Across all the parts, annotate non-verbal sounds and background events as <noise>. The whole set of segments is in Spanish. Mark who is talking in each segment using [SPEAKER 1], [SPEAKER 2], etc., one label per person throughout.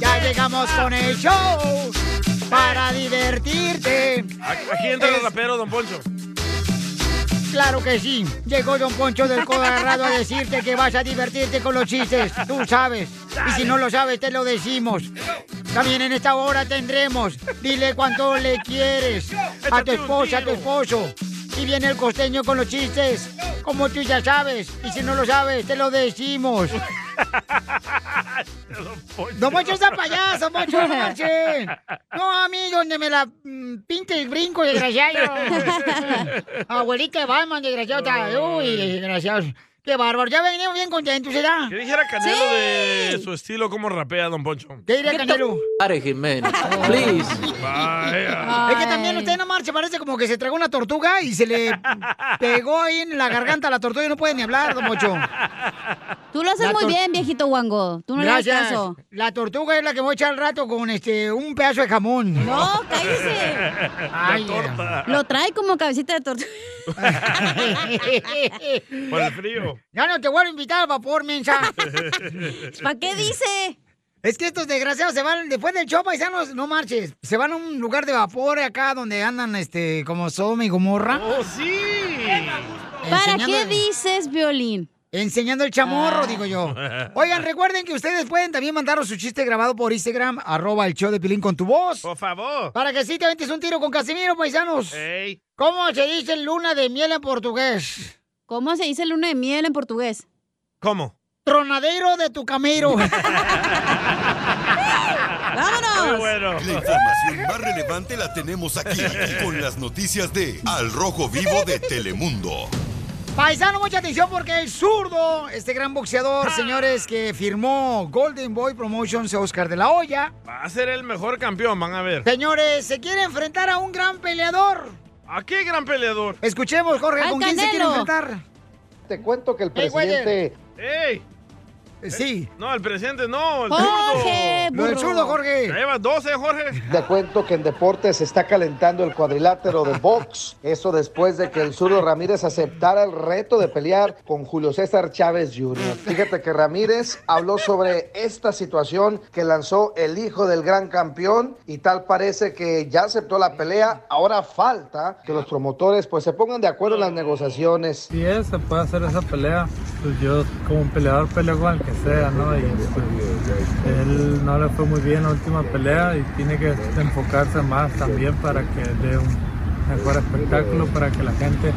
[SPEAKER 1] Ya llegamos con el show para divertirte.
[SPEAKER 2] Aquí entra el rapero, don Poncho.
[SPEAKER 1] Claro que sí. Llegó Don Poncho del codo agarrado a decirte que vas a divertirte con los chistes. Tú sabes. Y si no lo sabes, te lo decimos. También en esta hora tendremos. Dile cuánto le quieres a tu esposa, a tu esposo. Y viene el costeño con los chistes. Como tú ya sabes. Y si no lo sabes, te lo decimos. Don Poncho está payaso, Poncho, no marche. No, a mí donde me la mm, pinte el brinco,
[SPEAKER 3] <laughs>
[SPEAKER 1] desgraciado. Abuelita de Batman, desgraciado. está- Uy, desgraciado. Qué bárbaro. Ya venimos bien contentos, ¿verdad?
[SPEAKER 2] ¿Qué dijera Canelo de su estilo como rapea, don Poncho?
[SPEAKER 1] ¿Qué dirá Canelo?
[SPEAKER 4] Pare,
[SPEAKER 1] <laughs>
[SPEAKER 4] Jiménez. Please.
[SPEAKER 1] Es que también usted no marcha, parece como que se tragó una tortuga y
[SPEAKER 2] <laughs>
[SPEAKER 1] se le pegó ahí en la garganta a la tortuga y no puede ni hablar, don Poncho.
[SPEAKER 3] Tú lo haces
[SPEAKER 1] La
[SPEAKER 3] muy
[SPEAKER 1] tor-
[SPEAKER 3] bien,
[SPEAKER 1] <laughs>
[SPEAKER 3] viejito <laughs> guango. Tú no le das caso.
[SPEAKER 1] La tortuga es la que voy a echar al rato con este un pedazo de jamón.
[SPEAKER 3] No, cállese.
[SPEAKER 1] Ay,
[SPEAKER 2] eh.
[SPEAKER 3] Lo trae como cabecita de tortuga.
[SPEAKER 2] Por el frío.
[SPEAKER 1] Ya Ah, no te vuelvo a invitar al vapor, mensa.
[SPEAKER 3] <laughs> ¿Para qué dice?
[SPEAKER 1] Es que estos desgraciados se van, después del show, paisanos, no marches. Se van a un lugar de vapor acá donde andan, este, como Sodoma y Gomorra.
[SPEAKER 2] ¡Oh, sí!
[SPEAKER 3] ¿Para
[SPEAKER 1] Enseñando-
[SPEAKER 3] qué dices violín? Ah.
[SPEAKER 1] Enseñando el chamorro, digo yo. <laughs> Oigan, recuerden que ustedes pueden también mandaros su chiste grabado por Instagram, arroba el show de Pilín con tu voz.
[SPEAKER 2] Por favor.
[SPEAKER 1] Para que sí te aventes un tiro con Casimiro, paisanos.
[SPEAKER 2] Ey.
[SPEAKER 1] ¿Cómo se dice luna de miel en portugués?
[SPEAKER 3] ¿Cómo se dice luna de miel en portugués?
[SPEAKER 2] ¿Cómo?
[SPEAKER 1] Tronadero de tu camero.
[SPEAKER 3] ¡Vámonos!
[SPEAKER 2] Muy bueno.
[SPEAKER 5] La información más relevante la tenemos aquí, aquí, con las noticias de Al Rojo Vivo de Telemundo.
[SPEAKER 1] Paisano, mucha atención porque el zurdo, este gran
[SPEAKER 2] Ah.
[SPEAKER 1] boxeador, señores, que firmó Golden Boy Promotions Oscar de la Hoya.
[SPEAKER 2] Va a ser el mejor campeón, van a ver.
[SPEAKER 1] Señores, se quiere enfrentar a un gran peleador.
[SPEAKER 2] ¿A qué gran peleador?
[SPEAKER 1] Escuchemos, Jorge,
[SPEAKER 3] ¡Al
[SPEAKER 1] ¿con quién se quiere
[SPEAKER 3] Canelo!
[SPEAKER 1] enfrentar?
[SPEAKER 6] Te cuento que el
[SPEAKER 1] Ey, güey.
[SPEAKER 6] presidente
[SPEAKER 2] ¡Ey!
[SPEAKER 1] Eh, Sí,
[SPEAKER 2] No, el presidente no, el
[SPEAKER 3] Jorge,
[SPEAKER 2] zurdo.
[SPEAKER 1] lo del
[SPEAKER 3] burro.
[SPEAKER 1] zurdo,
[SPEAKER 2] Ya
[SPEAKER 1] Jorge.
[SPEAKER 2] lleva 12, Jorge.
[SPEAKER 6] Te cuento que en deportes se está calentando el cuadrilátero de box. Eso después de que el zurdo Ramírez aceptara el reto de pelear con Julio César Chávez Jr. Fíjate que Ramírez habló sobre esta situación que lanzó el hijo del gran campeón y tal parece que ya aceptó la pelea. Ahora falta que los promotores pues se pongan de acuerdo en las negociaciones.
[SPEAKER 7] Si es, se puede hacer esa pelea. Pues yo como peleador peleo con el que sea, ¿no? Y pues, él no le fue muy bien la última pelea y tiene que enfocarse más también para que dé un mejor espectáculo, para que la gente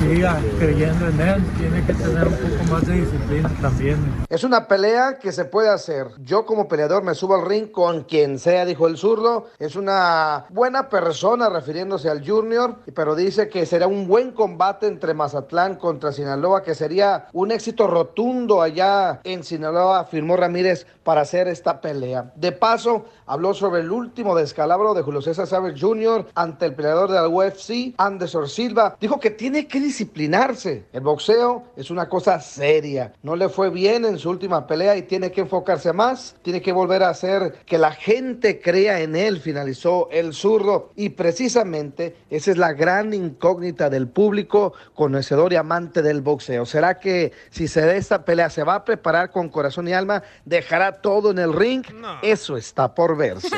[SPEAKER 7] siga creyendo en él. Tiene que tener un poco más de disciplina también.
[SPEAKER 6] Es una pelea que se puede hacer. Yo como peleador me subo al ring con quien sea, dijo el zurdo. Es una buena persona refiriéndose al junior, pero dice que será un buen combate entre Mazatlán contra Sinaloa, que sería un éxito rotundo allá en Sinaloa, afirmó Ramírez, para hacer esta pelea. De paso, habló sobre el último descalabro de Julio César Chávez Jr. ante el peleador de la UFC, Anderson Silva. Dijo que tiene que disciplinarse. El boxeo es una cosa seria. No le fue bien en su última pelea y tiene que enfocarse más. Tiene que volver a hacer que la gente crea en él, finalizó el zurdo. Y precisamente esa es la gran incógnita del público conocedor y amante del boxeo. ¿Será que si se da esta pelea se va a preparar con corazón y alma? ¿Dejará todo en el ring?
[SPEAKER 2] No.
[SPEAKER 6] Eso está por verse.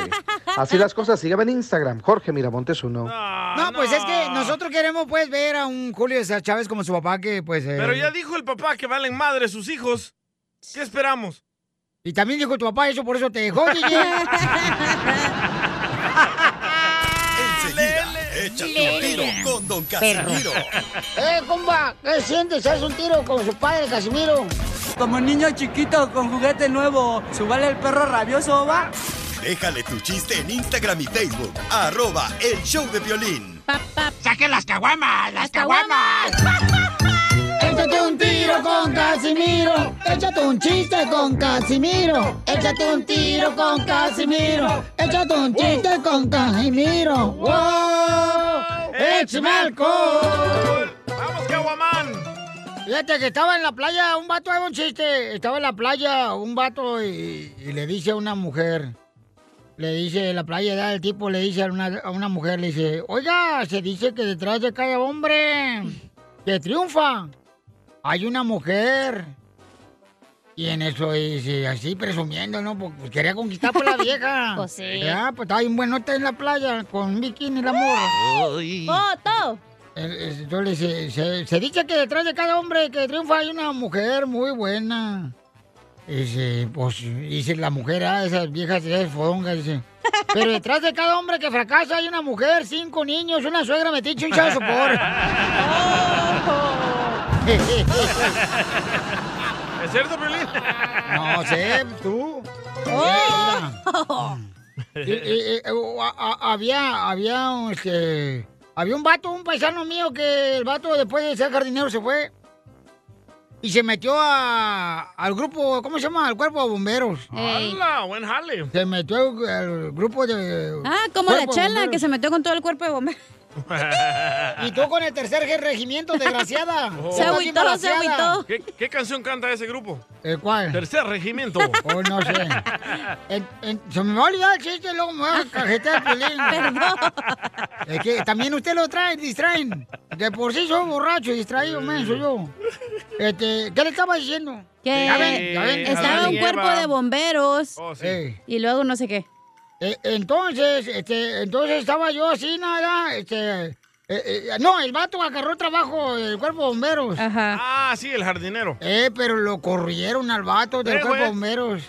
[SPEAKER 6] Así las cosas, síganme en Instagram, Jorge Miramontes uno.
[SPEAKER 2] Ah,
[SPEAKER 1] No, pues es que nosotros queremos pues ver a un Julio César Chávez como su papá que pues... eh,
[SPEAKER 2] Pero ya dijo el papá que valen madre sus hijos. ¿Qué esperamos?
[SPEAKER 1] Y también dijo tu papá eso, por eso te
[SPEAKER 2] <laughs>
[SPEAKER 1] dejó, DJ.
[SPEAKER 5] Enseguida, échate un tiro con Don Casimiro.
[SPEAKER 1] ¡Eh, compa! ¿Qué sientes? ¿Haz un tiro con su padre, Casimiro?
[SPEAKER 8] Como niño chiquito con juguete nuevo, ¿subale el perro rabioso, va?
[SPEAKER 5] Déjale tu chiste en Instagram y Facebook, arroba el show de violín.
[SPEAKER 1] ¡Saque las caguamas! ¡Las caguamas! Échate un tiro con Casimiro. Échate un chiste con Casimiro. Échate un tiro con Casimiro. Échate un chiste con Casimiro. ¡Wow! ¡Échame alcohol! ¡Vamos, Caguamán! Fíjate que estaba en la playa, un vato, hay un chiste. Estaba en la playa un vato y, y le dice a una mujer. Le dice, en la playa da el tipo, le dice a una, a una mujer, le dice, oiga, se dice que detrás de cada hombre que triunfa, hay una mujer. Y en eso dice, así presumiendo, ¿no? Porque pues, quería conquistar por
[SPEAKER 3] <laughs>
[SPEAKER 1] la vieja.
[SPEAKER 3] Pues sí.
[SPEAKER 1] Ya, pues estaba bien buenota en la playa, con un bikini la morra. ¡Foto! Entonces se, se- se dice que detrás de cada hombre que triunfa hay una mujer muy buena. Dice, pues, dice la mujer, ah, esas viejas, esas fodongas,
[SPEAKER 3] <laughs>
[SPEAKER 1] dice. Pero detrás de cada hombre que fracasa hay una mujer, cinco niños, una suegra metiche, un chavo de
[SPEAKER 9] <laughs>
[SPEAKER 1] sopor.
[SPEAKER 2] <laughs> ¿Es cierto, Pelín?
[SPEAKER 1] No sé, tú.
[SPEAKER 2] Oh.
[SPEAKER 1] Eh, eh, eh, o- a- a- había, había, este, había un vato, un paisano mío que el vato después de ser jardinero se fue y se metió a- al grupo, ¿cómo se llama? Al cuerpo de bomberos.
[SPEAKER 2] ¡Hala! ¡Buen jale!
[SPEAKER 1] Se metió al, al grupo de...
[SPEAKER 3] Ah, como la
[SPEAKER 1] cuerpo de
[SPEAKER 3] chela
[SPEAKER 1] bomberos.
[SPEAKER 3] que se metió con todo el cuerpo de bomberos.
[SPEAKER 1] Y tú con el tercer regimiento, desgraciada.
[SPEAKER 2] Oh.
[SPEAKER 1] Estás embarazada.
[SPEAKER 2] ¿Qué, qué canción canta ese grupo?
[SPEAKER 1] ¿El Eh, cuál?
[SPEAKER 2] Tercer regimiento.
[SPEAKER 1] Oh, no
[SPEAKER 2] <laughs>
[SPEAKER 1] sé. En- en- se me va a olvidar el chiste, luego me va a cajetear el pelín. Es que también usted lo trae, distraen. De por sí soy borracho, distraído, menso yo. Este, ¿qué le estaba diciendo?
[SPEAKER 3] Que
[SPEAKER 1] Ya ven, ya ven.
[SPEAKER 3] estaba un cuerpo de bomberos.
[SPEAKER 1] Eh,
[SPEAKER 3] Y luego no sé qué.
[SPEAKER 1] eh, entonces, este, entonces estaba yo así, nada, este... eh, eh, no, el vato agarró trabajo del cuerpo de bomberos.
[SPEAKER 2] Ah, sí, el jardinero.
[SPEAKER 1] Eh, pero lo corrieron al
[SPEAKER 3] Ah,
[SPEAKER 1] vato del
[SPEAKER 2] Eh,
[SPEAKER 1] cuerpo de
[SPEAKER 2] güey.
[SPEAKER 1] bomberos.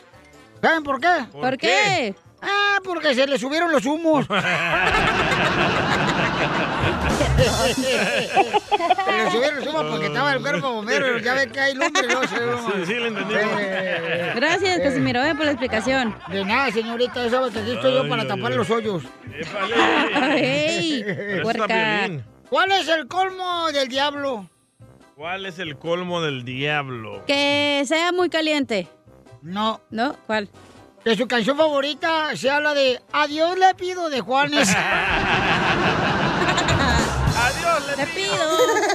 [SPEAKER 1] ¿Saben por qué?
[SPEAKER 2] ¿Por ¿Por qué?
[SPEAKER 1] Ah, porque se le subieron los humos.
[SPEAKER 3] <laughs>
[SPEAKER 1] se le subieron los humos porque estaba el cuerpo de bomberos. Ya ves que hay lumbre, ¿no? Sí,
[SPEAKER 2] <laughs> sí, lo entendí.
[SPEAKER 3] <laughs> Gracias, Casimiro, eh, por la explicación.
[SPEAKER 1] De nada, señorita, ya sabe que aquí estoy yo para tapar los hoyos.
[SPEAKER 3] ¡Ey!
[SPEAKER 2] Pero eso está
[SPEAKER 3] Puerca.
[SPEAKER 2] Piolín.
[SPEAKER 1] ¿Cuál es el colmo del diablo?
[SPEAKER 2] ¿Cuál es el colmo del diablo?
[SPEAKER 3] Que sea muy caliente.
[SPEAKER 1] No.
[SPEAKER 3] ¿No? ¿Cuál?
[SPEAKER 1] Que su canción favorita se habla de Adiós le pido de Juanes.
[SPEAKER 2] Adiós
[SPEAKER 3] <laughs> le pido.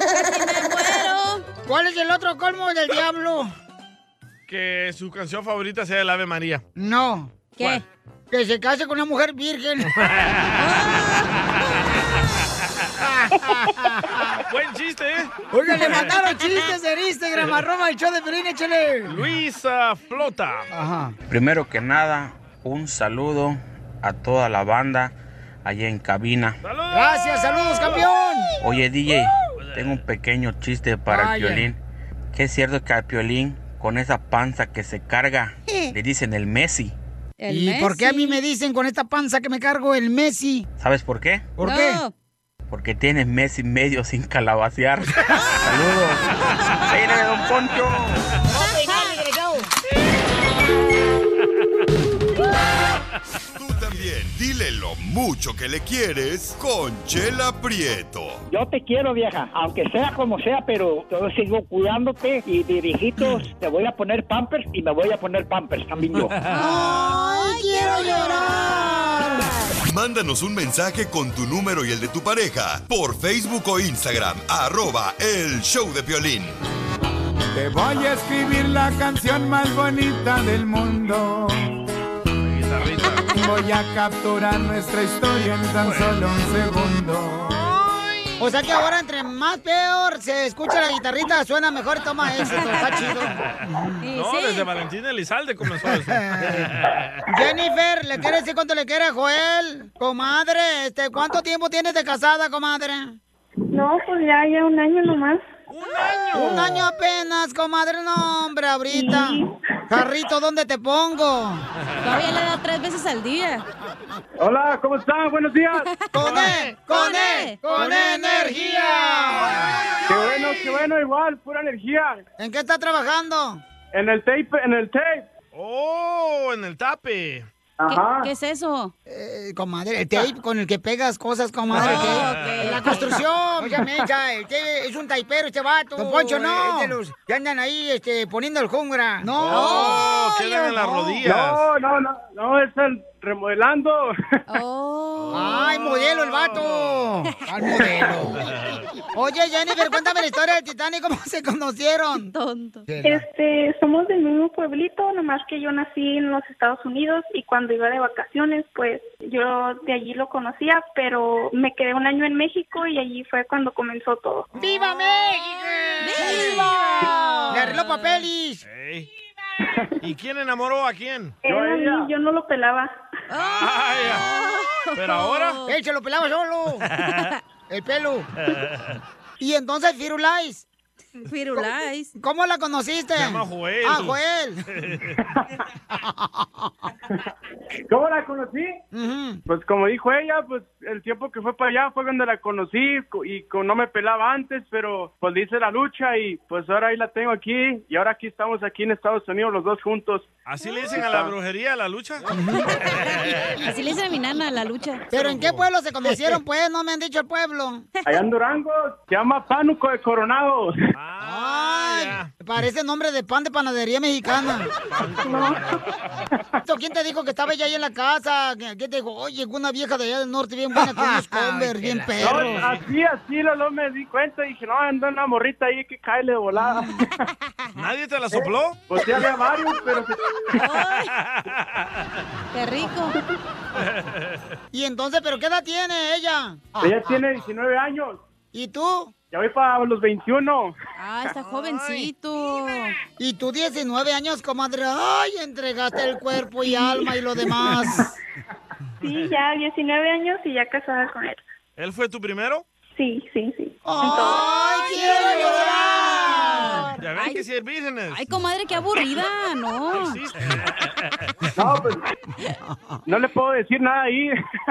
[SPEAKER 3] casi me muero.
[SPEAKER 1] ¿Cuál es el otro colmo del diablo?
[SPEAKER 2] Que su canción favorita sea el Ave María.
[SPEAKER 1] No.
[SPEAKER 2] ¿Qué? ¿Cuál?
[SPEAKER 1] Que se case con una mujer
[SPEAKER 3] <laughs>
[SPEAKER 1] virgen.
[SPEAKER 2] Buen chiste, ¿eh?
[SPEAKER 1] Oiga, le mandaron chistes en Instagram, arroba el show de Pelín, échale.
[SPEAKER 2] Luisa Flota.
[SPEAKER 1] Ajá.
[SPEAKER 10] Primero que nada, un saludo a toda la banda allá en cabina.
[SPEAKER 1] Gracias, saludos, campeón.
[SPEAKER 10] Oye, DJ, tengo un pequeño chiste para
[SPEAKER 1] Vaya.
[SPEAKER 10] el Piolín. Que es cierto que al Piolín, con esa panza que se carga, le dicen el Messi.
[SPEAKER 1] ¿Y por qué a mí me dicen con esta panza que me cargo el Messi?
[SPEAKER 10] ¿Sabes por qué?
[SPEAKER 1] ¿Por qué?
[SPEAKER 10] Porque tienes Messi medio sin calabacear. Saludos. Mire, don Poncho.
[SPEAKER 5] Tú también, dile lo mucho que le quieres con Chela
[SPEAKER 2] <laughs>
[SPEAKER 5] Prieto.
[SPEAKER 11] Yo te quiero, vieja, aunque sea como sea, pero yo sigo cuidándote y de viejitos te voy a poner pampers y me voy a poner pampers también yo.
[SPEAKER 1] ¡Ay, quiero llorar!
[SPEAKER 5] Mándanos un mensaje con tu número y el de tu pareja por Facebook o Instagram, arroba el show de violín.
[SPEAKER 12] Te voy a escribir la canción más bonita del mundo. Voy a capturar nuestra historia en tan solo un segundo.
[SPEAKER 1] O sea que ahora entre más peor se escucha la guitarrita, suena mejor, toma eso, está chido.
[SPEAKER 2] No,
[SPEAKER 1] sí.
[SPEAKER 2] desde Valentín Elizalde comenzó eso.
[SPEAKER 1] Jennifer, ¿le quieres decir cuánto le quieres a Joel? Comadre, este, ¿cuánto tiempo tienes de casada, comadre?
[SPEAKER 13] No, pues ya, ya un año nomás.
[SPEAKER 1] ¡Un año! ¡Un año apenas, comadre! No, hombre, ahorita. Jarrito, ¿dónde te pongo?
[SPEAKER 3] Todavía le da tres veces al día.
[SPEAKER 13] Hola, ¿cómo están? Buenos
[SPEAKER 3] <laughs>
[SPEAKER 13] días.
[SPEAKER 1] ¡Con E! ¡Con E! ¡Con E energía!
[SPEAKER 13] Qué bueno, qué bueno, <laughs> igual, pura energía.
[SPEAKER 1] ¿En qué está trabajando?
[SPEAKER 13] En el tape, en el tape.
[SPEAKER 2] ¡Oh, en el tape!
[SPEAKER 3] ¿Qué, qué es eso?
[SPEAKER 1] Eh, comadre, el tape con el que pegas cosas, comadre. que-
[SPEAKER 3] ok.
[SPEAKER 1] La construcción, ya mecha, el que es un taipero este vato. Don Poncho, no. De los que andan ahí este, poniendo el jungra. No.
[SPEAKER 2] Oh, quedan en las rodillas.
[SPEAKER 13] No, no, no, no, es el remodelando.
[SPEAKER 1] ¡Ay, modelo el
[SPEAKER 3] Oh,
[SPEAKER 1] vato! ¡Al modelo! <laughs> Oye, Jennifer, cuéntame la historia del Titanic, ¿cómo se conocieron?
[SPEAKER 3] Tonto.
[SPEAKER 14] Este, somos del mismo pueblito, nomás que yo nací en los Estados Unidos y cuando iba de vacaciones, pues yo de allí lo conocía, pero me quedé un año en México y allí fue cuando comenzó todo.
[SPEAKER 1] ¡Viva México! ¡Viva! ¡Le arregló papeles!
[SPEAKER 2] Ey. ¿Y quién enamoró a quién?
[SPEAKER 14] Era mí, yo no lo pelaba.
[SPEAKER 2] Pero
[SPEAKER 14] <laughs>
[SPEAKER 2] ahora.
[SPEAKER 1] Él se lo pelaba solo. El pelo.
[SPEAKER 9] <laughs>
[SPEAKER 1] Y entonces, Firulais.
[SPEAKER 3] Firulais.
[SPEAKER 1] ¿Cómo, cómo la conociste?
[SPEAKER 2] Se llama Joel.
[SPEAKER 1] Ah, Joel.
[SPEAKER 13] <laughs> ¿Cómo la conocí? Pues como dijo ella, pues el tiempo que fue para allá fue cuando la conocí co- y co- no me pelaba antes, pero pues le hice la lucha y pues ahora ahí la tengo aquí y ahora aquí estamos aquí en Estados Unidos los dos juntos.
[SPEAKER 2] ¿Así le dicen a la brujería, a la lucha?
[SPEAKER 3] <laughs> Así le dice a mi nana la lucha.
[SPEAKER 1] ¿Pero en qué pueblo
[SPEAKER 2] <laughs>
[SPEAKER 1] se conocieron, pues? No me han dicho el pueblo.
[SPEAKER 13] Allá en Durango se llama Pánuco de Coronado.
[SPEAKER 2] Ah,
[SPEAKER 1] Ay, parece nombre de pan de panadería mexicana. ¿Esto <laughs> ¿Quién te dijo que estaba ella ahí en la casa? ¿Quién te dijo? Oye, una vieja de allá del norte bien buena con
[SPEAKER 2] <laughs>
[SPEAKER 13] <laughs>
[SPEAKER 1] unos Converse, bien
[SPEAKER 13] No,
[SPEAKER 1] perros.
[SPEAKER 13] así, así lo, lo me di cuenta y dije, no, anda una morrita ahí que cae de
[SPEAKER 1] <laughs>
[SPEAKER 13] volada.
[SPEAKER 2] ¿Nadie te la sopló?
[SPEAKER 13] Pues ya había varios, pero pues, se-
[SPEAKER 1] <laughs>
[SPEAKER 3] ¡Qué rico!
[SPEAKER 1] Y entonces, ¿pero qué edad tiene ella?
[SPEAKER 13] ella tiene 19 años.
[SPEAKER 1] ¿Y tú?
[SPEAKER 13] Ya voy para los
[SPEAKER 1] <laughs>
[SPEAKER 13] 21.
[SPEAKER 3] Ah, está jovencito.
[SPEAKER 1] Y tú 19 años, comadre. Ay, entregaste el cuerpo y alma y lo
[SPEAKER 3] <laughs>
[SPEAKER 1] demás.
[SPEAKER 14] Sí, ya 19 años y ya casada con él.
[SPEAKER 2] <laughs> ¿Él fue tu primero?
[SPEAKER 14] Sí, sí, sí.
[SPEAKER 1] ¡Ay, quiero llorar!
[SPEAKER 2] Ya ven que si es vírgenes.
[SPEAKER 3] Ay, comadre, qué aburrida, ¿no?
[SPEAKER 13] No, pues, no le puedo decir nada ahí.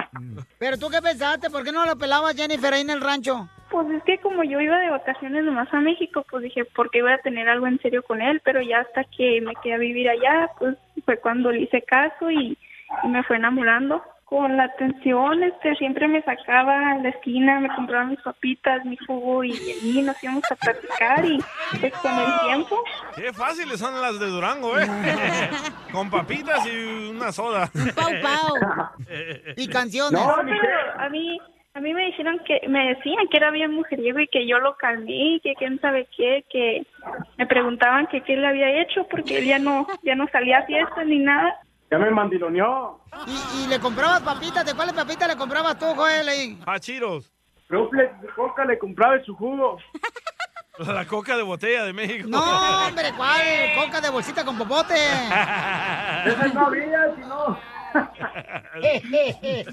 [SPEAKER 13] <laughs>
[SPEAKER 1] ¿Pero tú qué pensaste? ¿Por qué no la pelaba Jennifer ahí en el rancho?
[SPEAKER 14] Pues es que como yo iba de vacaciones nomás a México, pues dije, porque iba a tener algo en serio con él, pero ya hasta que me quedé a vivir allá, pues fue cuando le hice caso y, y me fue enamorando. Con la atención, este, siempre me sacaba a la esquina, me compraba mis papitas, mi jugo y allí nos íbamos a platicar y pues con el tiempo,
[SPEAKER 2] Qué fáciles son las de Durango,
[SPEAKER 14] <laughs>
[SPEAKER 2] ¿eh? Con papitas y una soda.
[SPEAKER 14] Pau,
[SPEAKER 2] <laughs>
[SPEAKER 14] pau.
[SPEAKER 1] <laughs> Y
[SPEAKER 2] canciones.
[SPEAKER 14] No, pero a mí, a mí me dijeron que, me decían que era bien mujeriego y que yo lo calmé y que quién sabe qué, que me preguntaban que qué le había hecho porque él ya no, ya no salía a fiestas ni nada.
[SPEAKER 13] Ya
[SPEAKER 1] <laughs>
[SPEAKER 13] me mandiloneó.
[SPEAKER 1] ¿Y, y le comprabas papitas? ¿De cuáles papitas le comprabas tú, Joel? ahí?
[SPEAKER 2] Pachiros.
[SPEAKER 13] Rufles de coca le compraba en su jugo.
[SPEAKER 2] <laughs> La coca de botella de México.
[SPEAKER 1] No,
[SPEAKER 2] <laughs>
[SPEAKER 1] hombre, ¿cuál? Coca de bolsita con
[SPEAKER 13] <laughs>
[SPEAKER 1] popote.
[SPEAKER 2] Esas
[SPEAKER 13] no había, si no.
[SPEAKER 1] <laughs>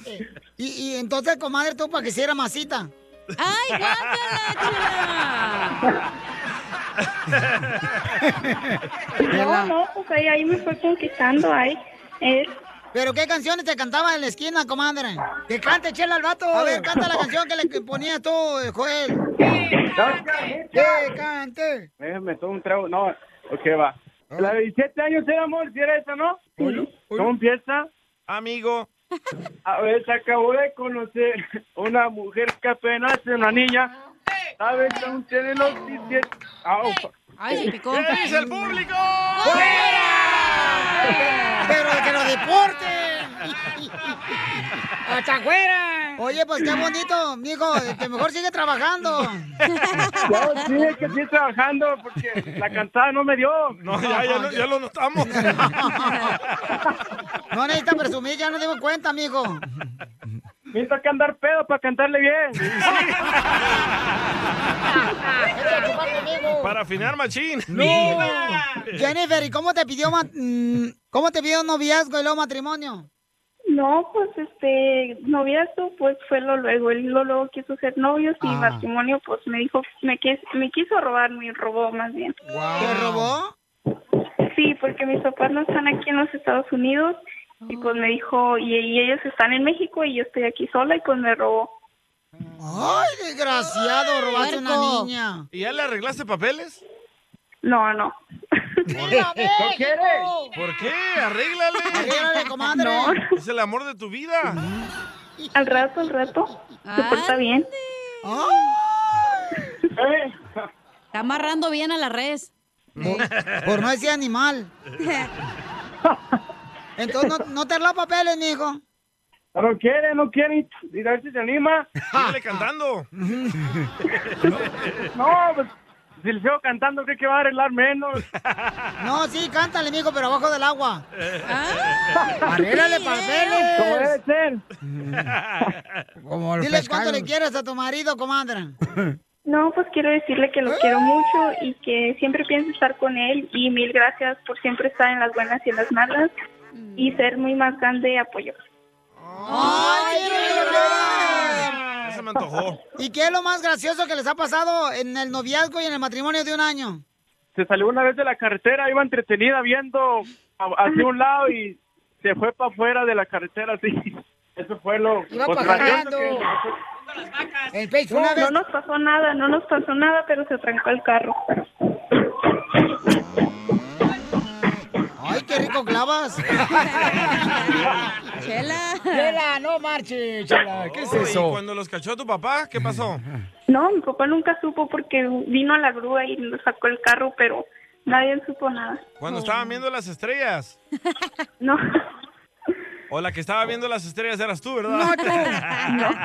[SPEAKER 1] y, y entonces, comadre, tú para que hiciera masita.
[SPEAKER 3] ¡Ay,
[SPEAKER 1] <laughs>
[SPEAKER 14] No, no, pues ahí, ahí me fue conquistando, ahí.
[SPEAKER 1] ¿Pero qué canciones te cantaba en la esquina, comadre? Que cante chela al vato. A ver, canta la canción que le ponías tú, eh, Joel. Que cante.
[SPEAKER 13] Déjame todo un trago. No, ok, va. La de 17 años era amor, si era esa, ¿no? ¿Cómo empieza?
[SPEAKER 2] Amigo.
[SPEAKER 13] A ver, se acabó de conocer una mujer que apenas es una niña. ¿Sabes que aún tiene los Ah, oh. 17? Au.
[SPEAKER 3] Ay, se picó.
[SPEAKER 2] ¿Qué dice el público?
[SPEAKER 1] Pero que lo deporten. <laughs> ¡Hasta afuera! Oye, pues qué bonito, mijo. Que mejor sigue trabajando.
[SPEAKER 13] No, sí, es que estoy trabajando porque la cantada no me dio.
[SPEAKER 2] No, ya, ya lo- ya lo notamos.
[SPEAKER 1] No necesita presumir, ya nos dimos cuenta, mijo.
[SPEAKER 13] Necesito que andar pedo
[SPEAKER 1] <laughs>
[SPEAKER 13] para cantarle bien.
[SPEAKER 2] Para afinar machín.
[SPEAKER 1] Jennifer, ¿y cómo te pidió ma- mm, cómo te pidió noviazgo y luego matrimonio?
[SPEAKER 14] No, pues este, noviazgo, pues fue lo luego. Él lo luego quiso ser novios y
[SPEAKER 9] Ah.
[SPEAKER 14] matrimonio, pues me dijo, me, quis- me quiso robar, me robó más bien.
[SPEAKER 1] ¿Te robó?
[SPEAKER 14] Sí, porque mis papás no están aquí en los Estados Unidos y pues me dijo, y, y ellos están en México y yo estoy aquí sola y pues me robó.
[SPEAKER 1] ¡Ay, desgraciado! Robaste una
[SPEAKER 14] Puerco.
[SPEAKER 1] niña.
[SPEAKER 2] ¿Y ya le arreglaste papeles?
[SPEAKER 14] No, no.
[SPEAKER 2] ¿No quieres? ¿Por qué? Arréglale.
[SPEAKER 1] Arréglale, comadre.
[SPEAKER 14] No.
[SPEAKER 2] Es el amor de tu vida.
[SPEAKER 14] Al rato, al rato. Se porta bien.
[SPEAKER 3] <laughs> Está amarrando bien a la res.
[SPEAKER 1] Por no ese animal. Entonces, ¿no, no te arregla papeles, mijo?
[SPEAKER 13] No quiere, no quiere. Y a ver si se anima.
[SPEAKER 2] <laughs> Síguele
[SPEAKER 13] <laughs>
[SPEAKER 2] cantando.
[SPEAKER 13] No, pues si le sigo cantando, creo que va a arreglar menos.
[SPEAKER 1] No, sí, cántale, mijo, pero abajo del agua.
[SPEAKER 13] Arreglale
[SPEAKER 1] Arréglale papeles.
[SPEAKER 13] Como debe ser.
[SPEAKER 2] <laughs>
[SPEAKER 1] Diles cuánto le quieres a tu marido, comadre.
[SPEAKER 14] <laughs> No, pues quiero decirle que lo quiero mucho y que siempre pienso estar con él y mil gracias por siempre estar en las buenas y en las malas
[SPEAKER 1] Mm.
[SPEAKER 14] y ser muy más grande apoyo.
[SPEAKER 2] Ya se me antojó.
[SPEAKER 1] ¿Y qué es lo más gracioso que les ha pasado en el noviazgo y en el matrimonio de un año?
[SPEAKER 13] Se salió una vez de la carretera, iba entretenida viendo a- hacia un lado y se fue para afuera de la carretera así. Eso fue lo...
[SPEAKER 14] Iba
[SPEAKER 13] lo
[SPEAKER 14] pajareando.
[SPEAKER 13] gracioso que-
[SPEAKER 1] El pecho,
[SPEAKER 14] No,
[SPEAKER 1] una vez-
[SPEAKER 14] no nos pasó nada, no nos pasó nada, pero se trancó el carro.
[SPEAKER 1] ¡Ay, qué rico clavas! ¡Chela! ¡Chela, no marches, Chela! ¿Qué es
[SPEAKER 2] Oh,
[SPEAKER 1] eso?
[SPEAKER 2] ¿Y cuando los cachó tu papá? ¿Qué pasó?
[SPEAKER 14] No, mi papá nunca supo porque vino a la grúa y nos sacó el carro, pero nadie supo nada.
[SPEAKER 2] Cuando estaban viendo las estrellas.
[SPEAKER 14] <laughs> No.
[SPEAKER 2] O la que estaba viendo las estrellas eras tú, ¿verdad? <laughs>
[SPEAKER 14] No, tú.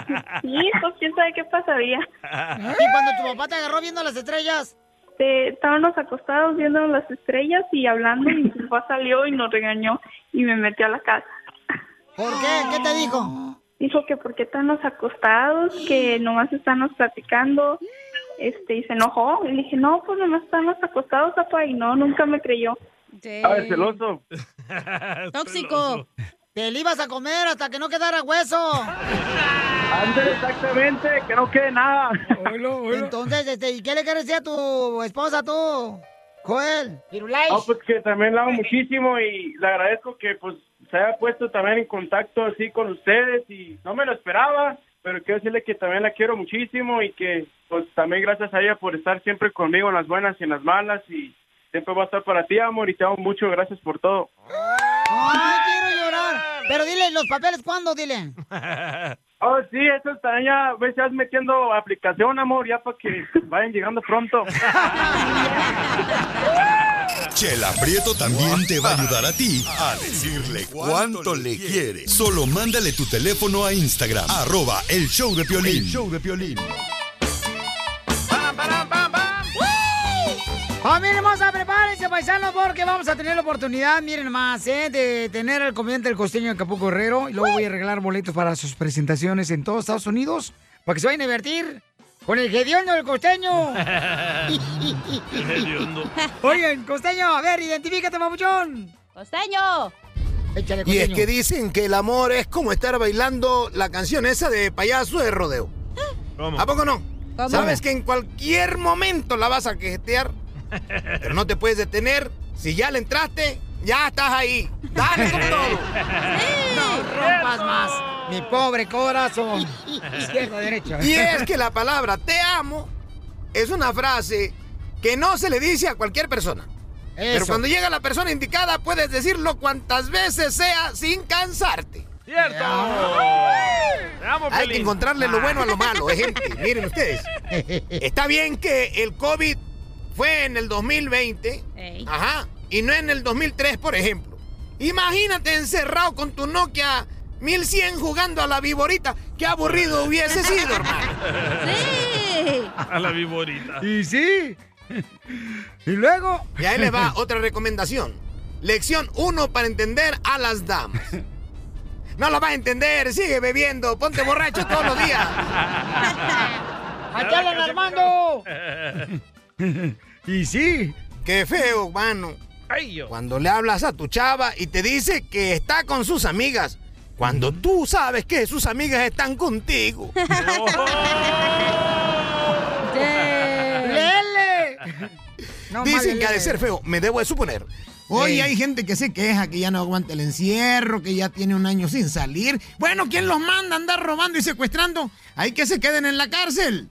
[SPEAKER 14] Y eso, quién sabe qué pasaría.
[SPEAKER 1] ¿Y cuando tu papá te agarró viendo las estrellas?
[SPEAKER 14] Este, estábamos acostados viendo las estrellas y hablando y mi papá salió y nos regañó y me metió a la casa.
[SPEAKER 1] ¿Por qué? ¿Qué te dijo?
[SPEAKER 14] Dijo que porque están los acostados, que nomás estamos platicando, este, y se enojó. Y le dije, no, pues nomás están los acostados, papá, y no, nunca me creyó.
[SPEAKER 13] Ah,
[SPEAKER 14] <laughs>
[SPEAKER 13] es celoso.
[SPEAKER 9] <laughs>
[SPEAKER 1] ¡Tóxico! ¡Te le ibas a comer hasta que no quedara hueso!
[SPEAKER 13] Ándale, exactamente, que no quede nada.
[SPEAKER 1] Entonces, este, ¿y qué le quieres decir a tu esposa tú, Joel?
[SPEAKER 13] Ah, pues que también la amo muchísimo y le agradezco que pues se haya puesto también en contacto así con ustedes y no me lo esperaba, pero quiero decirle que también la quiero muchísimo y que pues también gracias a ella por estar siempre conmigo en las buenas y en las malas y siempre va a estar para ti, amor, y te amo mucho, gracias por todo.
[SPEAKER 1] ¡Ay, quiero llorar! Pero dile, ¿los papeles cuándo? Dile.
[SPEAKER 13] Oh, sí, eso también ya ves, ya vas metiendo aplicación, amor, ya para que vayan llegando pronto. <laughs>
[SPEAKER 5] Chela Prieto también te va a ayudar a ti a decirle cuánto le quiere. Solo mándale tu teléfono a Instagram, arroba el show de Piolín.
[SPEAKER 1] El
[SPEAKER 5] show de Piolín.
[SPEAKER 1] Familia hermosa, prepárense, paisanos, porque vamos a tener la oportunidad, miren más, ¿eh? de tener al comediante del costeño de Capuco Herrero. Y luego voy a arreglar boletos para sus presentaciones en todos Estados Unidos, para que se vayan a divertir con el gediondo del costeño. <laughs> Oigan, costeño, a ver, identifícate, mamuchón.
[SPEAKER 3] ¡Costeño!
[SPEAKER 1] Échale,
[SPEAKER 10] Y es
[SPEAKER 1] costeño.
[SPEAKER 10] que dicen que el amor es como estar bailando la canción esa de payaso de rodeo. ¿A poco no?
[SPEAKER 9] ¿Cómo?
[SPEAKER 10] Sabes que en cualquier momento la vas a quejetear, pero no te puedes detener. Si ya le entraste, ya estás ahí. Dale con todo.
[SPEAKER 1] No rompas más, mi pobre corazón. Izquierda, derecha.
[SPEAKER 10] Y es que la palabra te amo es una frase que no se le dice a cualquier persona. Pero
[SPEAKER 9] Eso.
[SPEAKER 10] cuando llega la persona indicada, puedes decirlo cuantas veces sea sin cansarte.
[SPEAKER 2] ¡Cierto!
[SPEAKER 10] Hay
[SPEAKER 9] Piolín.
[SPEAKER 10] que encontrarle lo bueno a lo malo, eh, gente. Miren ustedes. Está bien que el COVID fue en el 2020, ajá, y no en el 2003, por ejemplo. Imagínate encerrado con tu Nokia 1100 jugando a la viborita. Qué aburrido hubiese sido,
[SPEAKER 9] <laughs>
[SPEAKER 10] hermano.
[SPEAKER 2] A la viborita.
[SPEAKER 1] Y sí. <laughs> Y luego.
[SPEAKER 10] Y ahí les
[SPEAKER 1] <laughs>
[SPEAKER 10] va otra recomendación. Lección 1 para entender a las damas. No lo vas a entender, sigue bebiendo, ponte borracho todos los días.
[SPEAKER 1] ¡Allá Alan Armando!
[SPEAKER 10] <laughs> y sí. Qué feo, mano. Cuando le hablas a tu chava y te dice que está con sus amigas
[SPEAKER 15] Cuando tú sabes que sus amigas están
[SPEAKER 10] <laughs>
[SPEAKER 15] contigo.
[SPEAKER 1] ¡Lele! No,
[SPEAKER 15] Dicen
[SPEAKER 1] madre,
[SPEAKER 15] que ha de
[SPEAKER 1] Lele.
[SPEAKER 15] ser feo, me debo de suponer.
[SPEAKER 10] Hoy
[SPEAKER 15] Sí.
[SPEAKER 10] hay gente que se queja que ya no aguanta el encierro, que ya tiene un año sin salir. Bueno, ¿quién los manda a andar robando y secuestrando? Hay que se queden en la cárcel.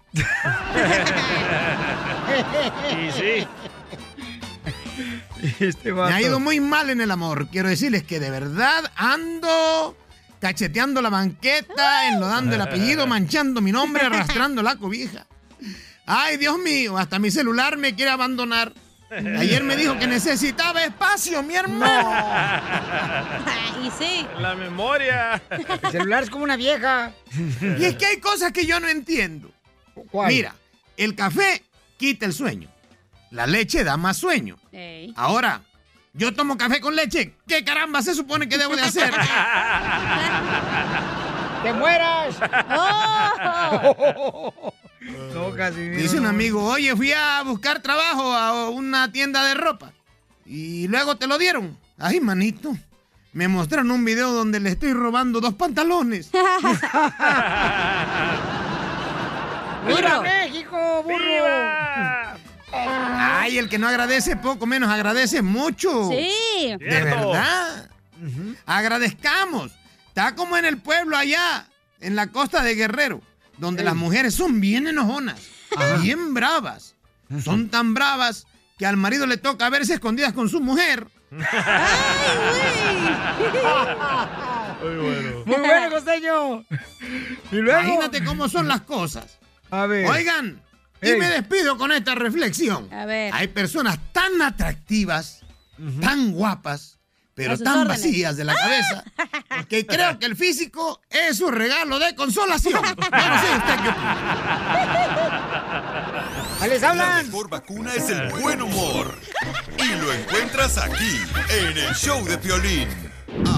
[SPEAKER 2] y sí.
[SPEAKER 10] Me ha ido muy mal en el amor. Quiero decirles que de verdad ando cacheteando la banqueta, enlodando el apellido, manchando mi nombre, arrastrando la cobija. Ay, Dios mío, hasta mi celular me quiere abandonar. Ayer me dijo que necesitaba espacio, mi hermano.
[SPEAKER 3] Ah, y sí.
[SPEAKER 2] La memoria.
[SPEAKER 1] <laughs> El celular es como una vieja.
[SPEAKER 10] Y es que hay cosas que yo no entiendo. Mira, el café quita el sueño. La leche da más sueño. Ahora, yo tomo café con leche. ¿Qué caramba se supone que debo de
[SPEAKER 1] <laughs>
[SPEAKER 10] hacer?
[SPEAKER 1] ¡Te
[SPEAKER 10] <laughs>
[SPEAKER 1] mueras! Oh. No, Casimiro.
[SPEAKER 10] Dice un amigo, oye, fui a buscar trabajo a una tienda de ropa. Y luego te lo dieron. Ay, manito. Me mostraron un video donde le estoy robando dos
[SPEAKER 1] <laughs>
[SPEAKER 10] pantalones.
[SPEAKER 1] ¡Viva México, burro!
[SPEAKER 10] Ay, el que no agradece poco menos agradece mucho.
[SPEAKER 3] Sí.
[SPEAKER 10] De
[SPEAKER 3] Cierto.
[SPEAKER 10] verdad. Agradezcamos. Está como en el pueblo allá, en la costa de Guerrero, donde las mujeres son bien enojonas, bien bravas. Son tan bravas que al marido le toca verse escondidas con su mujer.
[SPEAKER 2] Muy bueno.
[SPEAKER 1] Muy bueno, costeño.
[SPEAKER 10] Imagínate cómo son las cosas.
[SPEAKER 1] A ver.
[SPEAKER 10] Oigan, y
[SPEAKER 1] Ey.
[SPEAKER 10] me despido con esta reflexión.
[SPEAKER 3] A ver.
[SPEAKER 10] Hay personas tan atractivas, tan guapas,
[SPEAKER 3] A
[SPEAKER 10] pero
[SPEAKER 3] sus
[SPEAKER 10] tan
[SPEAKER 3] órdenes. ¡Ah!
[SPEAKER 10] vacías de la cabeza, que creo que el físico es un regalo de
[SPEAKER 3] <laughs>
[SPEAKER 10] consolación. Yo no sé usted qué
[SPEAKER 1] opina. ¡Les hablan!
[SPEAKER 5] Por vacuna es el buen humor. Y lo encuentras aquí, en el show de Piolín.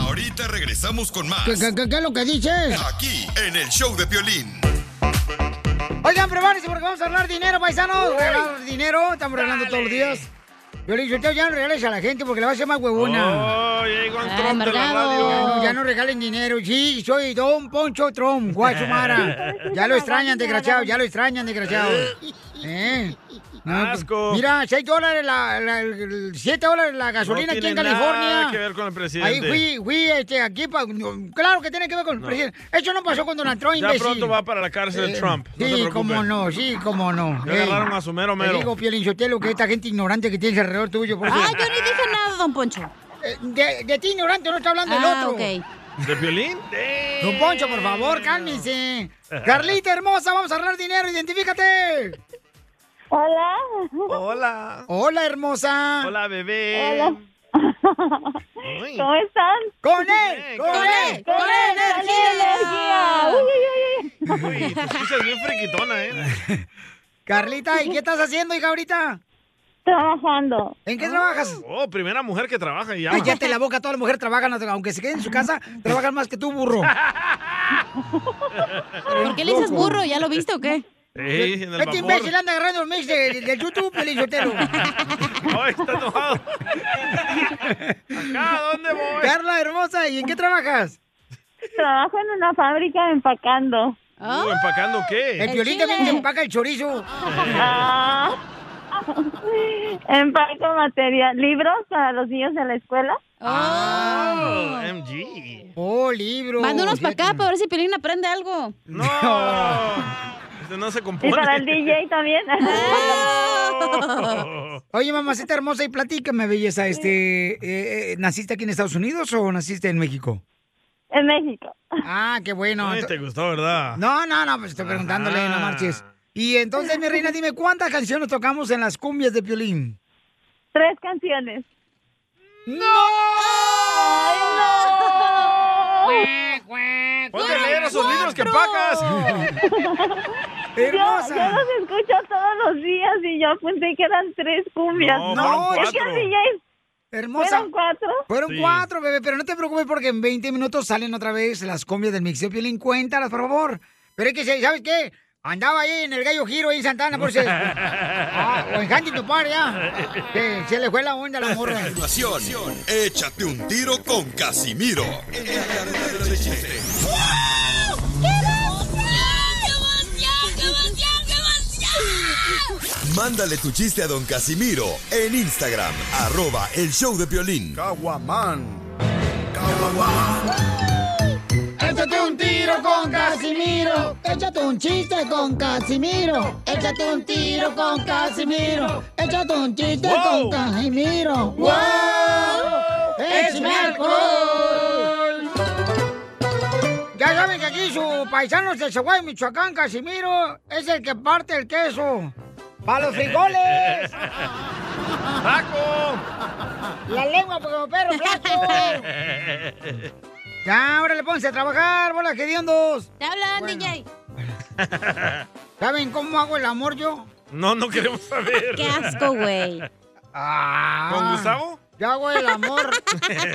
[SPEAKER 5] Ahorita regresamos con más.
[SPEAKER 1] ¿Qué, qué, qué- qué es lo que dices?
[SPEAKER 5] Aquí, en el show de Piolín.
[SPEAKER 1] Oigan, prepárense porque vamos a hablar dinero, paisanos. Vamos a hablar dinero, estamos regalando todos los días. Yo le digo, "Ustedes ya no regales a la gente porque le va a ser más huevona.
[SPEAKER 2] Oh, ya llegó el
[SPEAKER 1] Ah,
[SPEAKER 2] Trump de la radio.
[SPEAKER 1] Ya no, ya no regalen dinero. Sí, soy Don Poncho
[SPEAKER 2] <laughs>
[SPEAKER 1] Trump, <laughs> Guachumara. Pues, Ya lo extrañan, desgraciado, ya lo extrañan, <laughs> desgraciado.
[SPEAKER 2] <laughs>
[SPEAKER 1] ¿Eh?
[SPEAKER 2] Asco.
[SPEAKER 1] Mira, 6 dólares, la, la- el- 7 dólares la gasolina
[SPEAKER 2] No
[SPEAKER 1] aquí en
[SPEAKER 2] tiene
[SPEAKER 1] California.
[SPEAKER 2] Nada que ver con el
[SPEAKER 1] Ahí
[SPEAKER 2] presidente.
[SPEAKER 1] fui, fui este, aquí. pa- no, claro que tiene que ver con el
[SPEAKER 2] No.
[SPEAKER 1] presidente. Eso no pasó con Donald Trump,
[SPEAKER 2] Ya
[SPEAKER 1] imbécil. Eh,
[SPEAKER 2] pronto va para la cárcel Trump, no te
[SPEAKER 1] sí,
[SPEAKER 2] preocupes.
[SPEAKER 1] cómo no, sí, cómo no.
[SPEAKER 2] Ya
[SPEAKER 1] Ey,
[SPEAKER 2] agarraron a su mero mero.
[SPEAKER 1] Te digo, Piolín Sotelo, que esta gente ignorante que tienes alrededor tuyo. Porque...
[SPEAKER 2] Ah,
[SPEAKER 1] yo ni dije nada, don Poncho. De, de ti ignorante no está hablando
[SPEAKER 3] Ah,
[SPEAKER 1] el otro.
[SPEAKER 2] ¿De violín?
[SPEAKER 1] Don Poncho, por favor, cálmense. Carlita hermosa, vamos a ahorrar dinero, identifícate. Hola.
[SPEAKER 2] Hola.
[SPEAKER 1] Hola, hermosa.
[SPEAKER 2] Hola, bebé. Hola.
[SPEAKER 1] ¿Cómo están? ¡Con él! E, ¡Con
[SPEAKER 9] E,
[SPEAKER 1] él! ¡Con él! energía!
[SPEAKER 2] Uy, te escuchas bien friquitona, ¿eh?
[SPEAKER 1] Carlita, ¿y qué estás haciendo, hija, ahorita? Trabajando. ¿En qué trabajas?
[SPEAKER 2] Oh, primera mujer que trabaja y ya.
[SPEAKER 1] Cállate la boca, todas las mujeres trabajan, aunque se queden en su casa, trabajan más que tú, burro.
[SPEAKER 3] <laughs> ¿Por qué le dices burro? ¿Ya lo viste o qué?
[SPEAKER 2] Ey, en el
[SPEAKER 1] Este
[SPEAKER 2] vapor.
[SPEAKER 1] imbécil anda agarrando los mix de, de YouTube, Piolín Sotelo.
[SPEAKER 2] <laughs> Ay, está enojado. Acá, ¿dónde voy?
[SPEAKER 1] Carla, hermosa, ¿y en qué trabajas?
[SPEAKER 14] Trabajo en una fábrica empacando.
[SPEAKER 2] Uh, ¿Empacando qué? Eh.
[SPEAKER 1] El Piolín también empaca el chorizo.
[SPEAKER 14] Ah, empaco material, libros para los niños de la escuela.
[SPEAKER 2] Oh,
[SPEAKER 1] Ah.
[SPEAKER 2] MG.
[SPEAKER 1] Oh, libro. <laughs>
[SPEAKER 3] Mándanos para acá para ver si Pelín aprende algo.
[SPEAKER 2] No. Este no se compone.
[SPEAKER 3] Y para el
[SPEAKER 14] DJ también.
[SPEAKER 3] <laughs> Ah,
[SPEAKER 14] <laughs>
[SPEAKER 1] Oye, mamacita hermosa, y platícame, belleza, este, eh, eh, ¿naciste aquí en Estados Unidos o naciste en México?
[SPEAKER 14] En México.
[SPEAKER 1] Ah, qué bueno.
[SPEAKER 2] Ay,
[SPEAKER 1] Ento-
[SPEAKER 2] te gustó, ¿verdad? <laughs>
[SPEAKER 1] No, no, no, pues estoy preguntándole,
[SPEAKER 2] Ajá.
[SPEAKER 1] no marches. Y entonces, mi reina, dime, ¿cuántas canciones tocamos en las cumbias de Piolín?
[SPEAKER 14] Tres canciones.
[SPEAKER 1] ¡No!
[SPEAKER 2] Ponte a leer esos libros que empacas.
[SPEAKER 14] <laughs> Yo, yo los escucho todos los días y yo pensé que eran tres cumbias.
[SPEAKER 1] No, No, fueron
[SPEAKER 14] es que el
[SPEAKER 1] cuatro.
[SPEAKER 14] DJ.
[SPEAKER 1] Hermosa.
[SPEAKER 14] ¿Fueron cuatro?
[SPEAKER 1] Fueron cuatro, bebé, pero no te preocupes porque en 20 minutos salen otra vez las cumbias del mixeo Piolín. Cuéntalas, por favor. Pero es que, se- ¿sabes qué? Andaba ahí en el Gallo Giro, ahí en Santana, por si... <laughs> Ah, o en Huntington Park, ya. Que se ah. le fue la onda a la morra.
[SPEAKER 5] Continuación, échate un tiro con Casimiro. de chiste. Mándale tu chiste a don Casimiro en Instagram, arroba el show de violín.
[SPEAKER 1] Échate un tiro con Casimiro. Échate un chiste con Casimiro. Échate un tiro con Casimiro. Échate un chiste con Casimiro.
[SPEAKER 2] <laughs>
[SPEAKER 1] ¡Wow! ¡Échame alcohol! Ya saben que aquí su paisano de Chihuahua, Michoacán, Casimiro, es el que parte el queso. ¡Para
[SPEAKER 9] <laughs>
[SPEAKER 1] los frijoles! ¡Taco! ¡La lengua como perro flaco!
[SPEAKER 9] <laughs>
[SPEAKER 1] Ya, ahora le ponse a trabajar, bola hediondos.
[SPEAKER 3] Te hablan, DJ.
[SPEAKER 1] ¿Saben cómo hago el amor yo?
[SPEAKER 2] No, no queremos saber.
[SPEAKER 1] Qué asco, güey. Ah.
[SPEAKER 2] ¿Con Gustavo?
[SPEAKER 1] Yo hago el
[SPEAKER 2] <laughs>
[SPEAKER 1] amor.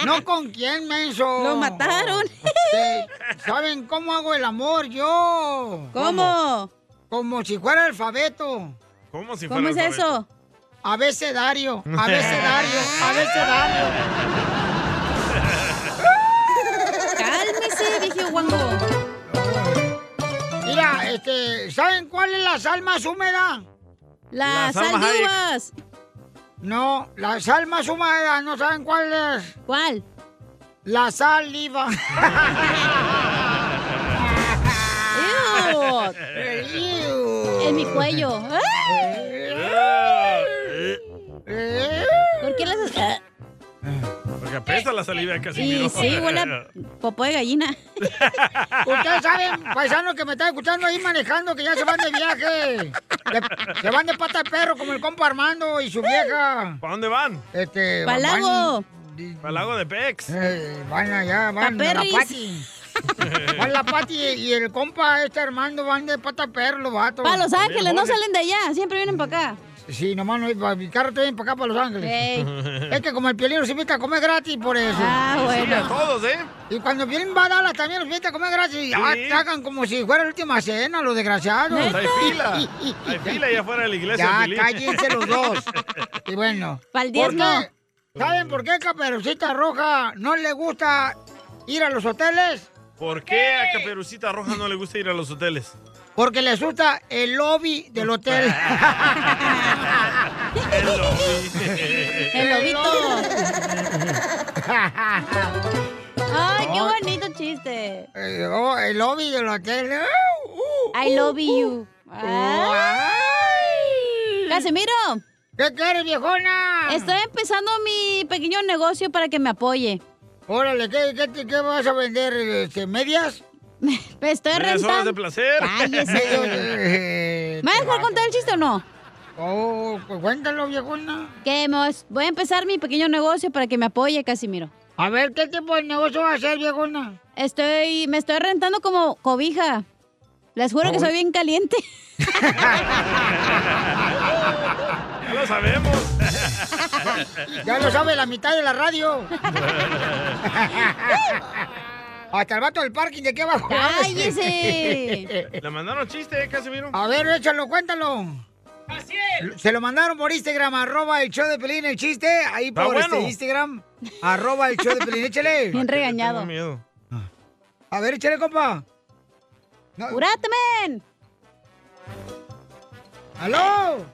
[SPEAKER 1] no con quién, menso.
[SPEAKER 3] Lo mataron.
[SPEAKER 1] Sí. ¿Saben cómo hago el amor yo?
[SPEAKER 3] ¿Cómo?
[SPEAKER 1] Como si fuera alfabeto.
[SPEAKER 2] ¿Cómo si fuera alfabeto?
[SPEAKER 1] Abecedario,
[SPEAKER 2] <laughs>
[SPEAKER 1] abecedario, abecedario. <laughs>
[SPEAKER 3] Cálmese, dije guango.
[SPEAKER 1] Mira, este, ¿saben cuál es la sal más húmeda?
[SPEAKER 3] La La sal Salma de Hayek. uvas.
[SPEAKER 1] No, la sal más húmeda, ¿no saben cuál es? ¿Cuál? La
[SPEAKER 3] <laughs>
[SPEAKER 1] saliva.
[SPEAKER 3] En mi cuello.
[SPEAKER 2] Eh,
[SPEAKER 1] Eh.
[SPEAKER 3] ¿Por qué las.? ah,
[SPEAKER 2] Porque apesta la saliva de Casimiro.
[SPEAKER 3] Y sí, huele a popó de gallina.
[SPEAKER 1] <laughs> Ustedes saben, paisanos que me están escuchando ahí manejando, que ya se van de viaje. De- se van de pata de perro como el compa Armando y su vieja.
[SPEAKER 2] ¿Para dónde van?
[SPEAKER 1] Este, Pa'l van- lago.
[SPEAKER 2] Pa'l lago de Pex.
[SPEAKER 1] van allá, van Pa' a la Perris. Pati. <laughs>
[SPEAKER 2] <laughs>
[SPEAKER 1] Van la Pati y el compa este Armando van de pata de perro los vatos.
[SPEAKER 3] Para Los Ángeles, no salen de allá, siempre vienen para acá.
[SPEAKER 1] Sí, nomás no, para mi carro viene para acá, para Los Ángeles.
[SPEAKER 3] Ey.
[SPEAKER 1] <laughs> Es que como el piolín nos invita a comer gratis, por eso.
[SPEAKER 3] Ah, Sí, bueno. a todos,
[SPEAKER 2] ¿eh?
[SPEAKER 1] Y cuando el Piolín va a Dallas también nos invita a comer gratis. Y Atacan como si fuera la última cena, los desgraciados.
[SPEAKER 2] Hay
[SPEAKER 1] <laughs>
[SPEAKER 2] fila. Hay fila allá afuera de la iglesia.
[SPEAKER 1] Ya,
[SPEAKER 2] Piolín.
[SPEAKER 1] cállense
[SPEAKER 2] <laughs>
[SPEAKER 1] los dos. Y bueno.
[SPEAKER 3] Pa'l
[SPEAKER 1] ¿por
[SPEAKER 3] diezmo.
[SPEAKER 1] qué? ¿Saben por qué Caperucita Roja no le gusta ir a los hoteles?
[SPEAKER 2] <laughs> ¿Por qué a Caperucita Roja no le gusta ir a los hoteles?
[SPEAKER 1] Porque le asusta el lobby del <laughs> hotel.
[SPEAKER 2] El lobby.
[SPEAKER 3] El lobito. Ay,
[SPEAKER 1] Ay.
[SPEAKER 3] qué bonito chiste.
[SPEAKER 1] Eh, <laughs> oh, el lobby del hotel. Uh,
[SPEAKER 3] I love you. Ay. Casimiro.
[SPEAKER 1] ¿Qué quieres, viejona?
[SPEAKER 3] Estoy empezando mi pequeño negocio para que me apoye.
[SPEAKER 1] Órale, ¿qué, qué, qué vas a vender? Este,
[SPEAKER 3] <laughs>
[SPEAKER 1] ¿Medias?
[SPEAKER 3] Pues Estoy
[SPEAKER 2] Medias horas
[SPEAKER 3] rentando.
[SPEAKER 2] de placer.
[SPEAKER 1] <laughs>
[SPEAKER 3] ¿Me vas a dejar contar el chiste o no?
[SPEAKER 1] Este, Oh, pues cuéntalo, viejona.
[SPEAKER 3] Que me vas- voy a empezar mi pequeño negocio para que me apoye, Casimiro.
[SPEAKER 1] A ver, ¿qué tipo de negocio vas a hacer, viejona?
[SPEAKER 3] Estoy, me estoy rentando como cobija. Les juro que soy bien caliente.
[SPEAKER 2] <laughs> Ya lo sabemos.
[SPEAKER 1] Ya lo <laughs> sabe la mitad de la radio. Hasta el vato del parking de aquí abajo.
[SPEAKER 2] Le mandaron chiste, ¿eh? Casimiro.
[SPEAKER 1] A ver, échalo, cuéntalo. Se lo mandaron por Instagram, arroba el show de Pelín, el chiste. Ahí
[SPEAKER 2] Está
[SPEAKER 1] por este
[SPEAKER 2] bueno.
[SPEAKER 1] Instagram, arroba el show de Pelín, échale.
[SPEAKER 3] <laughs>
[SPEAKER 1] Ah.
[SPEAKER 3] Bien regañado.
[SPEAKER 1] A ver, échale, compa. No.
[SPEAKER 3] ¡Curate, men!
[SPEAKER 1] ¡Aló!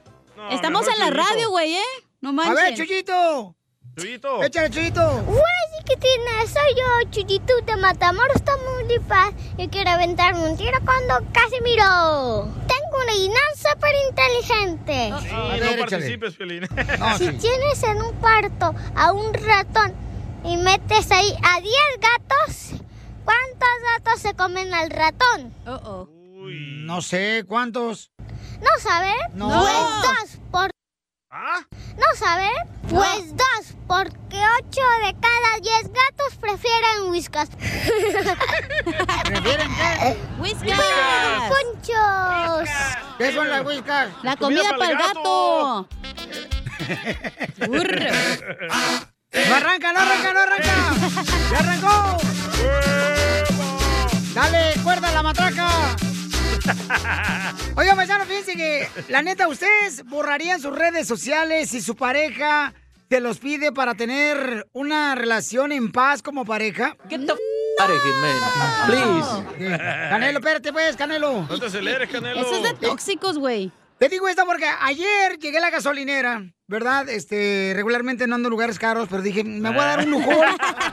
[SPEAKER 3] Estamos
[SPEAKER 1] mejor
[SPEAKER 3] en la
[SPEAKER 1] Chuyito.
[SPEAKER 3] radio, güey, ¿eh? No
[SPEAKER 1] A
[SPEAKER 3] manches.
[SPEAKER 1] ver, Chuyito.
[SPEAKER 2] Chuyito.
[SPEAKER 1] Échale, Chuyito.
[SPEAKER 16] Hola, chiquitina, soy yo, Chuyito de Matamoros, Tamaulipas. Y quiero aventarme un tiro con Don Casimiro. Tengo una adivinanza súper inteligente.
[SPEAKER 1] Ah,
[SPEAKER 2] Sí, no participes, Piolín. <laughs>
[SPEAKER 16] si tienes en un cuarto a un ratón y metes ahí a 10 gatos, ¿cuántos gatos se comen al ratón?
[SPEAKER 1] No sé cuántos.
[SPEAKER 16] ¿No saben?
[SPEAKER 1] No. ¿Ah?
[SPEAKER 16] Pues dos por... ¿No saben? Pues dos, porque ocho de cada diez gatos prefieren whiskas.
[SPEAKER 1] <laughs> ¿Prefieren qué?
[SPEAKER 3] ¡Whiskas!
[SPEAKER 16] Pues, ¡Ponchos!
[SPEAKER 1] ¿Qué son las whiskas?
[SPEAKER 3] La comida para el gato. Burro.
[SPEAKER 1] ¡No arranca, no arranca, no arranca! ¡Ya arrancó! ¡Dale, cuerda a la matraca! Oiga, paisano, fíjense que, la neta, ¿ustedes borrarían sus redes sociales si su pareja te los pide para tener una relación en paz como pareja?
[SPEAKER 3] ¿Qué the
[SPEAKER 4] Pare, Jimena. Please.
[SPEAKER 1] Canelo, espérate pues, Canelo.
[SPEAKER 2] No te aceleres, Canelo.
[SPEAKER 1] Eso es de tóxicos, güey. Te digo esta porque ayer llegué a la gasolinera, ¿verdad? Este, regularmente no ando en lugares caros, pero dije, me voy a dar un <laughs> lujo.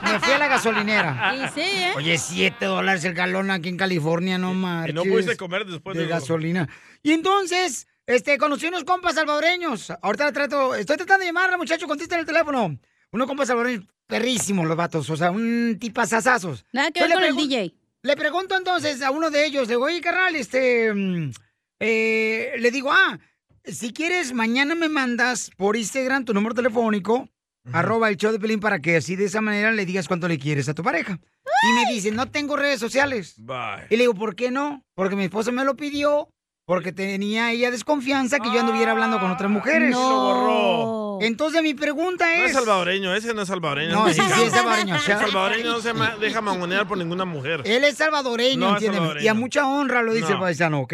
[SPEAKER 1] Me fui a la gasolinera.
[SPEAKER 3] Y sí, ¿eh?
[SPEAKER 1] Oye, 7 dólares el galón aquí en California, no
[SPEAKER 2] Y
[SPEAKER 1] marches.
[SPEAKER 2] no pudiste comer después
[SPEAKER 1] de,
[SPEAKER 2] de eso.
[SPEAKER 1] gasolina. Y entonces, este, conocí unos compas salvadoreños. Ahorita trato, estoy tratando de llamarla, muchacho, contesta el teléfono. Unos compas salvadoreños perrísimos los vatos, o sea, un tipazazazos.
[SPEAKER 3] Nada que
[SPEAKER 1] Yo
[SPEAKER 3] ver
[SPEAKER 1] le
[SPEAKER 3] con el
[SPEAKER 1] pregun-
[SPEAKER 3] DJ.
[SPEAKER 1] Le pregunto entonces a uno de ellos, le digo, oye, carnal, este, mm, eh, le digo, ah, si quieres, mañana me mandas por Instagram tu número telefónico, arroba el show de Pelín, para que así de esa manera le digas cuánto le quieres a tu pareja. Y me dice, no tengo redes sociales. <laughs>
[SPEAKER 2] Bye.
[SPEAKER 1] Y le digo, ¿por qué no? Porque mi esposa me lo pidió, porque tenía ella desconfianza que yo anduviera hablando con otras mujeres.
[SPEAKER 2] Y lo borró.
[SPEAKER 1] Entonces mi pregunta
[SPEAKER 2] Ah, No
[SPEAKER 1] es...
[SPEAKER 2] es salvadoreño, ese no es salvadoreño.
[SPEAKER 1] No, sí,
[SPEAKER 2] mexicano.
[SPEAKER 1] sí, es salvadoreño.
[SPEAKER 2] El salvadoreño no se ma- deja mangonear por ninguna mujer.
[SPEAKER 1] Él es salvadoreño,
[SPEAKER 2] No, es
[SPEAKER 1] ¿entiendes?
[SPEAKER 2] salvadoreño.
[SPEAKER 1] Y a mucha honra lo dice
[SPEAKER 2] No.
[SPEAKER 1] el paisano, ¿ok?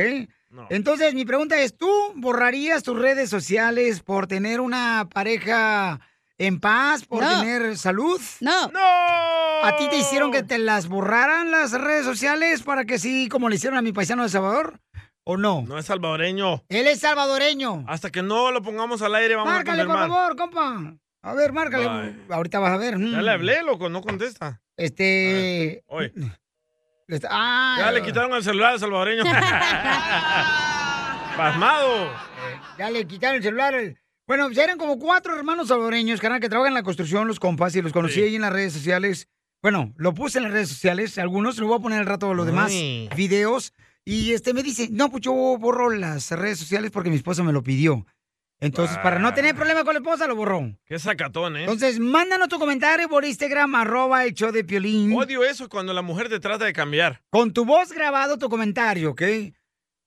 [SPEAKER 1] Entonces, mi pregunta es, ¿tú borrarías tus redes sociales por tener una pareja en paz, por tener salud?
[SPEAKER 3] No.
[SPEAKER 1] No. ¿A ti te hicieron que te las borraran las redes sociales para que sí, como le hicieron a mi paisano de Salvador? ¿O no?
[SPEAKER 2] No es salvadoreño.
[SPEAKER 1] Él es salvadoreño.
[SPEAKER 2] Hasta que no lo pongamos al aire, vamos
[SPEAKER 1] Márcale,
[SPEAKER 2] a
[SPEAKER 1] por
[SPEAKER 2] confirmar.
[SPEAKER 1] favor, compa. A ver, márcale.
[SPEAKER 2] Bye.
[SPEAKER 1] Ahorita vas a ver. Mm.
[SPEAKER 2] Ya le hablé, loco, no contesta.
[SPEAKER 1] Este...
[SPEAKER 2] Oye.
[SPEAKER 1] Está- Ah,
[SPEAKER 2] Ya le quitaron el celular al
[SPEAKER 1] <laughs>
[SPEAKER 2] salvadoreño. Pasmado.
[SPEAKER 1] Ya le quitaron el celular. Bueno, pues eran como cuatro hermanos salvadoreños, carnal, que trabajan en la construcción, los compas, y los conocí ahí en las redes sociales. Bueno, lo puse en las redes sociales, algunos, lo voy a poner al rato los demás
[SPEAKER 2] Ay.
[SPEAKER 1] videos. Y este me dice, no, pues yo borro las redes sociales porque mi esposa me lo pidió. Entonces, para no tener problema con la esposa, lo borró.
[SPEAKER 2] Qué sacatón, ¿eh?
[SPEAKER 1] Entonces, mándanos tu comentario por Instagram, arroba el show de Piolín.
[SPEAKER 2] Odio eso cuando la mujer te trata de cambiar.
[SPEAKER 1] Con tu voz grabado tu comentario, ¿ok?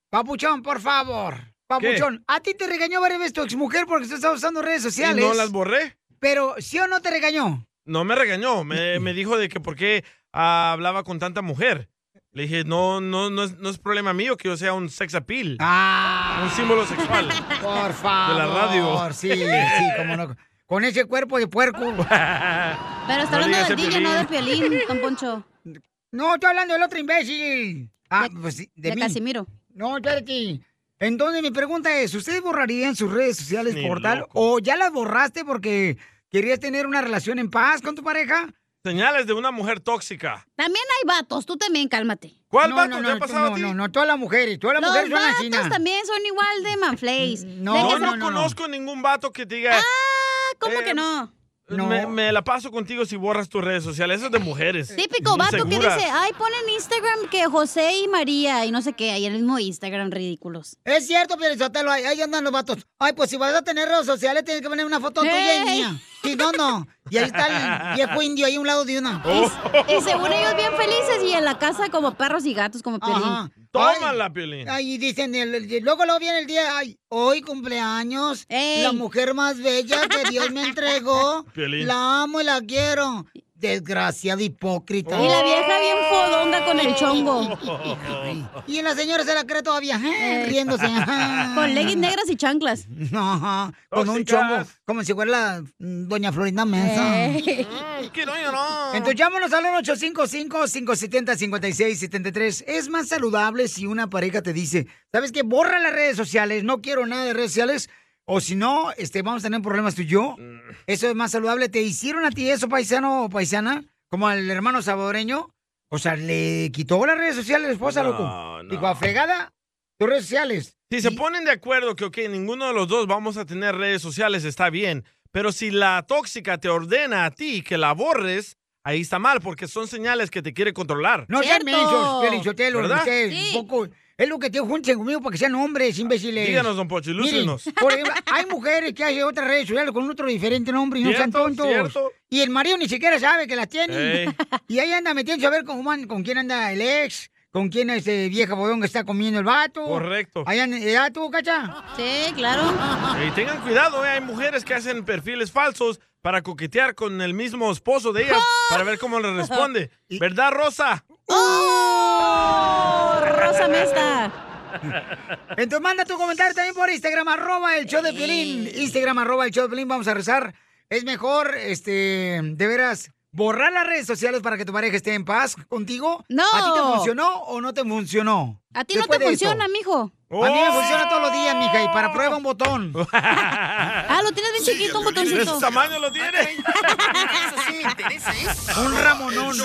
[SPEAKER 1] Papuchón, por favor. Papuchón, a ti te regañó varias veces tu exmujer porque tú estabas usando redes sociales.
[SPEAKER 2] Y no las borré.
[SPEAKER 1] Pero, ¿sí o no te regañó?
[SPEAKER 2] No me regañó, me, me dijo de que por qué ah, hablaba con tanta mujer. Le dije, no, no, no es, no es problema mío que yo sea un sex appeal. Un símbolo sexual.
[SPEAKER 1] <laughs> Por favor.
[SPEAKER 2] De la radio.
[SPEAKER 1] Sí, sí, cómo no. Con ese cuerpo
[SPEAKER 2] <laughs>
[SPEAKER 1] de puerco.
[SPEAKER 3] Pero está hablando del DJ, no de Piolín, don Poncho.
[SPEAKER 1] No, estoy hablando del otro imbécil. Ah, pues sí, de,
[SPEAKER 3] de
[SPEAKER 1] mí.
[SPEAKER 3] Casimiro.
[SPEAKER 1] No, espérate. Entonces, mi pregunta es, ¿ustedes borrarían sus redes sociales
[SPEAKER 2] Ni
[SPEAKER 1] por tal?
[SPEAKER 2] loco.
[SPEAKER 1] ¿O ya las borraste porque querías tener una relación en paz con tu pareja?
[SPEAKER 2] Señales de una mujer tóxica.
[SPEAKER 3] También hay vatos, tú también, cálmate.
[SPEAKER 2] ¿Cuál
[SPEAKER 1] no,
[SPEAKER 2] vato
[SPEAKER 1] no,
[SPEAKER 2] te
[SPEAKER 1] no,
[SPEAKER 2] ha pasado
[SPEAKER 1] no,
[SPEAKER 2] a ti?
[SPEAKER 1] No, no, todas las mujeres, todas las
[SPEAKER 3] Los
[SPEAKER 1] mujeres son
[SPEAKER 3] vatos
[SPEAKER 1] así. na.
[SPEAKER 3] también son igual de manflays.
[SPEAKER 1] Mm, No,
[SPEAKER 3] De que
[SPEAKER 2] No,
[SPEAKER 3] se-
[SPEAKER 2] no, conozco Eh, ningún vato que te diga.
[SPEAKER 3] Ah, ¿cómo que no?
[SPEAKER 2] Me, me la paso contigo si borras tus redes sociales. Eso es de mujeres.
[SPEAKER 3] Típico vato
[SPEAKER 2] Inseguras.
[SPEAKER 3] que dice, "Ah". ay, pon en Instagram que José y María y no sé qué, ahí en el mismo Instagram, ridículos.
[SPEAKER 1] Es cierto, Pielizotelo, ahí, ahí andan los vatos. Ay, pues si vas a tener redes sociales, tienes que poner una foto tuya y
[SPEAKER 3] Ey.
[SPEAKER 1] mía. Sí, no, no. Y ahí
[SPEAKER 2] <laughs>
[SPEAKER 1] está el viejo indio ahí a un lado de una.
[SPEAKER 2] Oh.
[SPEAKER 3] Y según ellos bien felices y en la casa como perros y gatos como Piolín.
[SPEAKER 1] Ajá.
[SPEAKER 2] Tómala, Piolín.
[SPEAKER 1] Ay, y dicen, el- el- luego luego viene el día, ay, hoy cumpleaños, la mujer más bella que Dios me entregó,
[SPEAKER 2] Piolín.
[SPEAKER 1] la amo y la quiero. Desgraciada hipócrita.
[SPEAKER 3] Y la vieja bien fodonga con el chongo.
[SPEAKER 1] Y la señora se la cree todavía, eh,
[SPEAKER 3] Eh.
[SPEAKER 1] <laughs> riéndose.
[SPEAKER 3] <laughs> Con leggings negras
[SPEAKER 1] <laughs>
[SPEAKER 3] y chanclas.
[SPEAKER 1] Ajá, con un chombo, como si fuera la mm, doña Florinda Mesa.
[SPEAKER 3] Eh.
[SPEAKER 2] Mm,
[SPEAKER 1] Entonces llámanos al 855-570-5673. Es más saludable si una pareja te dice, ¿sabes qué? Borra las redes sociales, no quiero nada de redes sociales. O si no, este, vamos a tener problemas tú y yo. Eso es más saludable. ¿Te hicieron a ti eso, paisano o paisana? Como al hermano saboreño. O sea, ¿le quitó las redes sociales a la esposa,
[SPEAKER 2] No,
[SPEAKER 1] loco?
[SPEAKER 2] no.
[SPEAKER 1] Digo, a fregada, tus redes sociales.
[SPEAKER 2] Si se ponen de acuerdo que, ok, ninguno de los dos vamos a tener redes sociales, está bien. Pero si la tóxica te ordena a ti que la borres, ahí está mal, porque son señales que te quiere controlar.
[SPEAKER 1] No sean mensos, Pielichotelo,
[SPEAKER 2] ¿Verdad?
[SPEAKER 1] ustedes, un poco. Es lo que te junten conmigo para que sean hombres, imbéciles.
[SPEAKER 2] Díganos, don Pocho,
[SPEAKER 1] Miren,
[SPEAKER 2] ilústrenos.
[SPEAKER 1] por ejemplo, hay mujeres que hacen otras redes sociales con otro diferente nombre y no sean
[SPEAKER 2] Cierto,
[SPEAKER 1] tontos.
[SPEAKER 2] cierto.
[SPEAKER 1] Y el marido ni siquiera sabe que las tiene.
[SPEAKER 2] Ey.
[SPEAKER 1] <laughs> Y ahí anda metiéndose a ver con, Juan- con quién anda el ex, con quién este vieja bodón que está comiendo el vato.
[SPEAKER 2] Correcto.
[SPEAKER 1] Ahí anda, ¿ya tú, cacha?
[SPEAKER 3] Sí, claro.
[SPEAKER 2] Y tengan cuidado, ¿eh? hay mujeres que hacen perfiles falsos para coquetear con el mismo esposo de
[SPEAKER 3] <laughs>
[SPEAKER 2] ellas para ver cómo les
[SPEAKER 1] <laughs>
[SPEAKER 2] responde. ¿Verdad, Rosa?
[SPEAKER 3] ¡Oh! Rosa Mesta.
[SPEAKER 1] Entonces manda tu comentario también por Instagram, arroba el show de Piolín. Instagram, arroba el show de Piolín, vamos a rezar. Es mejor, este, de veras, ¿Borrar las redes sociales para que tu pareja esté en paz contigo?
[SPEAKER 3] No.
[SPEAKER 1] ¿A ti te funcionó o no te funcionó?
[SPEAKER 3] A ti no
[SPEAKER 1] Después
[SPEAKER 3] te
[SPEAKER 1] de esto.
[SPEAKER 3] funciona, mijo.
[SPEAKER 2] Oh.
[SPEAKER 1] A mí me funciona todos los días, mija, y para prueba un
[SPEAKER 2] <laughs>
[SPEAKER 1] botón.
[SPEAKER 3] Ah, lo tienes bien chiquito, un botoncito.
[SPEAKER 2] tamaño lo
[SPEAKER 1] <laughs>
[SPEAKER 2] tiene? ¿eh?
[SPEAKER 3] Eso sí me interesa,
[SPEAKER 1] Un ramonón.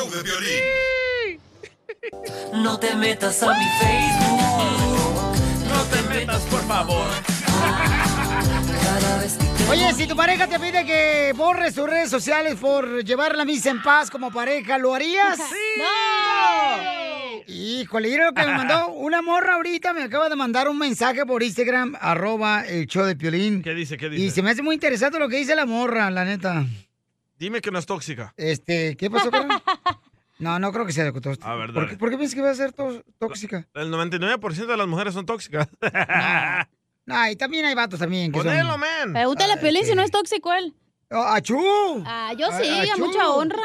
[SPEAKER 9] No te metas a mi Facebook. No te metas, por favor. Cada vez que
[SPEAKER 1] Oye, si tu pareja te pide que borres sus redes sociales por llevar la misa en paz como pareja, ¿lo
[SPEAKER 2] <laughs>
[SPEAKER 1] harías? ¡No! Híjole, mira lo que
[SPEAKER 2] <laughs>
[SPEAKER 1] me mandó una morra ahorita, me acaba de mandar un mensaje por Instagram, arroba el show de Piolín.
[SPEAKER 2] ¿Qué dice? ¿Qué dice?
[SPEAKER 1] Y se me hace muy interesante lo que dice la morra, la neta.
[SPEAKER 2] Dime que no es tóxica.
[SPEAKER 1] Este, ¿qué
[SPEAKER 2] <laughs>
[SPEAKER 1] pasó, Carla? No, no creo que sea de cotos.
[SPEAKER 2] A ver,
[SPEAKER 1] ¿Por
[SPEAKER 2] dale.
[SPEAKER 1] qué, por qué piensas que va a ser to- tóxica?
[SPEAKER 2] El 99% de las mujeres son tóxicas.
[SPEAKER 1] Ay, también hay vatos también. Que
[SPEAKER 2] Ponelo,
[SPEAKER 1] son...
[SPEAKER 2] man.
[SPEAKER 3] Pregúntale a Piolín si no es tóxico él.
[SPEAKER 1] Oh, ¡Achú!
[SPEAKER 3] Ah, yo
[SPEAKER 1] A-
[SPEAKER 3] sí, a,
[SPEAKER 1] achú.
[SPEAKER 3] mucha honra.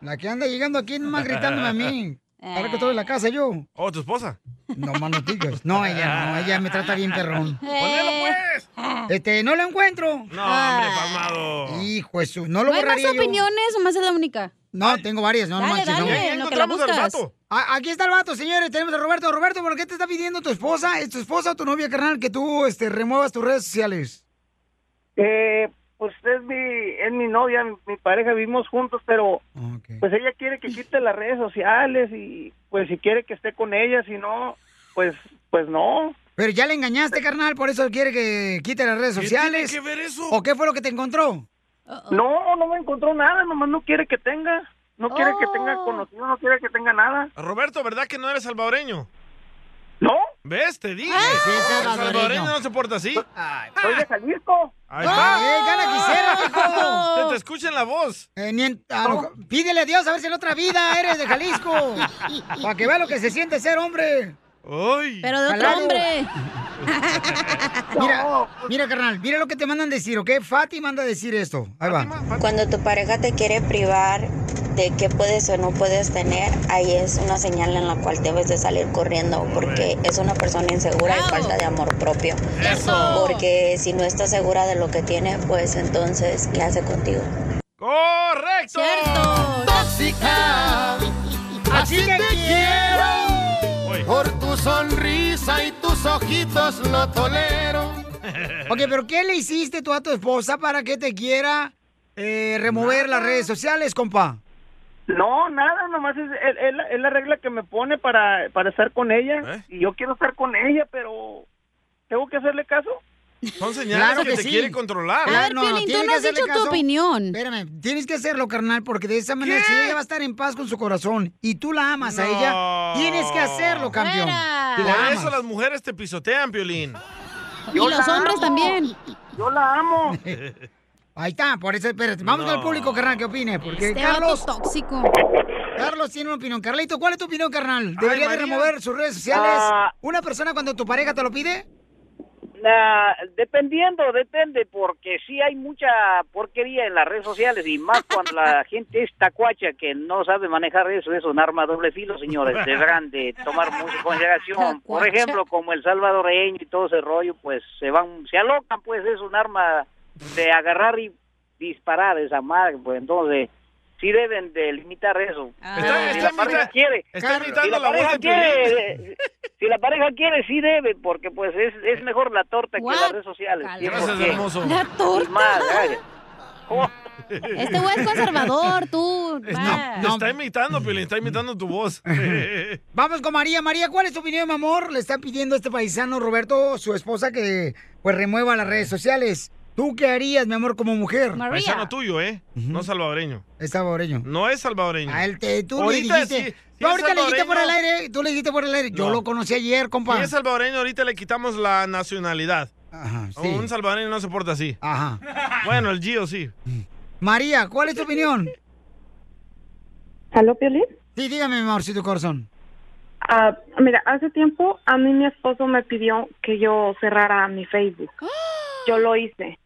[SPEAKER 1] La que anda llegando aquí nomás gritándome a mí. Ahora que estoy en la casa yo.
[SPEAKER 2] ¿O Eh. Oh, tu esposa?
[SPEAKER 1] No, mano, ticas. No, ella no, ella me trata bien perrón.
[SPEAKER 2] Ponelo, pues.
[SPEAKER 1] Este, no la encuentro. Ah.
[SPEAKER 2] No, hombre, palmado.
[SPEAKER 1] Hijo de su, no lo
[SPEAKER 3] ¿No hay más
[SPEAKER 1] borraría yo.
[SPEAKER 3] opiniones o más es la única?
[SPEAKER 1] No, tengo varias, no, no
[SPEAKER 3] Dale,
[SPEAKER 1] manches, no.
[SPEAKER 3] dale, en lo que la Encontramos al buscas. vato.
[SPEAKER 1] A- Aquí está el vato, señores, tenemos a Roberto. Roberto, ¿por qué te está pidiendo tu esposa? ¿Es tu esposa o tu novia, carnal, que tú este, remuevas tus redes sociales?
[SPEAKER 11] Eh, pues es mi, es mi novia, mi, mi pareja, vivimos juntos, pero pues ella quiere que quite las redes sociales y pues si quiere que esté con ella, si no, pues, pues no.
[SPEAKER 1] Pero ya le engañaste, carnal, por eso él quiere que quite las redes
[SPEAKER 11] ¿Qué
[SPEAKER 1] sociales.
[SPEAKER 11] tiene que ver eso?
[SPEAKER 1] ¿O qué fue lo que te encontró? <laughs>
[SPEAKER 11] No, no me encontró nada, nomás no quiere que tenga, no quiere que
[SPEAKER 1] Oh.
[SPEAKER 11] tenga conocido, no quiere que tenga nada.
[SPEAKER 2] Roberto, ¿verdad que no eres salvadoreño?
[SPEAKER 11] ¿No.
[SPEAKER 2] ¿Ves? Te dije.
[SPEAKER 11] Ah, sí,
[SPEAKER 2] El
[SPEAKER 11] salvadoreño.
[SPEAKER 2] salvadoreño no se porta así.
[SPEAKER 11] Soy de Jalisco.
[SPEAKER 2] Ahí
[SPEAKER 1] Ah,
[SPEAKER 2] está.
[SPEAKER 1] eh, gana quisiera, hijo.
[SPEAKER 2] Se te escucha en la voz.
[SPEAKER 1] Eh, ni en- a lo- pídele a Dios a ver si en otra vida eres de
[SPEAKER 2] <laughs>
[SPEAKER 1] Jalisco. Para que vea lo que se siente ser hombre.
[SPEAKER 2] ¡Ay!
[SPEAKER 3] Pero de otro
[SPEAKER 1] Calado.
[SPEAKER 3] hombre.
[SPEAKER 1] <laughs> Mira, mira, carnal, mira lo que te mandan decir, ¿ok? Fati manda decir esto. Ahí va.
[SPEAKER 17] Cuando tu pareja te quiere privar de qué puedes o no puedes tener, ahí es una señal en la cual debes de salir corriendo porque es una persona insegura y falta de amor propio.
[SPEAKER 18] Eso.
[SPEAKER 17] Porque si no estás segura de lo que tiene, pues entonces, ¿qué hace contigo?
[SPEAKER 2] ¡Correcto!
[SPEAKER 18] ¡Cierto! ¡Tóxica! ¡Así te quiero! Por tu sonrisa y tus ojitos lo tolero.
[SPEAKER 1] Ok, pero ¿qué le hiciste tú a tu esposa para que te quiera eh, remover las redes sociales, compa?
[SPEAKER 11] No, nada, nomás es, es- es la- es la regla que me pone para, para estar con ella.
[SPEAKER 2] ¿Eh?
[SPEAKER 11] Y yo quiero estar con ella, pero ¿tengo que hacerle caso?
[SPEAKER 2] Son señales que, te quiere controlar.
[SPEAKER 1] Claro, no, no, tienes que hacerle caso.
[SPEAKER 3] opinión.
[SPEAKER 1] Espérame, tienes que hacerlo, carnal, porque de esa manera, si ella va a estar en paz con su corazón y tú la amas a ella, tienes que hacerlo, campeón. Y
[SPEAKER 2] Por
[SPEAKER 1] la amas.
[SPEAKER 2] eso las mujeres te pisotean, Piolín.
[SPEAKER 1] Yo la amo.
[SPEAKER 11] Yo la
[SPEAKER 2] <laughs>
[SPEAKER 11] amo.
[SPEAKER 1] Ahí está, por eso, espérate. Vamos
[SPEAKER 2] No.
[SPEAKER 1] al público, carnal, ¿qué opine? Porque
[SPEAKER 3] Este vato
[SPEAKER 1] Carlos.
[SPEAKER 3] es tóxico.
[SPEAKER 1] Carlos tiene una opinión. Carlito, ¿cuál es tu opinión, carnal? ¿Debería de
[SPEAKER 11] María.
[SPEAKER 1] remover sus redes sociales
[SPEAKER 11] Ah.
[SPEAKER 1] una persona cuando tu pareja te lo pide?
[SPEAKER 11] Nah, dependiendo, depende, porque sí hay mucha porquería en las redes sociales y más cuando la gente es tacuacha que no sabe manejar eso, es un arma a doble filo, señores. Deberán de tomar mucha consideración. Por
[SPEAKER 19] Tacuacha.
[SPEAKER 11] ejemplo, como el salvadoreño y todo ese rollo, pues se van, se alocan, pues es un arma de agarrar y disparar esa madre, pues entonces sí deben de limitar eso.
[SPEAKER 2] Está-
[SPEAKER 11] Si
[SPEAKER 2] está
[SPEAKER 11] la pareja
[SPEAKER 2] imita-
[SPEAKER 11] quiere,
[SPEAKER 2] está
[SPEAKER 11] Claro.
[SPEAKER 2] imitando
[SPEAKER 11] si la
[SPEAKER 2] la voz
[SPEAKER 11] pareja
[SPEAKER 2] de Piolín.
[SPEAKER 11] quiere, eh, si la pareja quiere, sí debe, porque pues es, es mejor la torta que las redes sociales.
[SPEAKER 2] Eh. Gracias,
[SPEAKER 11] 100%.
[SPEAKER 2] hermoso.
[SPEAKER 3] La torta.
[SPEAKER 11] Más, ay.
[SPEAKER 3] Este güey es conservador, tú.
[SPEAKER 2] Te está imitando, Piolín, está imitando tu voz.
[SPEAKER 1] <laughs> Vamos con <laughs> María. María, ¿cuál es tu opinión, mi amor? Le está pidiendo a este paisano Roberto, su esposa, que pues remueva las redes sociales. ¿Tú qué harías, mi amor, como mujer?
[SPEAKER 2] Paisano tuyo, ¿eh? No salvadoreño.
[SPEAKER 1] Es salvadoreño.
[SPEAKER 2] No es salvadoreño.
[SPEAKER 1] A él te- tú
[SPEAKER 2] Ahorita
[SPEAKER 1] le dijiste,
[SPEAKER 2] sí, sí
[SPEAKER 1] tú
[SPEAKER 2] es
[SPEAKER 1] ahorita le dijiste por el
[SPEAKER 2] salvadoreño.
[SPEAKER 1] aire, tú le dijiste por el aire. Yo
[SPEAKER 2] No.
[SPEAKER 1] lo conocí ayer, compa.
[SPEAKER 2] Si es salvadoreño, ahorita le quitamos la nacionalidad.
[SPEAKER 1] Ajá, sí.
[SPEAKER 2] Un salvadoreño no se porta así.
[SPEAKER 1] Ajá.
[SPEAKER 2] Bueno, el Gio sí.
[SPEAKER 1] María, ¿cuál es tu opinión?
[SPEAKER 18] ¿Aló, Piolín?
[SPEAKER 1] Sí, dígame, mi amorcito corazón.
[SPEAKER 18] Ah, mira, hace tiempo a mí mi esposo me pidió que yo cerrara mi Facebook.
[SPEAKER 1] ¡Ah!
[SPEAKER 18] Yo lo hice.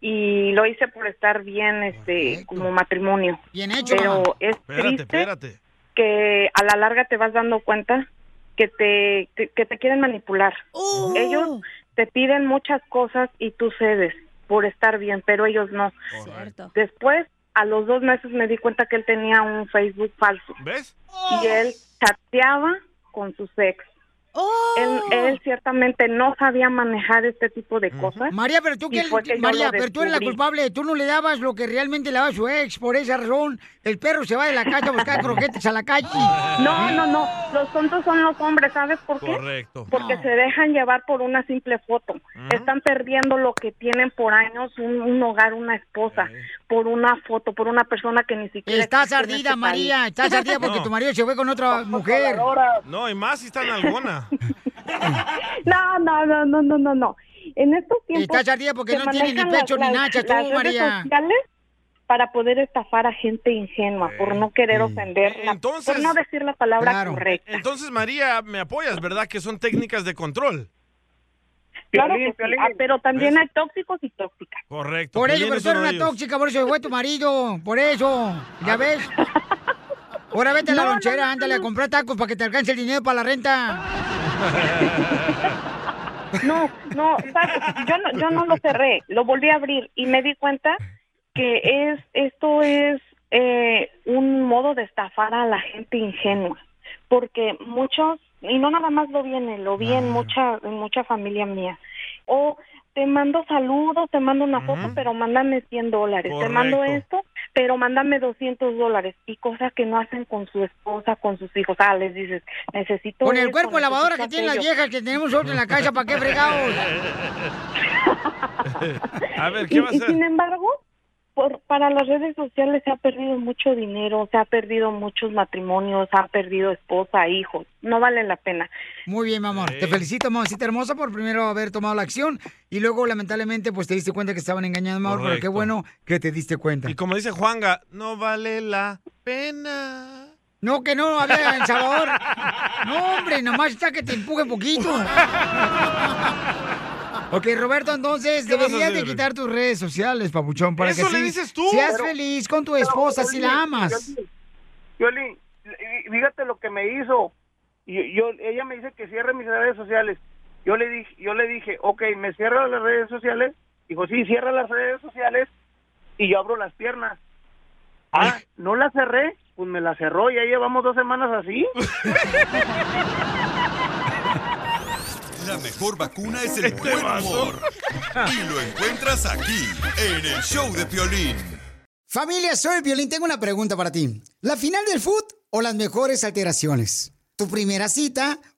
[SPEAKER 18] Y lo hice por estar bien este como matrimonio.
[SPEAKER 1] Bien hecho,
[SPEAKER 18] Pero
[SPEAKER 1] mamá.
[SPEAKER 18] es
[SPEAKER 2] Espérate,
[SPEAKER 18] triste
[SPEAKER 2] espérate.
[SPEAKER 18] que a la larga te vas dando cuenta que te que, que te quieren manipular.
[SPEAKER 1] ¡Uh!
[SPEAKER 18] Ellos te piden muchas cosas y tú cedes por estar bien, pero ellos no. Después a los dos meses me di cuenta que él tenía un Facebook falso.
[SPEAKER 2] ¿Ves?
[SPEAKER 1] Oh.
[SPEAKER 18] Y él chateaba con sus ex.
[SPEAKER 1] Oh.
[SPEAKER 18] Él, él ciertamente no sabía manejar este tipo de cosas.
[SPEAKER 1] María, pero tú
[SPEAKER 18] Y
[SPEAKER 1] que,
[SPEAKER 18] fue que yo
[SPEAKER 1] María,
[SPEAKER 18] lo
[SPEAKER 1] pero tú eres la
[SPEAKER 18] descubrí.
[SPEAKER 1] culpable, tú no le dabas lo que realmente le daba su ex, por esa razón el perro se va de la calle a buscar croquetes a la calle.
[SPEAKER 18] No, no, no, los tontos son los hombres, ¿sabes por qué?
[SPEAKER 2] Correcto.
[SPEAKER 18] Porque se dejan llevar por una simple foto. Están perdiendo lo que tienen por años, un, un hogar, una esposa, por una foto, por una persona que ni siquiera...
[SPEAKER 1] Estás
[SPEAKER 18] existe en este
[SPEAKER 1] ardida,
[SPEAKER 18] país.
[SPEAKER 1] María, estás
[SPEAKER 2] <laughs>
[SPEAKER 1] ardida porque
[SPEAKER 18] <laughs> No.
[SPEAKER 1] tu marido se fue con otra mujer.
[SPEAKER 2] No, y más si está en
[SPEAKER 1] <laughs>
[SPEAKER 2] alguna.
[SPEAKER 18] No, no, no, no, no, no, no. En estos tiempos...
[SPEAKER 1] Estás ardida porque
[SPEAKER 18] se
[SPEAKER 1] no tienes ni
[SPEAKER 18] manejan las-
[SPEAKER 1] pecho ni
[SPEAKER 18] las-
[SPEAKER 1] nacha tú,
[SPEAKER 18] las redes
[SPEAKER 1] María.
[SPEAKER 18] sociales para poder estafar a gente ingenua, por no querer ofender, por no decir la palabra correcta.
[SPEAKER 2] Entonces, María, me apoyas, ¿verdad? Que son técnicas de control.
[SPEAKER 18] Claro
[SPEAKER 2] Piolín,
[SPEAKER 18] que sí,
[SPEAKER 2] Piolín.
[SPEAKER 18] ah, pero también hay tóxicos y tóxicas.
[SPEAKER 2] Correcto.
[SPEAKER 1] Por ello,
[SPEAKER 2] Piolín
[SPEAKER 1] pero
[SPEAKER 2] es
[SPEAKER 1] tú eres
[SPEAKER 2] uno de
[SPEAKER 1] una
[SPEAKER 2] ellos.
[SPEAKER 1] tóxica, por eso se fue tu marido, por eso, ¿ya ves? Ahora vete a la
[SPEAKER 2] No, no,
[SPEAKER 1] lonchera, ándale a comprar tacos para que te alcance el dinero para la
[SPEAKER 18] <laughs>
[SPEAKER 1] renta.
[SPEAKER 18] No, no, ¿sabes? yo no, yo no lo cerré, lo volví a abrir y me di cuenta que es esto es eh, un modo de estafar a la gente ingenua, porque muchos y no nada más lo vi en él, lo vi
[SPEAKER 1] Ah.
[SPEAKER 18] en mucha en mucha familia mía. O te mando saludos, te mando una foto, pero mándame 100 dólares. Te mando
[SPEAKER 2] Correcto.
[SPEAKER 18] esto, pero mándame 200 dólares. Y cosas que no hacen con su esposa, con sus hijos. Ah, les dices, necesito.
[SPEAKER 1] Con el
[SPEAKER 18] esto,
[SPEAKER 1] cuerpo de lavadora que
[SPEAKER 18] necesito
[SPEAKER 1] tienen las
[SPEAKER 18] aquello.
[SPEAKER 1] viejas que tenemos nosotros en la casa, ¿para qué fregados?
[SPEAKER 2] A ver,
[SPEAKER 18] Y-
[SPEAKER 2] ¿qué va a
[SPEAKER 18] y,
[SPEAKER 2] hacer?
[SPEAKER 18] sin embargo, por, para las redes sociales se ha perdido mucho dinero, se ha perdido muchos matrimonios, se ha perdido esposa, hijos. No vale la pena.
[SPEAKER 1] Muy bien, mi amor. Te felicito, mamacita hermosa, por primero haber tomado la acción y luego, lamentablemente, pues te diste cuenta que estaban engañando, mi amor, pero qué
[SPEAKER 2] Correcto.
[SPEAKER 1] bueno que te diste cuenta.
[SPEAKER 2] Y como dice Juanga, no vale la pena.
[SPEAKER 1] No, que no, habla El Salvador. No, hombre, nomás está que te
[SPEAKER 2] <laughs>
[SPEAKER 1] empuje poquito. Ok, Roberto, entonces
[SPEAKER 2] ¿Qué vas a
[SPEAKER 1] deberías de
[SPEAKER 2] hacer?
[SPEAKER 1] quitar tus redes sociales, papuchón, para
[SPEAKER 2] ¿Eso
[SPEAKER 1] que
[SPEAKER 2] le
[SPEAKER 1] sí
[SPEAKER 2] dices tú?
[SPEAKER 1] seas
[SPEAKER 2] Pero-
[SPEAKER 1] feliz con tu esposa si la amas.
[SPEAKER 13] Violín, fíjate lo que me hizo. Yo, yo- ella me dice que cierre mis redes sociales. Yo le dije, yo le dije, ok, me cierra las redes sociales. Dijo, sí, cierra las redes sociales y yo abro las piernas. Ah, no la cerré, pues me la cerró. Ya llevamos dos
[SPEAKER 1] <laughs>
[SPEAKER 13] semanas así.
[SPEAKER 5] La mejor vacuna es el buen humor. Y lo encuentras aquí, en el show de Piolín.
[SPEAKER 20] Familia, soy Violín. Tengo una pregunta para ti. ¿La final del foot o las mejores alteraciones? ¿Tu primera cita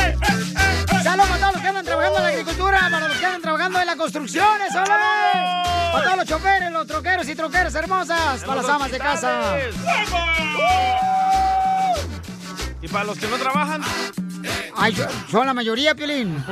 [SPEAKER 1] Saludos para todos los que andan trabajando en la agricultura, para los que andan trabajando en las construcciones, ¡hola! Para todos los choferes, los troqueros y troqueras hermosas, para las amas de casa.
[SPEAKER 2] Y para los que no
[SPEAKER 1] <laughs>
[SPEAKER 2] trabajan,
[SPEAKER 1] Ay, yo- son la mayoría, Piolín.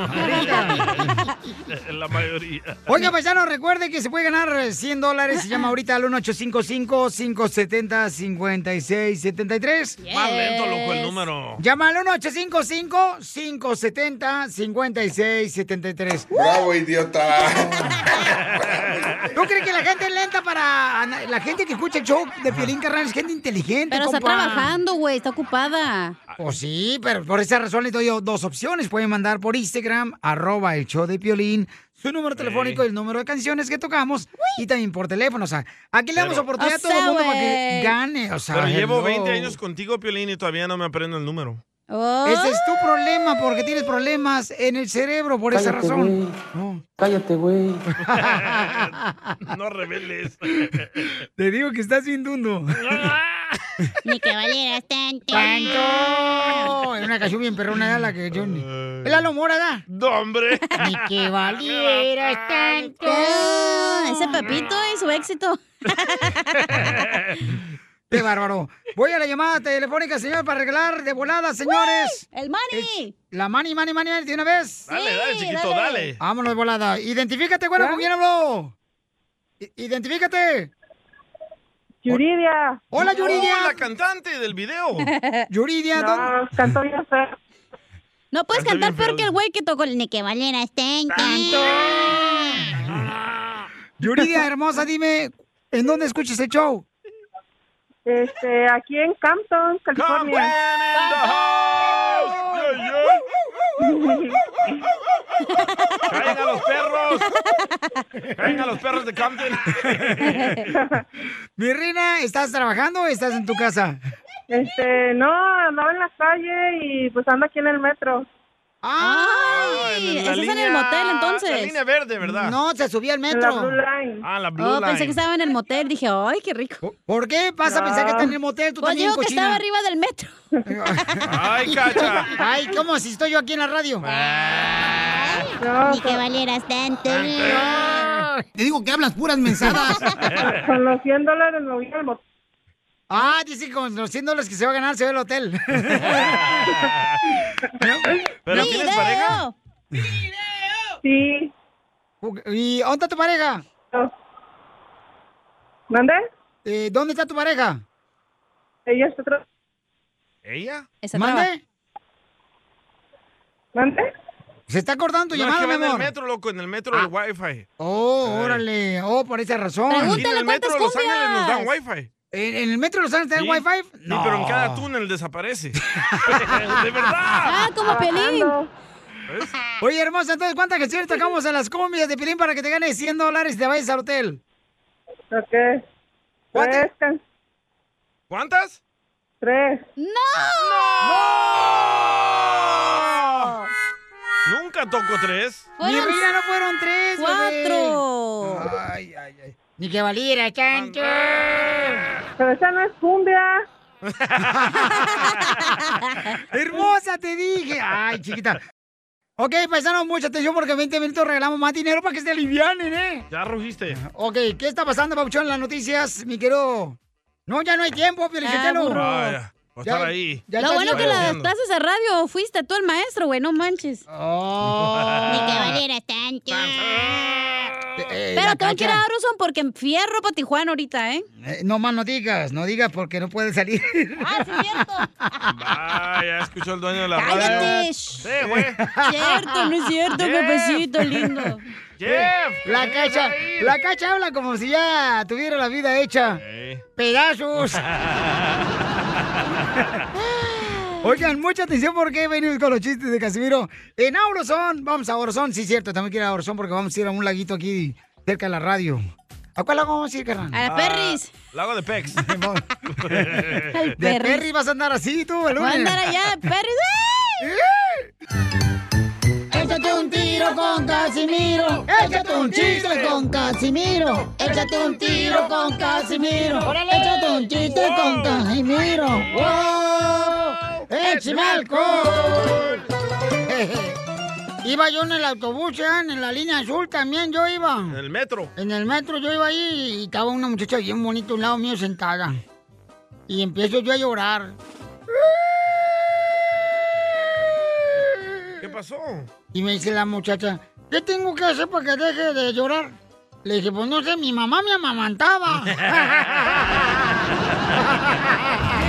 [SPEAKER 2] la mayoría.
[SPEAKER 1] Oiga, paisano, recuerde que se puede ganar 100 dólares.
[SPEAKER 2] <laughs>
[SPEAKER 1] Se llama ahorita al 1855-570-5673.
[SPEAKER 2] Más lento, loco, el número.
[SPEAKER 1] Llama al 1855-570-5673.
[SPEAKER 19] Bravo, idiota.
[SPEAKER 1] ¿Tú crees que la gente es lenta para... ana- La gente que escucha el show de Piolín Carrán es gente inteligente,
[SPEAKER 3] Pero está
[SPEAKER 1] compa.
[SPEAKER 3] trabajando, güey, está ocupada.
[SPEAKER 1] Pues sí, pero por esa razón les doy yo dos opciones. Pueden mandar por Instagram, arroba el show de Piolín, su número telefónico y el número de canciones que tocamos. Y también por teléfono, o sea, aquí le damos
[SPEAKER 2] Pero-
[SPEAKER 1] oportunidad
[SPEAKER 3] O
[SPEAKER 1] a todo
[SPEAKER 3] sea,
[SPEAKER 1] el mundo para que
[SPEAKER 3] güey.
[SPEAKER 1] gane, o sea.
[SPEAKER 2] Pero llevo
[SPEAKER 1] hello.
[SPEAKER 2] 20 años contigo, Piolín, y todavía no me aprendo el
[SPEAKER 1] <laughs>
[SPEAKER 2] número.
[SPEAKER 1] Ese es tu problema, porque tienes problemas en el cerebro por esa
[SPEAKER 2] Cállate,
[SPEAKER 1] razón.
[SPEAKER 4] Cállate,
[SPEAKER 1] <laughs>
[SPEAKER 4] güey.
[SPEAKER 2] no reveles.
[SPEAKER 1] Te digo que estás bien dundo.
[SPEAKER 3] <laughs> Ni que valieras tanto.
[SPEAKER 1] ¡Tanto! Era una canción bien perrona, era la que yo... ¡Lalo Mora, da!
[SPEAKER 2] ¡No, hombre!
[SPEAKER 1] Ni <laughs> que valieras tanto.
[SPEAKER 3] Oh, Ese Pepito y su éxito.
[SPEAKER 1] ¡Qué bárbaro! Voy a la llamada telefónica, señor, para arreglar de volada, señores.
[SPEAKER 3] ¡El money!
[SPEAKER 1] la money, money, money, de una vez.
[SPEAKER 2] Dale, dale, chiquito, dale.
[SPEAKER 1] Vámonos de volada. Identifícate, bueno, ¿con quién habló? I- Identifícate.
[SPEAKER 18] Yuridia.
[SPEAKER 1] Hola, Yuridia.
[SPEAKER 2] Oh, la cantante del <laughs> video.
[SPEAKER 1] Yuridia,
[SPEAKER 18] No, cantó bien feo.
[SPEAKER 3] No puedes
[SPEAKER 18] Canta
[SPEAKER 3] cantar
[SPEAKER 18] bien
[SPEAKER 3] peor
[SPEAKER 18] feo.
[SPEAKER 3] que el güey que tocó el ni que valieras tanto.
[SPEAKER 1] Yuridia, hermosa, dime, ¿en dónde escuchas el show?
[SPEAKER 18] Este, aquí en Campton, California.
[SPEAKER 2] ¡Caen a los perros! ¡Caen a los perros de <laughs> Camden!
[SPEAKER 1] <laughs> Mi reina, ¿estás trabajando o estás en tu casa?
[SPEAKER 18] Este, no, andaba en la calle y pues ando aquí en el metro.
[SPEAKER 1] ¡Ay!
[SPEAKER 3] Ese es en el motel, entonces.
[SPEAKER 1] No, se subía al metro.
[SPEAKER 3] La Blue Line.
[SPEAKER 2] Ah, la
[SPEAKER 3] Oh, pensé que estaba en el motel. Dije, ¡ay, qué rico!
[SPEAKER 1] ¿Por qué? Vas a pensar que está en el motel, tú
[SPEAKER 3] pues
[SPEAKER 1] también,
[SPEAKER 3] digo que
[SPEAKER 1] cochina.
[SPEAKER 3] estaba arriba del metro.
[SPEAKER 2] ¡Ay, cacha!
[SPEAKER 1] Ay, ¿cómo si estoy yo aquí en la radio?
[SPEAKER 2] Ah.
[SPEAKER 3] Ni que valieras tanto.
[SPEAKER 1] Te digo que hablas
[SPEAKER 2] <laughs>
[SPEAKER 1] puras mensadas.
[SPEAKER 18] Con los 100 dólares me voy al motel.
[SPEAKER 1] Ah, dice que con los 100 dólares que se va a ganar se va
[SPEAKER 2] <laughs>
[SPEAKER 1] al hotel.
[SPEAKER 3] <laughs>
[SPEAKER 2] ¿Pero tienes pareja?
[SPEAKER 1] Sí. ¿Y dónde está tu pareja?
[SPEAKER 18] ¿Dónde?
[SPEAKER 1] Eh, ¿Dónde está tu pareja?
[SPEAKER 18] Ella está tra-
[SPEAKER 2] ¿Ella?
[SPEAKER 1] ¿Mande?
[SPEAKER 18] ¿Mande?
[SPEAKER 1] Se está cortando tu
[SPEAKER 2] No, es
[SPEAKER 1] llamada,
[SPEAKER 2] que va
[SPEAKER 1] mi
[SPEAKER 2] en el
[SPEAKER 1] amor. Ah.
[SPEAKER 2] metro, loco, en el metro el wifi.
[SPEAKER 1] Oh, órale. Oh, por esa razón.
[SPEAKER 2] Aquí en el metro de Los Ángeles nos dan wifi.
[SPEAKER 1] ¿En, en el metro de Los Ángeles te dan
[SPEAKER 2] Sí.
[SPEAKER 1] wifi?
[SPEAKER 2] Sí, pero en cada túnel
[SPEAKER 1] <laughs>
[SPEAKER 2] desaparece. ¡De verdad!
[SPEAKER 1] Ah, como Pelín.
[SPEAKER 2] ¿Ves?
[SPEAKER 1] Oye, hermosa, entonces, ¿cuántas canciones tocamos en las cumbias de Pelín para que te ganes 100 dólares y te vayas al hotel?
[SPEAKER 18] Ok. Pues,
[SPEAKER 1] ¿Cuántas?
[SPEAKER 2] ¿Cuántas?
[SPEAKER 18] Tres.
[SPEAKER 2] ¡No! Nunca toco tres.
[SPEAKER 1] Mi reina, no fueron tres,
[SPEAKER 18] Cuatro.
[SPEAKER 1] bebé. Ay, ay, ay. Ni que valiera, chancho.
[SPEAKER 18] Pero esa no es cumbia.
[SPEAKER 1] <laughs> Hermosa, te dije. Ay, chiquita. Ok, paisanos, mucha atención porque en 20 minutos regalamos más dinero para que se alivianen, ¿eh?
[SPEAKER 2] Ya rugiste.
[SPEAKER 1] Ok, ¿qué está pasando, Pauchón, en las noticias, mi querido? No, ya no hay tiempo, Eh, Pielichotelo.
[SPEAKER 3] Ah, burro.
[SPEAKER 2] Vaya, va a estar ahí.
[SPEAKER 3] Lo bueno que las
[SPEAKER 2] Vaya.
[SPEAKER 3] clases de radio fuiste tú el maestro, güey,
[SPEAKER 1] <laughs>
[SPEAKER 3] no manches.
[SPEAKER 1] Oh.
[SPEAKER 3] Ni que valieras tanto. Eh,
[SPEAKER 1] eh,
[SPEAKER 3] Pero
[SPEAKER 1] la
[SPEAKER 3] tengo que ir
[SPEAKER 1] Cacha.
[SPEAKER 3] a Aruson porque fierro para Tijuana ahorita, ¿eh?
[SPEAKER 1] Eh, no más no digas, no digas porque no puede salir.
[SPEAKER 2] Vaya, Ah, escuchó el dueño de la
[SPEAKER 3] ¡Cállate!
[SPEAKER 2] radio. Sí, güey.
[SPEAKER 3] Cierto, no es cierto,
[SPEAKER 2] Jeff.
[SPEAKER 3] pepecito lindo.
[SPEAKER 2] Jeff,
[SPEAKER 1] La cacha, la cacha habla como si ya tuviera la vida hecha.
[SPEAKER 2] <laughs>
[SPEAKER 1] Pedazos. Oigan, mucha atención porque venimos con los chistes de Casimiro. En Auroson, vamos a Auroson, sí, cierto, también quiero ir a Auroson porque vamos a ir a un laguito aquí cerca de la radio. ¿A cuál lago vamos a ir, carnal?
[SPEAKER 2] Ah, Lago de
[SPEAKER 1] <laughs>
[SPEAKER 2] Pex.
[SPEAKER 3] <laughs>
[SPEAKER 1] Ah. de Perry vas a andar así tú, el
[SPEAKER 2] Voy a
[SPEAKER 1] lunes.
[SPEAKER 2] andar allá,
[SPEAKER 3] Perry.
[SPEAKER 1] Échate un tiro con Casimiro. Échate un chiste con Casimiro. Échate un tiro con Casimiro. Échate un chiste con Casimiro. ¡Eh, ¡Wow!
[SPEAKER 2] <laughs>
[SPEAKER 1] ¡Échame alcohol! <laughs> Iba yo en el autobús, ¿eh? en la línea azul también yo iba. En
[SPEAKER 2] el metro.
[SPEAKER 1] En el metro yo iba ahí y estaba una muchacha bien bonita a un lado mío sentada. Y empiezo yo a llorar.
[SPEAKER 2] ¿Qué pasó?
[SPEAKER 1] Y me dice la muchacha, ¿qué tengo que hacer para que deje de llorar? Le dije, pues no sé, mi mamá
[SPEAKER 9] <laughs>
[SPEAKER 1] me amamantaba.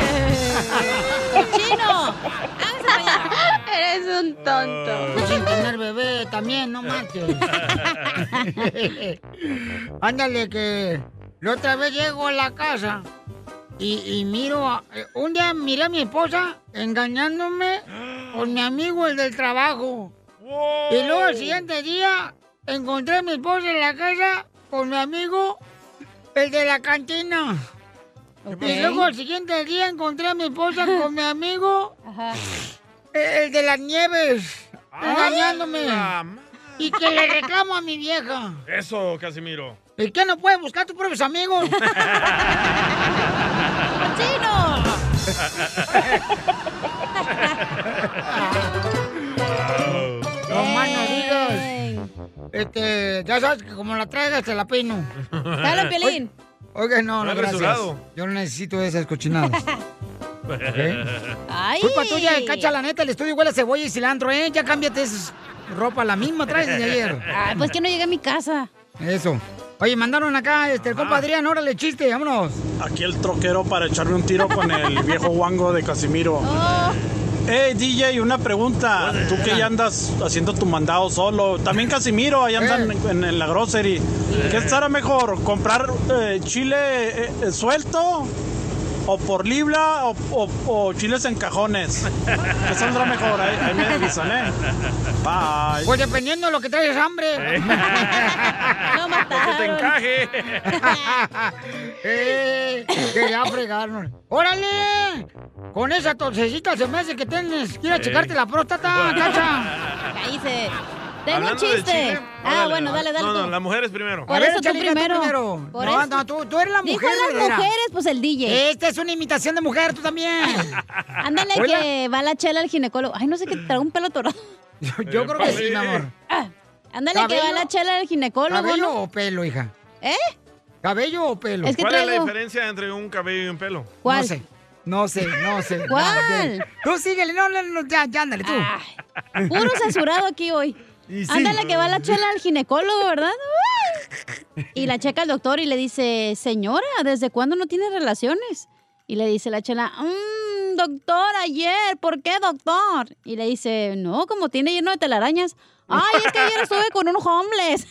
[SPEAKER 1] Eh, ¡Chino! ¡Eres un tonto! Sin tener bebé, está también, no manches. Ándale, que la otra vez llego a la casa y, y miro. a- eh, un día miré a mi esposa engañándome con mi amigo, el del trabajo. Y luego al siguiente día encontré a mi esposa en la casa con mi amigo, el de la cantina. Y luego al siguiente día encontré a
[SPEAKER 2] <laughs>
[SPEAKER 1] mi esposa con mi amigo, el, el de las nieves, engañándome.
[SPEAKER 2] Ah, la
[SPEAKER 1] Y que le reclamo a mi vieja.
[SPEAKER 2] Eso, Casimiro. <laughs>
[SPEAKER 1] ¿Y qué no puedes buscar tus propios amigos? ¡Chino! No más no digas. Este, ya sabes que como la traigas te la peino.
[SPEAKER 2] Dale, Piolín.
[SPEAKER 1] Oye, Oiga, no,
[SPEAKER 2] No
[SPEAKER 1] no,
[SPEAKER 2] he
[SPEAKER 1] gracias.
[SPEAKER 2] rasurado.
[SPEAKER 1] Yo no necesito esas cochinadas.
[SPEAKER 3] Ay.
[SPEAKER 1] Culpa tuya, cacha, la neta, el estudio huele a cebolla y cilantro, ¿eh? Ya cámbiate esa ropa, la misma traes de ayer.
[SPEAKER 3] Ay, pues que no llegué a mi casa.
[SPEAKER 1] Eso. Oye, mandaron acá, este, el compa Adrián, órale, chiste, vámonos.
[SPEAKER 6] Aquí el troquero para echarme un tiro con el viejo guango de Casimiro. Hey DJ, una pregunta. Tú que ya andas haciendo tu mandado solo. También Casimiro, ahí andan en, en la grocery. ¿Qué estará mejor? ¿Comprar eh, chile eh, eh, suelto? ¿O por libra? O, o- o chiles en cajones? ¿Qué saldrá mejor? Ahí, ahí me avisan, ¿eh? Bye.
[SPEAKER 1] Pues dependiendo de lo que traes hambre. no mataron.
[SPEAKER 6] te encaje.
[SPEAKER 1] <laughs> eh, que ya fregaron. ¡Órale! Con esa torcecita se me hace que tienes que ir a
[SPEAKER 3] Sí.
[SPEAKER 1] checarte la próstata, cacha.
[SPEAKER 3] Ahí se. Ah, Tengo
[SPEAKER 2] Hablando
[SPEAKER 3] un
[SPEAKER 2] de
[SPEAKER 3] chiste.
[SPEAKER 2] Chile,
[SPEAKER 3] ah,
[SPEAKER 2] órale,
[SPEAKER 3] bueno, dale, dale
[SPEAKER 2] No, no,
[SPEAKER 3] tú.
[SPEAKER 2] las mujeres primero.
[SPEAKER 3] Por eso tú
[SPEAKER 1] Chalica, tú
[SPEAKER 3] primero.
[SPEAKER 1] primero.
[SPEAKER 3] Por
[SPEAKER 1] no,
[SPEAKER 3] eso.
[SPEAKER 1] no, tú, tú eres la
[SPEAKER 3] Dijo
[SPEAKER 1] mujer.
[SPEAKER 3] las
[SPEAKER 1] verdadera.
[SPEAKER 3] mujeres, pues el DJ.
[SPEAKER 1] Esta es una imitación de mujer, tú también.
[SPEAKER 3] <laughs> Ándale
[SPEAKER 1] Hola.
[SPEAKER 3] que va la chela al ginecólogo. Ay, no sé qué, traigo un pelo atorado.
[SPEAKER 1] Yo creo que sí, mi amor.
[SPEAKER 3] Ándale que va
[SPEAKER 1] ¿Cabello?
[SPEAKER 3] la chela al ginecólogo,
[SPEAKER 1] ¿Cabello
[SPEAKER 3] ¿no?
[SPEAKER 1] o pelo, hija?
[SPEAKER 3] ¿Eh?
[SPEAKER 1] ¿Cabello o pelo?
[SPEAKER 3] Es que
[SPEAKER 2] ¿Cuál es la
[SPEAKER 3] traigo-
[SPEAKER 2] diferencia entre un cabello y un pelo?
[SPEAKER 1] No sé. No sé, no <laughs> sé.
[SPEAKER 3] ¿Cuál?
[SPEAKER 1] No sé. Tú síguele, no, no, no, ya, ya, ándale tú.
[SPEAKER 3] Ah.
[SPEAKER 1] Ah,
[SPEAKER 3] Puro
[SPEAKER 1] <laughs>
[SPEAKER 3] censurado aquí hoy. Ándale que va la chela al ginecólogo,
[SPEAKER 1] <laughs>
[SPEAKER 3] ¿verdad? Y la checa el doctor y le dice, señora, ¿desde cuándo no tiene relaciones? Y le dice la chela, "Mm, doctor, ayer, ¿por qué, doctor? Y le dice, no, como tiene lleno de telarañas. Ay, es
[SPEAKER 1] <laughs>
[SPEAKER 3] que ayer estuve con un homeless.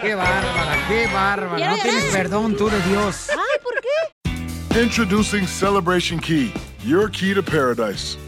[SPEAKER 1] Qué bárbara, qué bárbara. No tienes perdón tú de Dios.
[SPEAKER 21] Introducing Celebration Key, your key to paradise.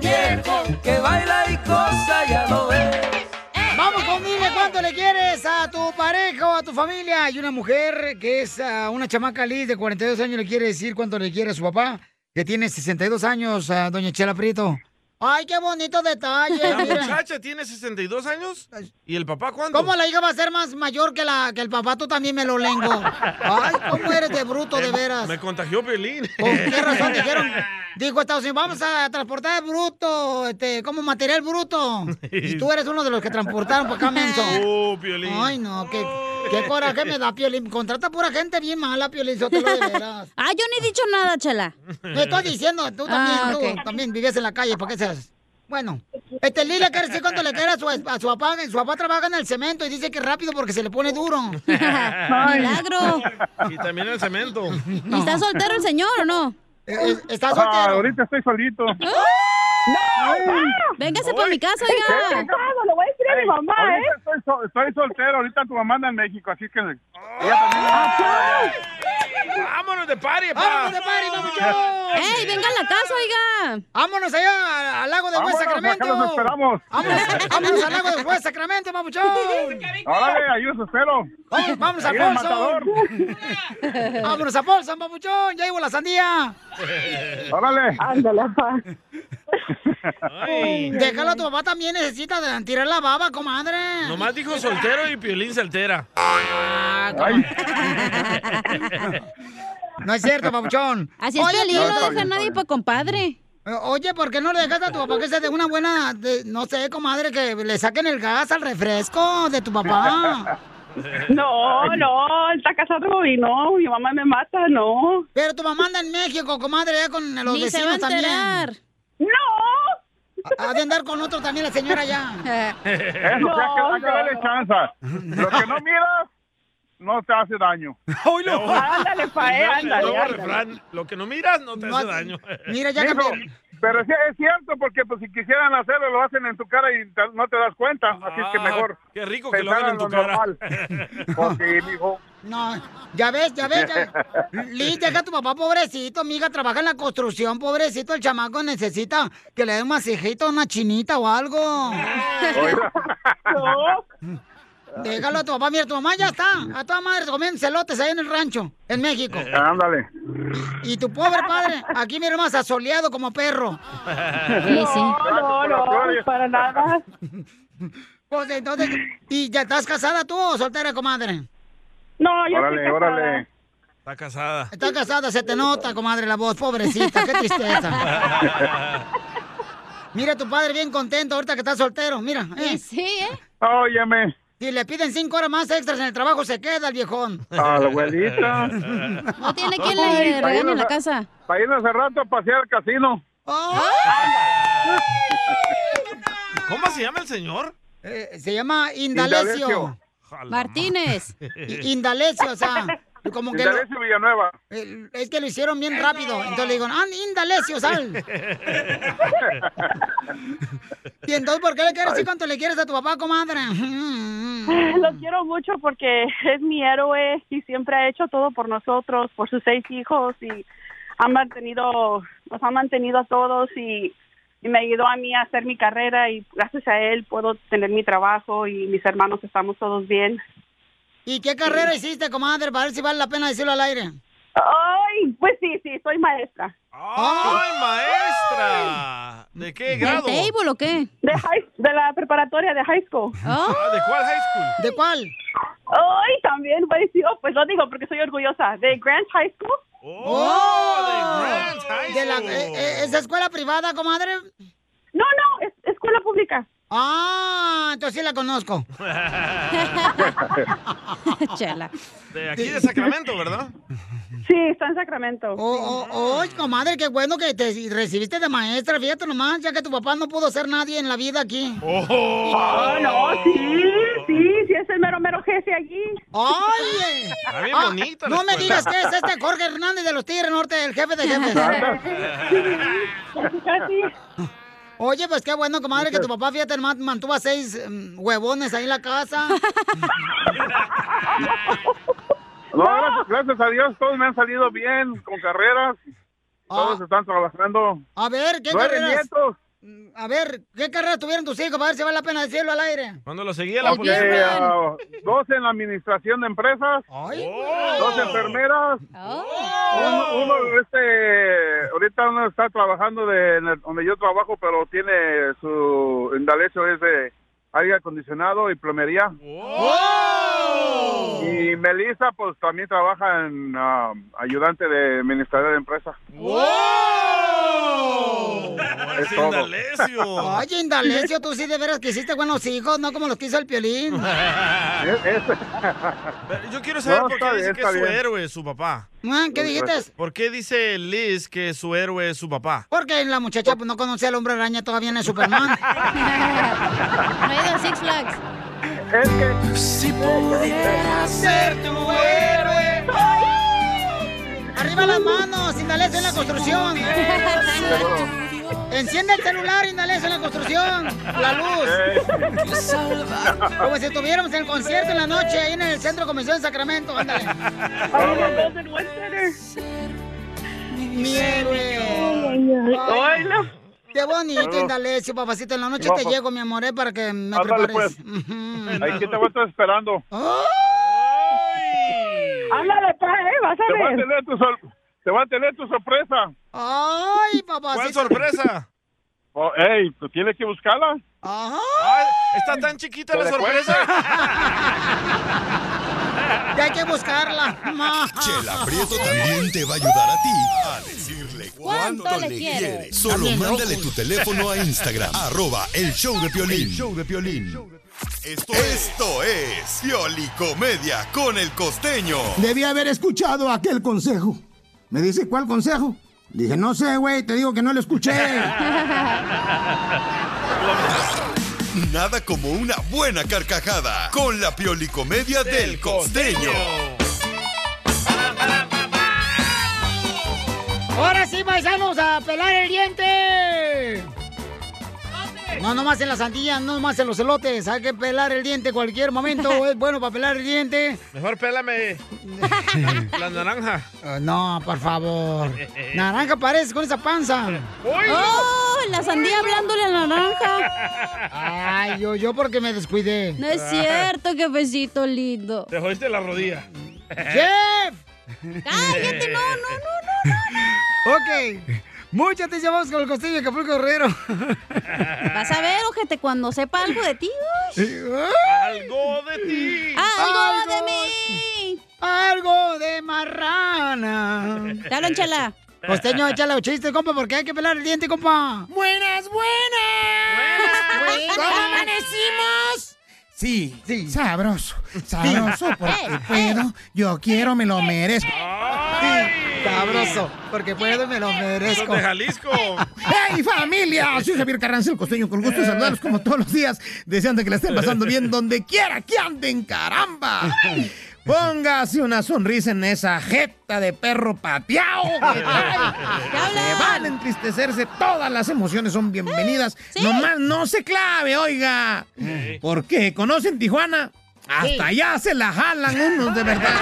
[SPEAKER 9] viejo, que baila y cosa ya lo ve.
[SPEAKER 1] Vamos con dile cuánto le quieres a tu pareja o a tu familia. Hay una mujer que es ah, una chamaca Liz de 42 años, le quiere decir cuánto le quiere a su papá, que tiene 62 años, a doña Chela Prieto. Ay, qué bonito detalle. <laughs>
[SPEAKER 2] La
[SPEAKER 1] mira.
[SPEAKER 2] muchacha tiene 62 años y el papá cuánto?
[SPEAKER 1] ¿Cómo la hija va a ser más mayor que, la, que el papá? Tú también me lo lengo. Ay, ¿cómo eres de bruto, de
[SPEAKER 2] Eh,
[SPEAKER 1] veras?
[SPEAKER 2] Me contagió Pelín.
[SPEAKER 1] <laughs> ¿Con qué razón dijeron? Dijo Estados Unidos, vamos a transportar bruto, este, como material bruto. Y tú eres uno de los que transportaron por acá, menso.
[SPEAKER 2] Oh, Piolín.
[SPEAKER 1] Ay, no, qué, qué coraje me da, Piolín. Contrata pura gente bien mala, Piolín, Sotelo, de veras.
[SPEAKER 3] <laughs> Ah, yo ni he dicho nada, chela.
[SPEAKER 1] Me estoy diciendo, tú también,
[SPEAKER 3] Ah,
[SPEAKER 1] tú
[SPEAKER 3] ok.
[SPEAKER 1] también vives en la calle, ¿para qué seas? Bueno, este Lila quiere decir cuánto le quiere a su, a su papá. Su papá trabaja en el cemento y dice que rápido porque se le pone duro.
[SPEAKER 3] Milagro.
[SPEAKER 2] Y también el cemento.
[SPEAKER 3] ¿Y está soltero el <laughs> señor o no?
[SPEAKER 1] Está
[SPEAKER 13] Ah, ahorita estoy solito.
[SPEAKER 3] ¡Ah! Véngase por mi casa, oiga.
[SPEAKER 13] Lo voy a decir a mi mamá, ¿eh? Estoy, sol- estoy soltero, ahorita tu mamá anda en México, así que... Ella también...
[SPEAKER 2] ¡Vámonos de party, pa!
[SPEAKER 1] ¡Vámonos de party, papuchón!
[SPEAKER 9] <laughs>
[SPEAKER 3] ¡Ey, venga a la casa, oiga!
[SPEAKER 1] ¡Vámonos allá al lago de Buen
[SPEAKER 3] Vámonos,
[SPEAKER 1] Sacramento!
[SPEAKER 3] acá los
[SPEAKER 1] esperamos! ¡Vámonos,
[SPEAKER 3] <laughs>
[SPEAKER 1] vámonos
[SPEAKER 13] <laughs>
[SPEAKER 1] al lago de Buen Sacramento, papuchón!
[SPEAKER 8] Órale, ahí los espero.
[SPEAKER 1] ¡Vamos, vamos a
[SPEAKER 8] Ahí en el
[SPEAKER 1] Folsom! ¡Vámonos a Folsom, papuchón! ¡Ya llegó la sandía!
[SPEAKER 8] Órale.
[SPEAKER 14] Ándale, pa.
[SPEAKER 1] Déjala, tu papá también necesita de- tirar la baba, comadre.
[SPEAKER 2] Nomás dijo soltero y Piolín se altera.
[SPEAKER 1] No es cierto, papuchón.
[SPEAKER 3] Así es, Piolín, no deja a
[SPEAKER 1] nadie por compadre. Oye, ¿por qué no le dejaste a tu papá que sea de una buena, de- no sé, comadre, que le saquen el gas al refresco de
[SPEAKER 22] <laughs>
[SPEAKER 1] tu <laughs> papá?
[SPEAKER 14] No, Oh, no, él está casado y no, mi mamá me mata, no.
[SPEAKER 1] Pero tu mamá anda en México, comadre, ya con los
[SPEAKER 14] Ni se va a
[SPEAKER 1] vecinos
[SPEAKER 14] enterar.
[SPEAKER 1] también. ¡No! Ha de andar con otro también la señora ya.
[SPEAKER 8] <laughs> Eso, no, que hay que darle chance. Lo que no miras, no te hace daño.
[SPEAKER 14] Ándale, pa, eh, ándale,
[SPEAKER 2] Luego
[SPEAKER 14] ándale.
[SPEAKER 2] refrán, lo que no miras no te hace daño.
[SPEAKER 8] Mijo, Pero sí es cierto, porque pues, si quisieran hacerlo, lo hacen en tu cara y te- no te das cuenta. Así es que
[SPEAKER 2] Ah,
[SPEAKER 8] mejor.
[SPEAKER 2] Qué rico que lo
[SPEAKER 8] pensar
[SPEAKER 2] hagan en
[SPEAKER 8] lo
[SPEAKER 2] tu cara. <laughs>
[SPEAKER 8] normal. Pues sí, mijo.
[SPEAKER 1] No, ya ves, ya ves. Ya... Liz, deja a tu papá pobrecito, amiga, trabaja en la construcción, pobrecito. El chamaco necesita que le dé un masajito, una chinita o algo. Déjalo a tu papá, mira, tu mamá ya está. A tu madre comiendo celotes ahí en el rancho, en México.
[SPEAKER 8] <laughs>
[SPEAKER 2] Ah.
[SPEAKER 8] Ándale.
[SPEAKER 1] Y tu pobre padre, aquí mira más asoleado como perro.
[SPEAKER 14] No, no, no, para nada.
[SPEAKER 1] Pues entonces, ¿y ya estás casada tú o soltera, comadre?
[SPEAKER 14] No,
[SPEAKER 1] yo
[SPEAKER 2] Órale, órale. Está casada.
[SPEAKER 1] Está casada, se te nota, comadre, la voz, pobrecita, qué <laughs> tristeza. Mira, tu padre bien contento ahorita que está soltero, mira. Sí, ¿eh?
[SPEAKER 8] Óyeme.
[SPEAKER 1] Si le piden cinco horas más extras en el trabajo, se queda el viejón.
[SPEAKER 8] A la abuelita.
[SPEAKER 1] No tiene
[SPEAKER 8] quien le Ay, regañe en la
[SPEAKER 1] casa.
[SPEAKER 8] Para irnos hace rato a pasear al casino.
[SPEAKER 2] ¿Cómo se llama el señor?
[SPEAKER 1] se llama Eh, Indalecio. <laughs> Martínez. Indalecio, o sea, como que... lo-
[SPEAKER 8] Indalecio Villanueva.
[SPEAKER 1] eh, es que lo hicieron bien rápido. Entonces le digo, ah, Indalecio, sal. Y entonces, ¿por qué le quieres decir cuánto le quieres a tu papá, comadre? <laughs>
[SPEAKER 14] Lo Ah, quiero mucho porque <laughs> es mi héroe y siempre ha hecho todo por nosotros, por sus seis hijos y ha mantenido, nos ha mantenido a todos y, y me ayudó a mí a hacer mi carrera y gracias a él puedo tener mi trabajo y mis hermanos estamos todos bien.
[SPEAKER 1] ¿Y qué carrera hiciste, comadre? Para ver si vale la pena decirlo al aire.
[SPEAKER 14] Ay, pues sí, sí, soy maestra.
[SPEAKER 2] ¡Ay, maestra! ¿De qué grado?
[SPEAKER 14] o qué? De, high- de la preparatoria de high school.
[SPEAKER 2] Ah, ¿De cuál high school?
[SPEAKER 1] ¿De cuál?
[SPEAKER 14] Ay, también parecido, pues lo digo porque soy orgullosa. De Grant High School.
[SPEAKER 2] ¡Oh!
[SPEAKER 1] De la, eh, eh, ¿Es escuela privada, comadre?
[SPEAKER 14] No, no, es escuela pública.
[SPEAKER 1] Ah, entonces sí la conozco. Chela.
[SPEAKER 2] De aquí de Sacramento, ¿verdad?
[SPEAKER 14] Sí, está en Sacramento.
[SPEAKER 1] Oh, oh, oh, comadre, qué bueno que te recibiste de maestra, fíjate nomás, ya que tu papá no pudo ser nadie en la vida aquí.
[SPEAKER 14] Oh, no, sí, sí, sí, es el mero mero jefe allí.
[SPEAKER 1] ¡Ay!
[SPEAKER 14] Está bien
[SPEAKER 1] Ah,
[SPEAKER 14] bonita la
[SPEAKER 1] no me
[SPEAKER 14] escuela.
[SPEAKER 1] digas que es este Jorge Hernández de los Tigres Norte, el jefe de
[SPEAKER 14] <laughs>
[SPEAKER 1] jefes. <laughs> Oye, pues qué bueno, comadre, que tu papá, fíjate, nomás mantuvo a seis mm, huevones ahí en la casa.
[SPEAKER 8] <laughs> No, gracias, gracias a Dios, todos me han salido bien, con carreras. Todos están trabajando.
[SPEAKER 1] A ver, ¿qué
[SPEAKER 8] Nueve
[SPEAKER 1] carreras? Mm,
[SPEAKER 8] nietos.
[SPEAKER 1] A ver, ¿qué carreras tuvieron tus hijos? Para ver si vale la pena decirlo al aire.
[SPEAKER 2] Cuando lo seguía la
[SPEAKER 8] Ok,
[SPEAKER 2] policía.
[SPEAKER 8] ah, dos en la administración de empresas, dos enfermeras, uno, uno, este, ahorita uno está trabajando de, en el- donde yo trabajo, pero tiene su indalecio es de aire acondicionado y plomería.
[SPEAKER 9] Oh.
[SPEAKER 8] Y Melissa pues también trabaja en ah, ayudante de administrador de empresa.
[SPEAKER 1] Oh.
[SPEAKER 8] Es todo.
[SPEAKER 1] <laughs> Oye, Indalecio, tú sí de veras que hiciste buenos hijos, no como los que hizo el piolín. <laughs>
[SPEAKER 2] Pero Yo quiero saber
[SPEAKER 1] No,
[SPEAKER 2] por qué
[SPEAKER 1] está
[SPEAKER 2] dice
[SPEAKER 1] bien,
[SPEAKER 2] que
[SPEAKER 1] está
[SPEAKER 2] es su
[SPEAKER 1] bien.
[SPEAKER 2] héroe su papá.
[SPEAKER 1] Ah, ¿qué dijiste?
[SPEAKER 2] ¿Por qué dice Liz que su héroe es su papá?
[SPEAKER 1] Porque la muchacha pues, no conocía al hombre araña todavía en el Superman. <laughs> No he ido a Six Flags.
[SPEAKER 9] Si pudiera ser tu héroe.
[SPEAKER 1] Arriba las manos, Indalecio en la construcción. Enciende el celular, Indalecio en la construcción. La
[SPEAKER 9] Eh.
[SPEAKER 1] luz. <laughs> Como si estuviéramos en el concierto en la noche ahí en el Centro de Convención de Sacramento. Ándale. Mi héroe Qué bonito, Indalecio, papacito. En la noche te
[SPEAKER 8] Guapo.
[SPEAKER 1] llego, mi amor, eh, para que me
[SPEAKER 8] Ándale,
[SPEAKER 1] prepares.
[SPEAKER 8] pues. Aquí te voy a estar esperando.
[SPEAKER 1] Ándale, pues, vas
[SPEAKER 8] Te voy a tener tu, sor- te voy a tener tu sorpresa.
[SPEAKER 1] Ay, papacito.
[SPEAKER 8] ¿Cuál sorpresa? Oh, ey, tú tienes que buscarla.
[SPEAKER 2] Está tan chiquita
[SPEAKER 8] ¿Te
[SPEAKER 1] Pues,
[SPEAKER 2] la
[SPEAKER 8] la
[SPEAKER 2] sorpresa.
[SPEAKER 1] Ya hay que buscarla. Ma.
[SPEAKER 5] Chela Prieto también te va a ayudar a ti a decirle cuánto le quiere. Solo También, ¿no? mándale tu teléfono a Instagram, <laughs> arroba el show de Piolín. Esto, esto es Piolicomedia con el Costeño.
[SPEAKER 10] Debí haber escuchado aquel consejo. Me dice, ¿cuál consejo? Le dije, no sé, güey, te digo que no lo escuché.
[SPEAKER 5] Nada como una buena carcajada con la Piolicomedia del Costeño.
[SPEAKER 1] Ahora sí, paisanos, a pelar el diente. No, no más en las sandillas, no más en los elotes. Hay que pelar el diente cualquier momento. Es bueno para pelar el diente.
[SPEAKER 2] Mejor pélame <laughs> la, la naranja.
[SPEAKER 1] Ah, no, por favor. Naranja parece con esa panza.
[SPEAKER 3] ¡Oh! La sandía hablándole a la naranja.
[SPEAKER 1] Ay, yo, yo porque me descuidé.
[SPEAKER 3] No es cierto, qué besito lindo.
[SPEAKER 2] Te jodiste la rodilla. <laughs>
[SPEAKER 1] ¡Chef!
[SPEAKER 2] ¡Cállate! No, no, no.
[SPEAKER 1] Ok. Mucha atención, vamos con el costeño de Acapulco Guerrero.
[SPEAKER 3] Vas a ver, ojete, cuando sepa algo de ti.
[SPEAKER 2] Algo de ti.
[SPEAKER 3] Algo, de mí.
[SPEAKER 1] Algo de marrana.
[SPEAKER 3] Dale, chala.
[SPEAKER 1] Costeño, échale los chistes, compa, porque hay que pelar el diente, compa.
[SPEAKER 12] Buenas, buenas. ¿Cómo
[SPEAKER 9] <laughs>
[SPEAKER 12] amanecimos?
[SPEAKER 10] <laughs> Sí, Eh, sabroso, sabroso, porque puedo, yo quiero, me lo merezco.
[SPEAKER 1] Sabroso, porque puedo y me lo merezco.
[SPEAKER 10] Los de
[SPEAKER 1] <laughs>
[SPEAKER 2] Jalisco.
[SPEAKER 10] ¡Hey, familia! Soy Javier Carranza, el costeño, con gusto de saludarlos como todos los días, deseando que la estén pasando bien donde quiera que anden, caramba. Póngase una sonrisa en esa jeta de perro pateado que trae. Se van a entristecerse, todas las emociones son bienvenidas. Nomás no se clave, oiga. Porque conocen Tijuana, hasta
[SPEAKER 12] Sí.
[SPEAKER 10] allá se la jalan unos de verdad.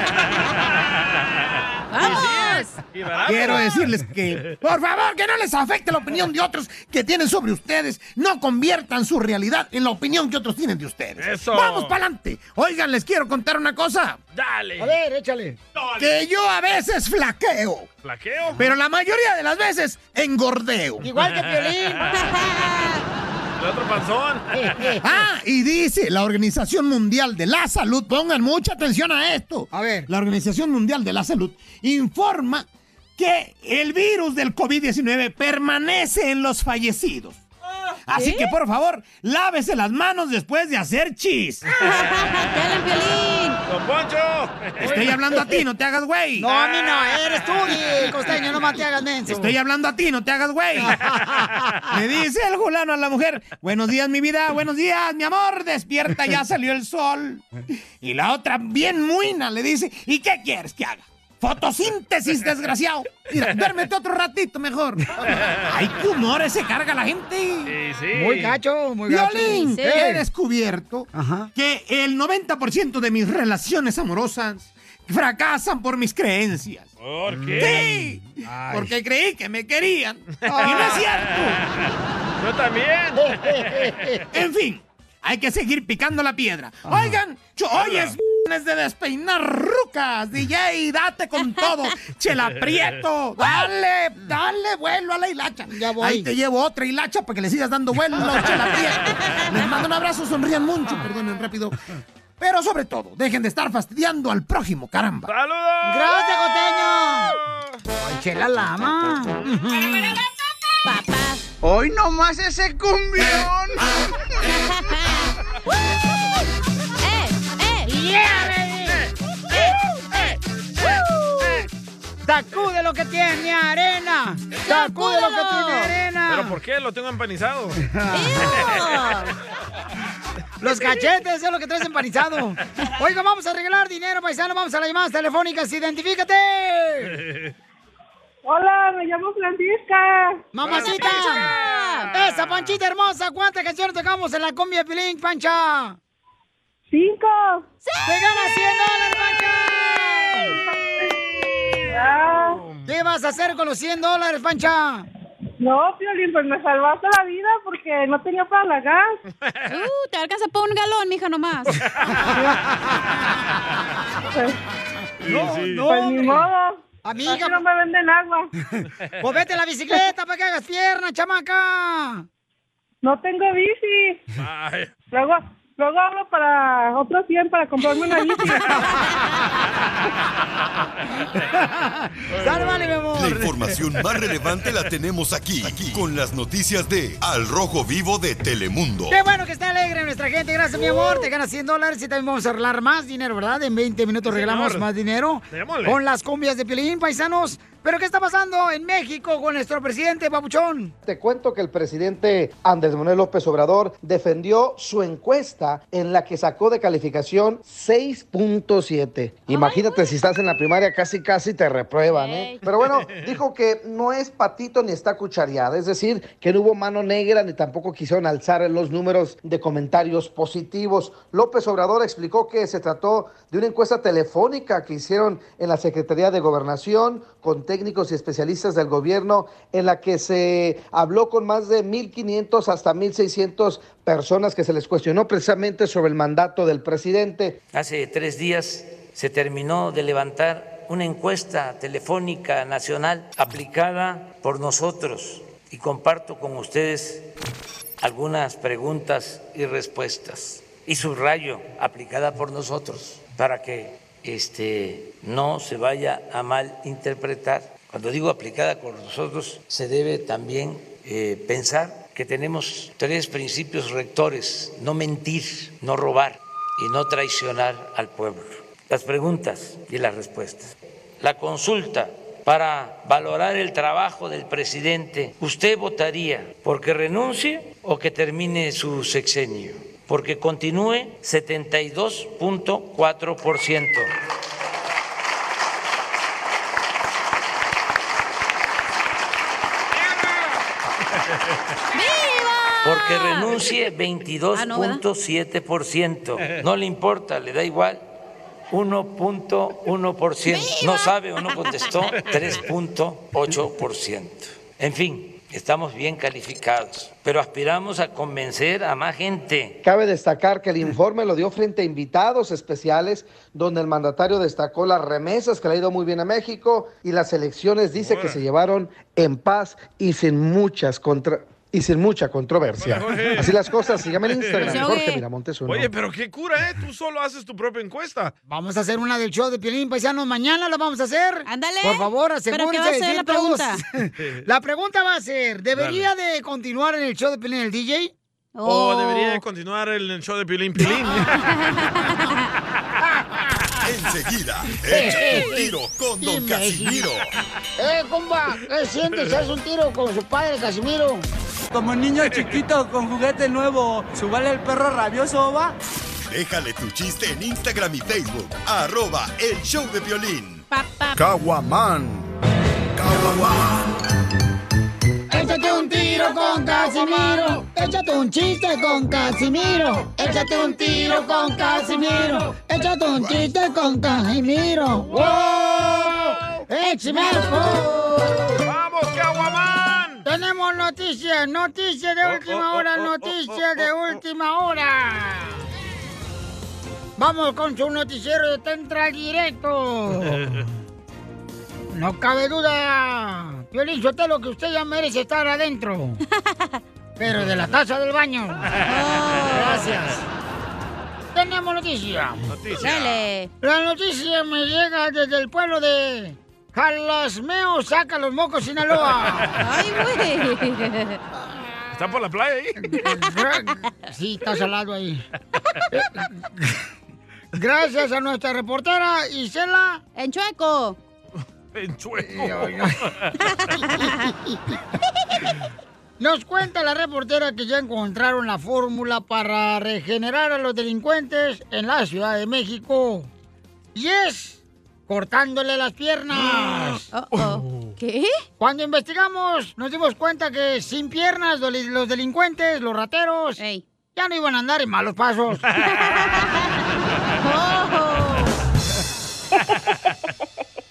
[SPEAKER 10] Quiero decirles que, por favor, que no les afecte la opinión de otros que tienen sobre ustedes. No conviertan su realidad en la opinión que otros tienen de ustedes.
[SPEAKER 2] Eso.
[SPEAKER 10] Vamos para adelante. Oigan, les quiero contar una cosa.
[SPEAKER 2] Dale.
[SPEAKER 10] A ver, échale.
[SPEAKER 2] Dale.
[SPEAKER 10] Que yo a veces flaqueo,
[SPEAKER 2] ¿Flaqueo?
[SPEAKER 10] pero la mayoría de las veces engordeo.
[SPEAKER 2] Igual que Piolín. El otro panzón.
[SPEAKER 10] <laughs> Ah, y dice la Organización Mundial de la Salud, pongan mucha atención a esto. A ver. La Organización Mundial de la Salud informa que el virus del COVID-19 permanece en los fallecidos. Así que por favor, lávese las manos después de hacer
[SPEAKER 1] <laughs>
[SPEAKER 10] chis.
[SPEAKER 2] ¡Don Poncho!
[SPEAKER 10] Estoy hablando a ti, no te hagas güey.
[SPEAKER 1] No, a mí no, eres tú, y, costeño, no más te hagas menso.
[SPEAKER 10] Estoy hablando a ti, no te hagas
[SPEAKER 1] <laughs>
[SPEAKER 10] güey. Le dice el fulano a la mujer, buenos días mi vida, buenos días mi amor, despierta, ya salió el sol. Y la otra, bien muina, le dice, ¿y qué quieres que haga? Fotosíntesis, desgraciado. Mira, duérmete otro ratito mejor. Ay, qué humores se carga la gente.
[SPEAKER 1] Muy gacho, muy gacho.
[SPEAKER 10] Violín,
[SPEAKER 1] Sí.
[SPEAKER 10] he descubierto que el 90% de mis relaciones amorosas fracasan por mis creencias.
[SPEAKER 2] ¿Por
[SPEAKER 10] qué? Sí, porque creí que me querían. <laughs> Y
[SPEAKER 1] Ah.
[SPEAKER 10] no es cierto.
[SPEAKER 2] Yo
[SPEAKER 10] <laughs>
[SPEAKER 2] también.
[SPEAKER 10] en fin, hay que seguir picando la piedra. Oigan, yo, hoy es viernes de despeinar rucas. DJ, date con todo. Chela
[SPEAKER 1] <laughs>
[SPEAKER 10] Prieto,
[SPEAKER 1] Ah.
[SPEAKER 10] dale, dale vuelo a la hilacha. Ahí te llevo otra hilacha para que le sigas dando vuelo, Chela Prieto. Les mando un abrazo, sonrían mucho, perdonen rápido. Pero sobre todo, dejen de estar fastidiando al prójimo, caramba.
[SPEAKER 2] ¡Saludos!
[SPEAKER 1] ¡Gracias, costeño!
[SPEAKER 10] ¡Ay, Chela Lama!
[SPEAKER 1] ¡Hoy nomás ese <laughs> cumbión! Eh, ¡Sacude lo que tiene arena! ¡Sacude lo que tiene arena!
[SPEAKER 2] ¿Pero por qué? Lo tengo empanizado. <laughs>
[SPEAKER 1] Los cachetes es lo que traes empanizado. Oiga, vamos a regalar dinero, paisano. Vamos a las llamadas telefónicas. ¡Identifícate! Hola, me llamo Francisca. Mamacita. Esa panchita hermosa, ¿cuántas canciones tocamos en la cumbia de Pilín, pancha? Cinco. ¡Te ganas 100 dólares, pancha! ¿Qué vas a hacer con los 100 dólares, pancha?
[SPEAKER 9] No, Piolín, pues me salvaste la vida porque no tenía para la gas.
[SPEAKER 3] <laughs> Uh, te alcanza para un galón, mija,
[SPEAKER 9] <laughs>
[SPEAKER 3] nomás.
[SPEAKER 9] no, no. Pues ni modo.
[SPEAKER 1] Amiga.
[SPEAKER 9] Aquí no me venden agua.
[SPEAKER 1] <laughs> Pues vete a la bicicleta para que hagas pierna, chamaca.
[SPEAKER 9] No tengo bici.
[SPEAKER 1] <laughs>
[SPEAKER 9] Luego, luego hablo para otro 100 para comprarme una
[SPEAKER 1] <laughs>
[SPEAKER 9] bici.
[SPEAKER 1] Sálvale, mi
[SPEAKER 5] La
[SPEAKER 1] amor.
[SPEAKER 5] información más relevante la tenemos aquí, aquí, con las noticias de Al Rojo Vivo de Telemundo.
[SPEAKER 1] Qué bueno que está alegre nuestra gente. Gracias, mi amor. Te ganas 100 dólares y también vamos a arreglar más dinero, ¿verdad? En 20 minutos
[SPEAKER 10] Sí,
[SPEAKER 1] regalamos
[SPEAKER 10] señor.
[SPEAKER 1] más dinero
[SPEAKER 10] Démosle.
[SPEAKER 1] con las cumbias de Piolín, paisanos. Pero ¿qué está pasando en México con nuestro presidente, Papuchón?
[SPEAKER 6] Te cuento que el presidente Andrés Manuel López Obrador defendió su encuesta en la que sacó de calificación 6.7. Imagínate si estás en la primaria casi casi te reprueban, ¿eh?
[SPEAKER 23] Ey.
[SPEAKER 6] Pero bueno, dijo que no es patito ni está cuchareada, es decir, que no hubo mano negra ni tampoco quisieron alzar los números de comentarios positivos. López Obrador explicó que se trató de una encuesta telefónica que hicieron en la Secretaría de Gobernación con técnicos y especialistas del gobierno en la que se habló con más de 1.500 hasta 1.600 personas que se les cuestionó precisamente sobre el mandato del presidente.
[SPEAKER 24] Hace tres días se terminó de levantar una encuesta telefónica nacional aplicada por nosotros y comparto con ustedes algunas preguntas y respuestas y subrayo aplicada por nosotros para que este no se vaya a mal interpretar. Cuando digo aplicada por nosotros se debe también eh, pensar que tenemos tres principios rectores: no mentir, no robar y no traicionar al pueblo. Las preguntas y las respuestas. La consulta para valorar el trabajo del presidente. ¿Usted votaría porque renuncie o que termine su sexenio? Porque continúe 72.4%. Porque renuncie 22.7%. No le importa, le da igual. 1.1%. No sabe o no contestó. 3.8%. En fin, estamos bien calificados, pero aspiramos a convencer a más gente.
[SPEAKER 6] Cabe destacar que el informe lo dio frente a invitados especiales, donde el mandatario destacó las remesas que le ha ido muy bien a México y las elecciones dice que se llevaron en paz y sin muchas contra y sin mucha controversia.
[SPEAKER 2] Jorge.
[SPEAKER 6] Así las cosas, síganme en Instagram,
[SPEAKER 2] Jorge.
[SPEAKER 6] Jorge Miramontes uno.
[SPEAKER 2] Pues Oye, pero qué cura, ¿eh? Tú solo haces tu propia encuesta.
[SPEAKER 1] Vamos a hacer una del show de Piolín, paisanos. Mañana lo vamos a hacer. Ándale. Por favor,
[SPEAKER 3] ¿Pero
[SPEAKER 1] asegúrense
[SPEAKER 3] qué va a
[SPEAKER 1] de
[SPEAKER 3] ser
[SPEAKER 1] decir
[SPEAKER 3] la pregunta?
[SPEAKER 1] todos. <laughs> la pregunta va a ser, ¿debería de continuar en el show de Piolín el DJ?
[SPEAKER 5] Oh,
[SPEAKER 2] O debería de continuar el el show de Pilín Pilín.
[SPEAKER 5] <laughs> Enseguida, échate un tiro con Don Casimiro.
[SPEAKER 1] <laughs> ¡Eh, compa! ¿Qué sientes? ¿Haz un tiro con su padre, Casimiro?
[SPEAKER 24] Como niño chiquito con juguete nuevo, subale el perro rabioso, va.
[SPEAKER 5] Déjale tu chiste en Instagram y Facebook, arroba el show de violín.
[SPEAKER 25] Caguaman.
[SPEAKER 1] Échate un tiro con Casimiro. Échate un chiste con Casimiro. Échate un tiro con Casimiro. Échate un chiste con Casimiro. ¡Eh, ¡Wow! ¡Échame ¡Vamos, Caguamán! Oh, Tenemos noticias, noticias de última hora, noticias de última hora. Vamos con su noticiero de Tentra Directo. <laughs> No cabe duda, Piolín Sotelo, que usted ya merece estar <laughs> adentro. Pero de la taza del <laughs> baño. Gracias. Tenemos noticia.
[SPEAKER 26] Noticia.
[SPEAKER 1] La noticia me llega desde el pueblo de Jalasmeo, saca los mocos, Sinaloa. <laughs> Ay, güey.
[SPEAKER 2] ¿Está por la playa ahí?
[SPEAKER 1] Sí, está salado ahí. Gracias a nuestra reportera Isela. En chueco. Nos cuenta la reportera que ya encontraron la fórmula para regenerar a los delincuentes en la Ciudad de México. Y es cortándole las piernas. ¿Qué? Cuando investigamos, nos dimos cuenta que sin piernas los- los delincuentes, los rateros, ya no iban a andar en malos pasos.
[SPEAKER 10] Oh.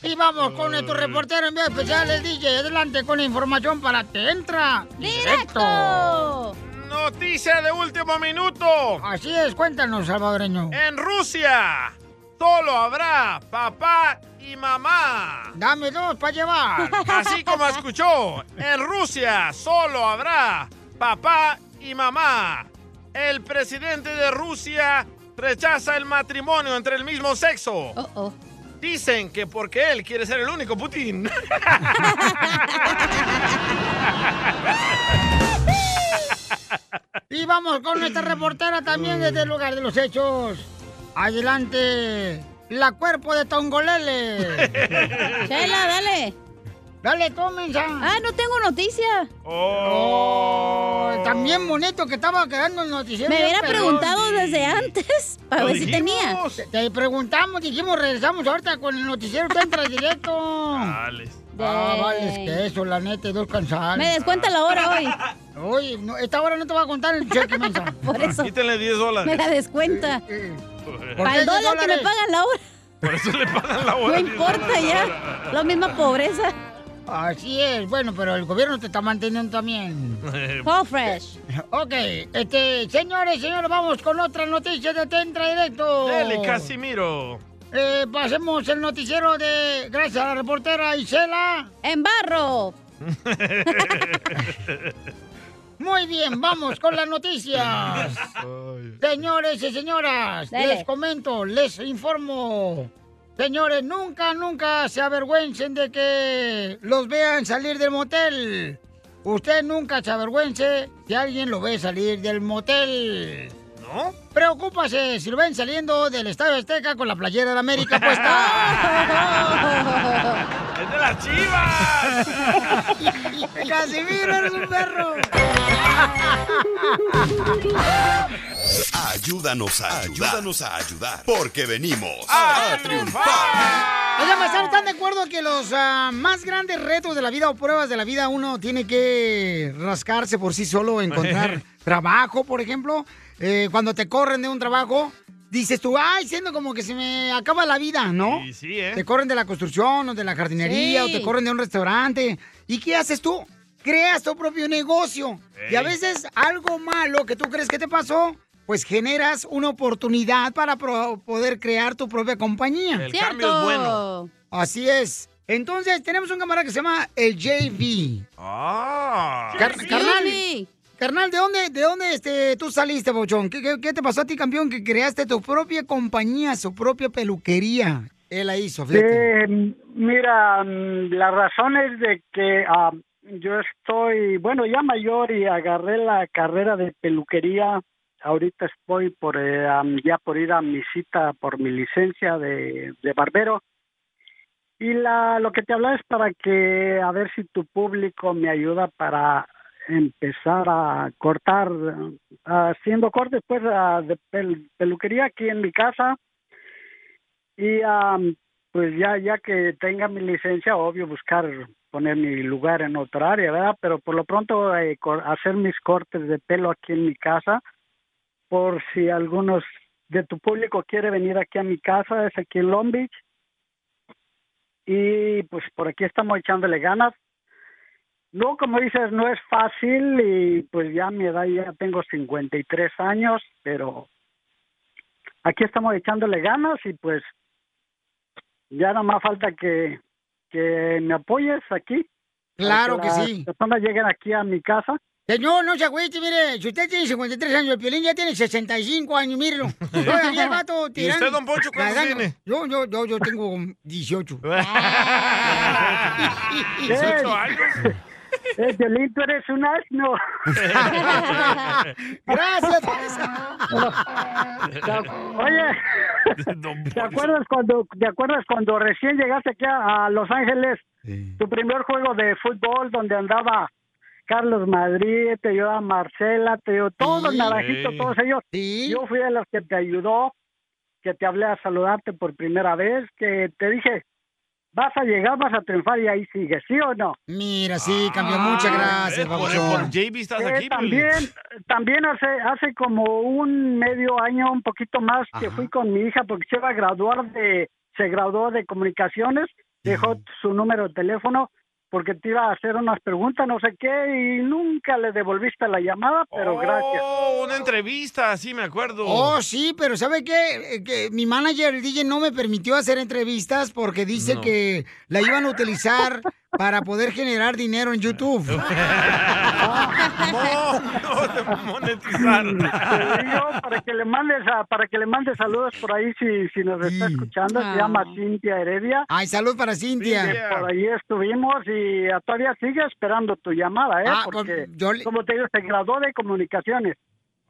[SPEAKER 1] Y vamos con nuestro reportero en vía especial, el DJ. Adelante con la información para que entra. ¡Directo!
[SPEAKER 2] Noticia de último minuto.
[SPEAKER 1] Así es, cuéntanos, salvadoreño.
[SPEAKER 2] En Rusia solo habrá papá y mamá.
[SPEAKER 1] Dame dos para llevar.
[SPEAKER 2] <laughs> Así como escuchó, en Rusia solo habrá papá y mamá. El presidente de Rusia rechaza el matrimonio entre el mismo sexo. Dicen que porque él quiere ser el único Putin.
[SPEAKER 1] Y vamos con nuestra reportera también desde el lugar de los hechos. Adelante, la cuerpo de Tongolele.
[SPEAKER 3] <laughs> Chela, dale.
[SPEAKER 1] Dale, tomen ya.
[SPEAKER 3] Ah, no tengo noticia.
[SPEAKER 1] Oh, También bonito que estaba quedando el noticiero.
[SPEAKER 3] Me hubiera
[SPEAKER 1] Pero-
[SPEAKER 3] preguntado desde antes <laughs> para
[SPEAKER 1] Lo
[SPEAKER 3] ver si
[SPEAKER 1] dijimos.
[SPEAKER 3] tenía.
[SPEAKER 1] Te, te preguntamos, dijimos, regresamos ahorita con el noticiero, tú entras directo.
[SPEAKER 3] <laughs>
[SPEAKER 1] Vale. Ah, vales
[SPEAKER 2] <laughs>
[SPEAKER 1] que eso, la neta, y dos cansados.
[SPEAKER 3] Me descuenta la hora hoy.
[SPEAKER 1] Hoy, no, esta hora no te va a contar el
[SPEAKER 3] <laughs>
[SPEAKER 1] cheque, mensa.
[SPEAKER 3] <laughs> Por eso.
[SPEAKER 2] Quítenle 10 dólares.
[SPEAKER 3] Me la descuenta.
[SPEAKER 2] ¿Por,
[SPEAKER 3] Para el
[SPEAKER 2] qué?
[SPEAKER 3] dólar que me pagan la hora.
[SPEAKER 2] Por eso le pagan <laughs> la
[SPEAKER 3] No
[SPEAKER 2] hora.
[SPEAKER 3] importa ya. La misma pobreza.
[SPEAKER 1] Así es, bueno, pero el gobierno te está manteniendo
[SPEAKER 3] <laughs>
[SPEAKER 1] también.
[SPEAKER 3] All fresh.
[SPEAKER 1] Ok, este, señores, señores, vamos con otra noticia de Tentra Directo.
[SPEAKER 2] Dele, Casimiro.
[SPEAKER 1] Eh, pasemos el noticiero de. Gracias a la reportera Isela.
[SPEAKER 3] En barro.
[SPEAKER 1] Muy bien, vamos con
[SPEAKER 9] <laughs>
[SPEAKER 1] las noticias. Señores y señoras,
[SPEAKER 3] Dele.
[SPEAKER 1] les comento, les informo. Señores, nunca, nunca se avergüencen de que los vean salir del motel. Usted nunca se avergüence si alguien lo ve salir del motel. ¿No? Preocúpase si lo ven saliendo del Estadio Azteca con la playera de la
[SPEAKER 9] <laughs>
[SPEAKER 1] América puesta. <laughs>
[SPEAKER 2] <laughs> ¡Es de las chivas!
[SPEAKER 1] ¡Casimiro, eres un
[SPEAKER 2] <laughs>
[SPEAKER 1] perro!
[SPEAKER 5] Ayúdanos a ayudar. Ayúdanos a ayudar. Porque venimos
[SPEAKER 1] A
[SPEAKER 5] a triunfar.
[SPEAKER 1] Oigan, Mazaron, ¿están de acuerdo que los ah, más grandes retos de la vida o pruebas de la vida uno tiene que rascarse por sí
[SPEAKER 2] <laughs>
[SPEAKER 1] solo, encontrar trabajo, por ejemplo? Eh, cuando te corren de un trabajo, dices tú, ay, siendo como que se me acaba la vida, ¿no?
[SPEAKER 2] Sí, sí, ¿eh?
[SPEAKER 1] Te corren de la construcción o de la jardinería
[SPEAKER 2] Sí.
[SPEAKER 1] o te corren de un restaurante. ¿Y qué haces tú? Creas tu propio negocio. Y a
[SPEAKER 12] Ey.
[SPEAKER 1] veces algo malo que tú crees que te pasó, pues generas una oportunidad para pro- poder crear tu propia compañía.
[SPEAKER 12] El Cierto. cambio es bueno.
[SPEAKER 1] Así es. Entonces, tenemos un camarada que se llama el JV.
[SPEAKER 2] ¡Ah!
[SPEAKER 1] Car- carnal, carnal, ¿de dónde, de dónde este, tú saliste, Bochón? ¿Qué, qué, qué te pasó a ti, campeón, que creaste tu propia compañía, su propia peluquería? Él la hizo, fíjate.
[SPEAKER 22] Eh, mira, mm, la razón es de que ah, yo estoy, bueno, ya mayor y agarré la carrera de peluquería. Ahorita estoy por eh, am, ya por ir a mi cita por mi licencia de, de barbero. Y la, lo que te hablaba es para que a ver si tu público me ayuda para empezar a cortar, eh, haciendo cortes pues ah, de pel- peluquería aquí en mi casa. Y am, pues ya ya que tenga mi licencia, obvio, buscar poner mi lugar en otra área, ¿verdad? Pero por lo pronto eh, cor- hacer mis cortes de pelo aquí en mi casa, por si algunos de tu público quiere venir aquí a mi casa, es aquí en Long Beach. Y pues por aquí estamos echándole ganas. No, como dices, no es fácil y pues ya a mi edad ya tengo 53 años, pero aquí estamos echándole ganas y pues ya nada más falta que, que me apoyes aquí.
[SPEAKER 1] Claro que
[SPEAKER 22] las
[SPEAKER 1] sí.
[SPEAKER 22] personas lleguen aquí a mi casa.
[SPEAKER 1] Señor, no se agüite, mire, si usted tiene 53 años, el Piolín ya tiene 65 años, mírelo. Todavía el vato
[SPEAKER 22] ¿Y usted, don Poncho, cuántos
[SPEAKER 1] cagando.
[SPEAKER 22] tiene?
[SPEAKER 1] Yo, yo, yo, yo tengo 18.
[SPEAKER 22] 18
[SPEAKER 1] años?
[SPEAKER 22] Eh, Piolín, tú eres un asno.
[SPEAKER 1] <laughs> Gracias.
[SPEAKER 22] <laughs> Oye, ¿te acuerdas cuando te acuerdas cuando recién llegaste aquí a, a Los Ángeles? Tu primer juego de fútbol donde andaba Carlos Madrid, te ayudaba Marcela, te ayudó todos
[SPEAKER 12] Sí.
[SPEAKER 22] Naranjito,
[SPEAKER 12] Sí.
[SPEAKER 22] todos ellos. Yo fui de los que te ayudó, que te hablé a saludarte por primera vez, que te dije, vas a llegar, vas a triunfar y ahí sigues, ¿sí o no?
[SPEAKER 1] Mira, sí, cambió. Muchas gracias, babuchón.
[SPEAKER 22] Eh, también, también hace, hace como un medio año, un poquito más, que fui con mi hija porque se va a graduar de, se graduó de comunicaciones dejó su número de teléfono porque te iba a hacer unas preguntas, no sé qué, y nunca le devolviste la llamada, pero gracias.
[SPEAKER 2] Oh, una entrevista, sí me acuerdo.
[SPEAKER 1] Oh, sí, pero ¿sabe qué? Eh, que mi manager, el DJ, no me permitió hacer entrevistas porque dice
[SPEAKER 2] No.
[SPEAKER 1] que la iban a utilizar para poder generar dinero en YouTube.
[SPEAKER 2] No, no, de
[SPEAKER 22] <laughs>
[SPEAKER 2] monetizar.
[SPEAKER 22] Yo, para que le mandes a- para que le mandes saludos por ahí si, si nos está escuchando, se llama Cintia Heredia.
[SPEAKER 1] Ay, salud para Cintia.
[SPEAKER 22] Que Por ahí estuvimos y ah, todavía sigue esperando tu llamada, ¿eh?
[SPEAKER 1] Ah,
[SPEAKER 22] Porque,
[SPEAKER 1] pues,
[SPEAKER 22] como te digo, se graduó de comunicaciones.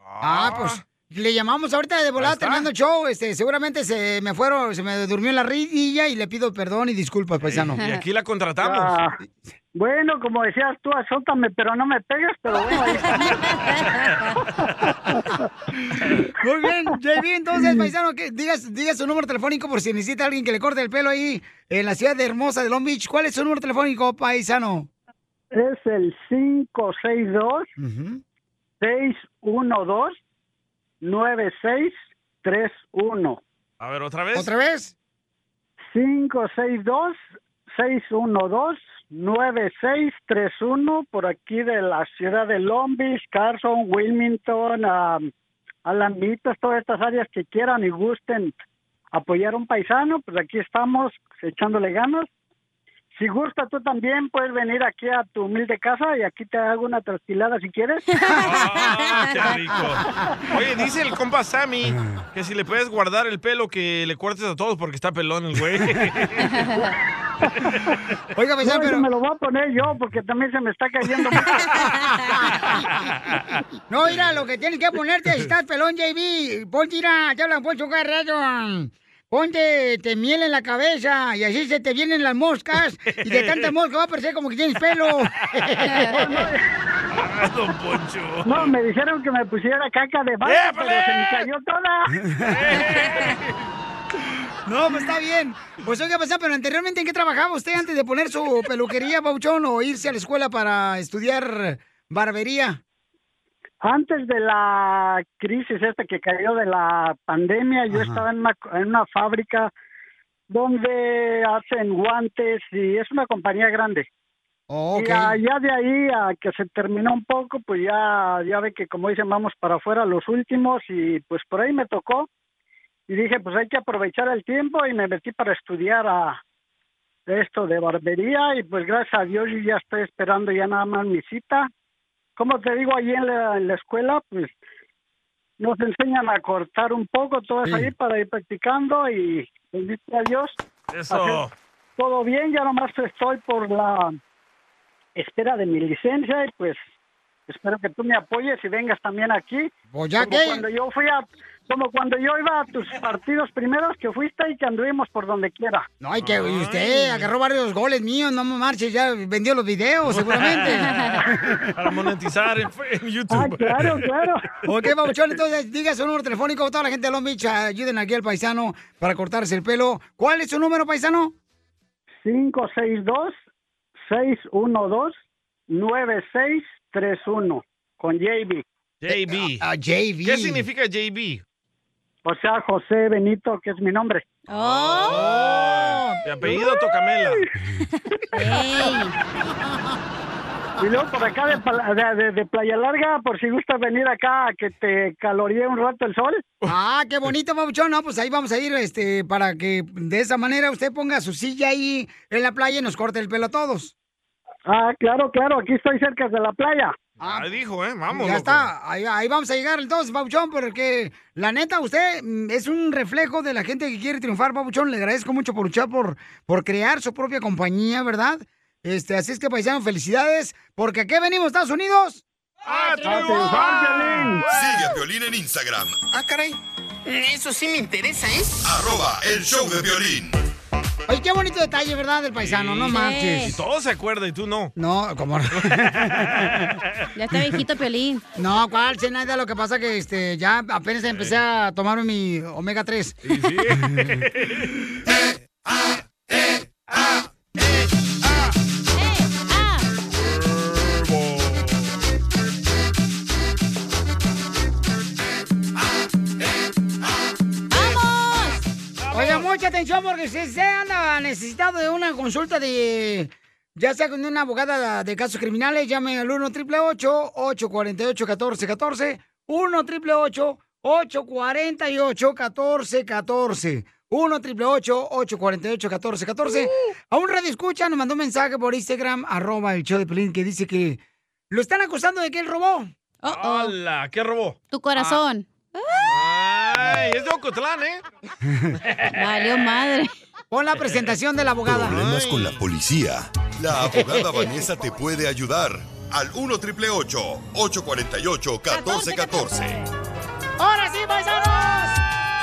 [SPEAKER 1] Ah, pues le llamamos ahorita de volada terminando el show. Este, seguramente se me fueron, se me durmió en la ridilla y le pido perdón y disculpas, paisano.
[SPEAKER 2] Y aquí la contratamos.
[SPEAKER 22] Ah, bueno, como decías tú, azótame, pero no me pegues, pero bueno, ahí
[SPEAKER 1] <laughs> Muy bien, JB, entonces, paisano, que digas, diga su número telefónico por si necesita alguien que le corte el pelo ahí en la ciudad de hermosa de Long Beach. ¿Cuál es su número telefónico, paisano?
[SPEAKER 22] es el 562 612 9631.
[SPEAKER 2] A ver, otra vez.
[SPEAKER 1] ¿Otra vez?
[SPEAKER 22] 562 612 9631 por aquí de la ciudad de Long Beach, Carson, Wilmington, um, Alamitas, todas estas áreas que quieran y gusten apoyar a un paisano, pues aquí estamos echándole ganas. Si gusta tú también puedes venir aquí a tu humilde casa y aquí te hago una trasquilada si quieres.
[SPEAKER 2] <laughs> Ah, qué rico. Oye, dice el compa Sammy que si le puedes guardar el pelo que le cortes a todos porque está pelón el
[SPEAKER 1] <laughs>
[SPEAKER 2] güey.
[SPEAKER 1] Oiga,
[SPEAKER 22] No, ese me lo voy a poner yo porque también se me está cayendo mucho.
[SPEAKER 1] No, mira, lo que tienes que ponerte, si estás pelón, JB, ponte, mira, te hablan Poncho Carrero. Ponte te miel en la cabeza y así se te vienen las moscas y de
[SPEAKER 2] <laughs>
[SPEAKER 1] tantas moscas va a parecer como que tienes pelo.
[SPEAKER 2] Don Poncho. ¡Eh,
[SPEAKER 22] No, me dijeron que me pusiera caca de
[SPEAKER 1] ¡Eh,
[SPEAKER 22] vaca, pero se me cayó
[SPEAKER 2] <laughs>
[SPEAKER 22] toda.
[SPEAKER 1] No, pues está bien. Pues oiga, pasa, pero anteriormente ¿en qué trabajaba usted antes de poner su peluquería, Bauchón, o irse a la escuela para estudiar barbería?
[SPEAKER 22] Antes de la crisis esta que cayó de la pandemia, yo estaba en una, en una fábrica donde hacen guantes y es una compañía grande.
[SPEAKER 1] ok.
[SPEAKER 22] Y ah, ya de ahí a que se terminó un poco, pues ya, ya ve que como dicen, vamos para afuera los últimos y pues por ahí me tocó. Y dije, pues hay que aprovechar el tiempo y me metí para estudiar a esto de barbería y pues gracias a Dios yo ya estoy esperando ya nada más mi cita. Como te digo, allí en la, en la escuela, pues nos enseñan a cortar un poco, todo eso ahí para ir practicando y bendito a Dios.
[SPEAKER 2] Eso.
[SPEAKER 22] hacer Todo bien, ya nomás estoy por la espera de mi licencia y pues espero que tú me apoyes y vengas también aquí.
[SPEAKER 1] Pues ya
[SPEAKER 22] como
[SPEAKER 1] que-
[SPEAKER 22] cuando yo fui a como cuando yo iba a tus partidos primeros que fuiste y que anduvimos por donde quiera.
[SPEAKER 1] No, hay que y usted agarró varios goles míos, no me marches, ya vendió los
[SPEAKER 22] <laughs>
[SPEAKER 1] videos seguramente.
[SPEAKER 2] Para monetizar en, en YouTube.
[SPEAKER 22] Ah, claro, claro.
[SPEAKER 1] Ok, Babuchón, entonces diga su número telefónico, toda la gente de Long Beach, ayuden aquí al paisano para cortarse el pelo. ¿Cuál es su número, paisano?
[SPEAKER 22] 562 612 9631 con JB.
[SPEAKER 2] JB.
[SPEAKER 1] Ah, JB.
[SPEAKER 2] ¿Qué significa JB?
[SPEAKER 22] O sea, José Benito, que es mi nombre.
[SPEAKER 2] Oh. De apellido Tocamela.
[SPEAKER 22] <laughs> Y luego por acá de, Pla- de- de- de Playa Larga, por si gustas venir acá a que te caloríe un rato el sol.
[SPEAKER 1] Ah, qué bonito, Babuchón. No, pues ahí vamos a ir este, para que de esa manera usted ponga su silla ahí en la playa y nos corte el pelo a todos.
[SPEAKER 22] Ah, claro, claro, aquí estoy cerca de la playa.
[SPEAKER 2] Ahí dijo, ¿eh? Vamos.
[SPEAKER 1] Ah. ya
[SPEAKER 2] loco.
[SPEAKER 1] está, ahí, ahí vamos a llegar entonces, Babuchón, porque la neta, usted mm, es un reflejo de la gente que quiere triunfar, Babuchón. Le agradezco mucho por luchar, por, por crear su propia compañía, ¿verdad? Este, así es que, paisano, felicidades, porque aquí venimos, Estados Unidos.
[SPEAKER 2] ¡A
[SPEAKER 5] Sigue a Piolín en Instagram.
[SPEAKER 1] Ah, caray. Eso sí me interesa, ¿eh?
[SPEAKER 5] Arroba el show de Piolín.
[SPEAKER 1] Oye, qué bonito detalle, ¿verdad? Del paisano, no
[SPEAKER 2] Sí. Y
[SPEAKER 1] marches.
[SPEAKER 2] todo se acuerda y tú no.
[SPEAKER 1] No, como no. Ya está viejito Piolín. <laughs> No, cuál, sé nada, lo que pasa que este, ya apenas empecé a tomar mi omega 3. <laughs> Oiga, mucha atención. atención porque si usted anda necesitado de una consulta de... Ya sea con una abogada de casos criminales, llame al 1 888 848 1414 1 888 848 1414 1 888 848 1414 A un radio escucha, nos mandó un mensaje por Instagram, arroba el show de Pelín, que dice que lo están acusando de que él robó.
[SPEAKER 2] ¡Hala! ¿Qué robó?
[SPEAKER 3] Tu corazón.
[SPEAKER 2] Ay, es de Ocotlán, ¿eh?
[SPEAKER 3] <laughs> Valió madre.
[SPEAKER 1] Pon la presentación de la abogada.
[SPEAKER 5] Problemas con la policía. La abogada Vanessa te puede ayudar. Al 1 848 1414
[SPEAKER 1] ¡Ahora sí, paisanos!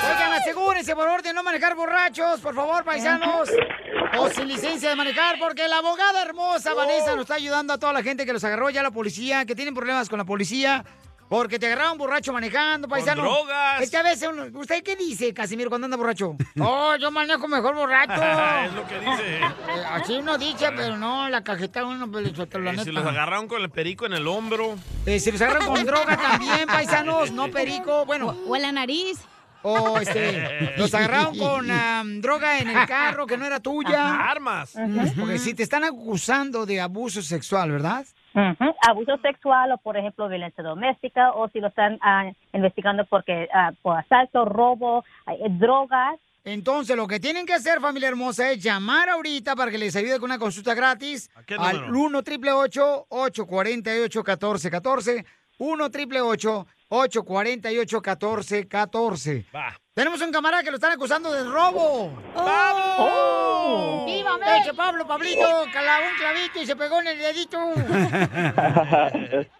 [SPEAKER 1] Oigan, asegúrense por favor de no manejar borrachos, por favor, paisanos. O sin licencia de manejar, porque la abogada hermosa Vanessa nos está ayudando a toda la gente que los agarró ya la policía, que tienen problemas con la policía. Porque te agarraron borracho manejando, paisano.
[SPEAKER 2] drogas.
[SPEAKER 1] Es que a veces uno- ¿Usted qué dice, Casimiro, cuando
[SPEAKER 2] <laughs>
[SPEAKER 1] anda borracho? oh, yo manejo mejor borracho.
[SPEAKER 2] <laughs> es lo que dice.
[SPEAKER 1] Eh, Así uno dice, pero no, la cajeta uno, pues, le-
[SPEAKER 2] <laughs>
[SPEAKER 1] la
[SPEAKER 2] Y
[SPEAKER 1] neta.
[SPEAKER 2] Eh, si los agarraron con el perico en el hombro.
[SPEAKER 1] Eh, si los agarran con droga también, paisanos, no perico, bueno. O, la nariz. O este, los agarraron con ah, droga en el carro que no era tuya.
[SPEAKER 2] Armas.
[SPEAKER 1] Porque si te están acusando de abuso sexual, ¿verdad?
[SPEAKER 11] Ujú, Abuso sexual o, por ejemplo, violencia doméstica o si lo están ah, investigando porque ah, por asalto, robo, ah, eh, drogas.
[SPEAKER 1] Entonces, lo que tienen que hacer, familia hermosa, es llamar ahorita para que les ayude con una consulta gratis
[SPEAKER 2] qué
[SPEAKER 1] al
[SPEAKER 2] número?
[SPEAKER 1] 1 888 848 1414 1 888 848 1414 Tenemos un camarada que lo están acusando de robo.
[SPEAKER 2] Oh.
[SPEAKER 1] ¡Vamos! ¡Viva México! Pablo, Pablito, calaba un clavito y se pegó en
[SPEAKER 2] <laughs>
[SPEAKER 1] el dedito.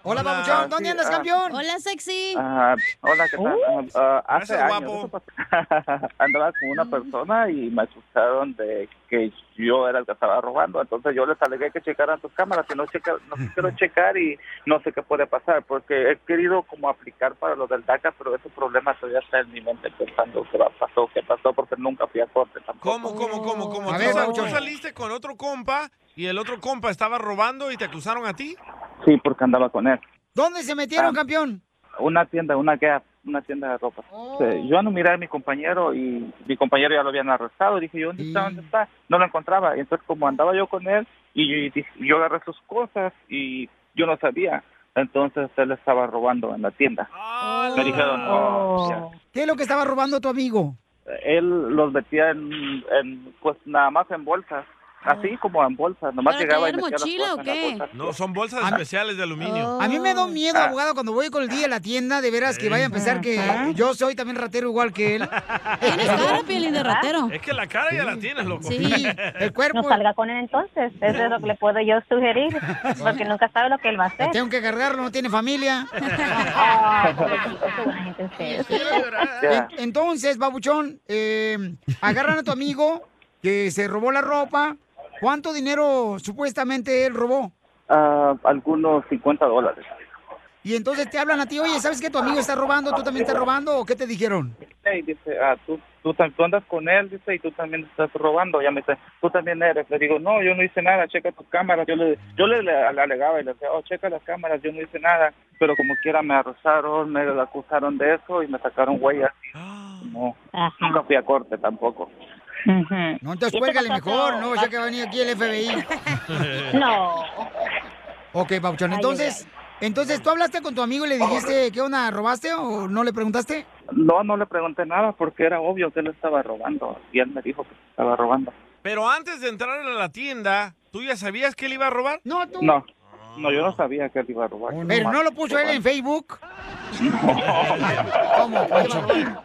[SPEAKER 1] Hola,
[SPEAKER 27] Pabuchón,
[SPEAKER 1] papuchón, ¿dónde andas, campeón? Hola, sexy.
[SPEAKER 27] Ah, hola, ¿qué tal? Ah, ah, hace
[SPEAKER 2] Gracias,
[SPEAKER 27] años eso pasó. <laughs> andaba con una persona y me acusaron de que yo era el que estaba robando. Entonces yo les alegué que checaran sus cámaras y no, checa, no quiero checar y no sé qué puede pasar porque he querido como aplicar para lo del DACA, pero ese problema todavía está en mi mente pensando qué va- pasó, qué pasó, porque nunca fui a corte tampoco.
[SPEAKER 2] ¿Cómo, cómo, cómo, cómo?
[SPEAKER 27] A
[SPEAKER 2] ¿Tú,
[SPEAKER 27] ver,
[SPEAKER 2] sal-
[SPEAKER 27] Pabuchón.
[SPEAKER 2] tú saliste con otro compa y el otro compa estaba robando y te acusaron a ti? Ah.
[SPEAKER 27] Sí, porque andaba con él.
[SPEAKER 1] ¿Dónde se metieron, campeón?
[SPEAKER 27] Una tienda, una Gap, una tienda de ropa. Sí, Yo ando a mirar a mi compañero y mi compañero ya lo habían arrestado. Dije, yo, ¿dónde está? ¿Dónde está? No lo encontraba. Y entonces, como andaba yo con él, y yo, y dije- yo agarré sus cosas y yo no sabía. Entonces, él estaba robando en la tienda. Me dijeron, oh, ya.
[SPEAKER 1] ¿Qué es lo que estaba robando tu amigo?
[SPEAKER 27] Él los metía en, en, pues nada más en bolsas. Así como en bolsas. Nomás
[SPEAKER 2] ¿Para
[SPEAKER 27] llegaba y
[SPEAKER 2] traer
[SPEAKER 27] metía las
[SPEAKER 2] mochila o
[SPEAKER 27] bolsas en las bolsas.
[SPEAKER 2] No, son bolsas especiales de aluminio.
[SPEAKER 1] A mí me da un miedo,
[SPEAKER 11] Ah.
[SPEAKER 1] abogado, cuando voy con el día a la tienda, de veras que vaya a pensar que yo soy también ratero igual que
[SPEAKER 11] <laughs>
[SPEAKER 1] él.
[SPEAKER 2] Tienes
[SPEAKER 11] cara, Piolín, de ratero.
[SPEAKER 2] Es que la cara ya la tienes, loco.
[SPEAKER 1] <laughs>
[SPEAKER 11] No salga con él entonces. Eso es lo que le puedo yo
[SPEAKER 1] <laughs>
[SPEAKER 11] sugerir. Porque nunca sabe lo que él va a hacer.
[SPEAKER 1] Tengo que cargarlo, no tiene familia.
[SPEAKER 27] Ya.
[SPEAKER 1] En- Entonces, babuchón, eh, agarran a tu amigo que se robó la ropa. ¿Cuánto dinero supuestamente él robó?
[SPEAKER 27] Ah, algunos 50 dólares.
[SPEAKER 1] Y entonces te hablan a ti, oye, ¿sabes que tu amigo está robando? ¿Tú también estás robando? ¿O qué te dijeron?
[SPEAKER 27] y dice, ah, tú, tú, tam- tú andas con él, dice, y tú también estás robando. Ya me dice, tú también eres. Le digo, no, yo no hice nada, checa tus cámaras. Yo le, yo le, le- le alegaba y le decía, oh, checa las cámaras, yo no hice nada. Pero como quiera me arrozaron, me lo acusaron de eso y me sacaron huellas. No, nunca fui a corte tampoco.
[SPEAKER 1] No, entonces cuélgale mejor, no ya que va a venir aquí el FBI.
[SPEAKER 11] No.
[SPEAKER 1] Ok, Pauchón, entonces, entonces tú hablaste con tu amigo y le dijiste, ¿qué onda? ¿Robaste o no le preguntaste?
[SPEAKER 27] No, no le pregunté nada porque era obvio que él estaba robando. Y él me dijo que estaba robando.
[SPEAKER 2] Pero antes de entrar a la tienda, ¿tú ya sabías que él iba a robar?
[SPEAKER 1] No, tú.
[SPEAKER 27] No, no, yo no sabía que él iba a robar.
[SPEAKER 1] Pero no lo puso él en Facebook.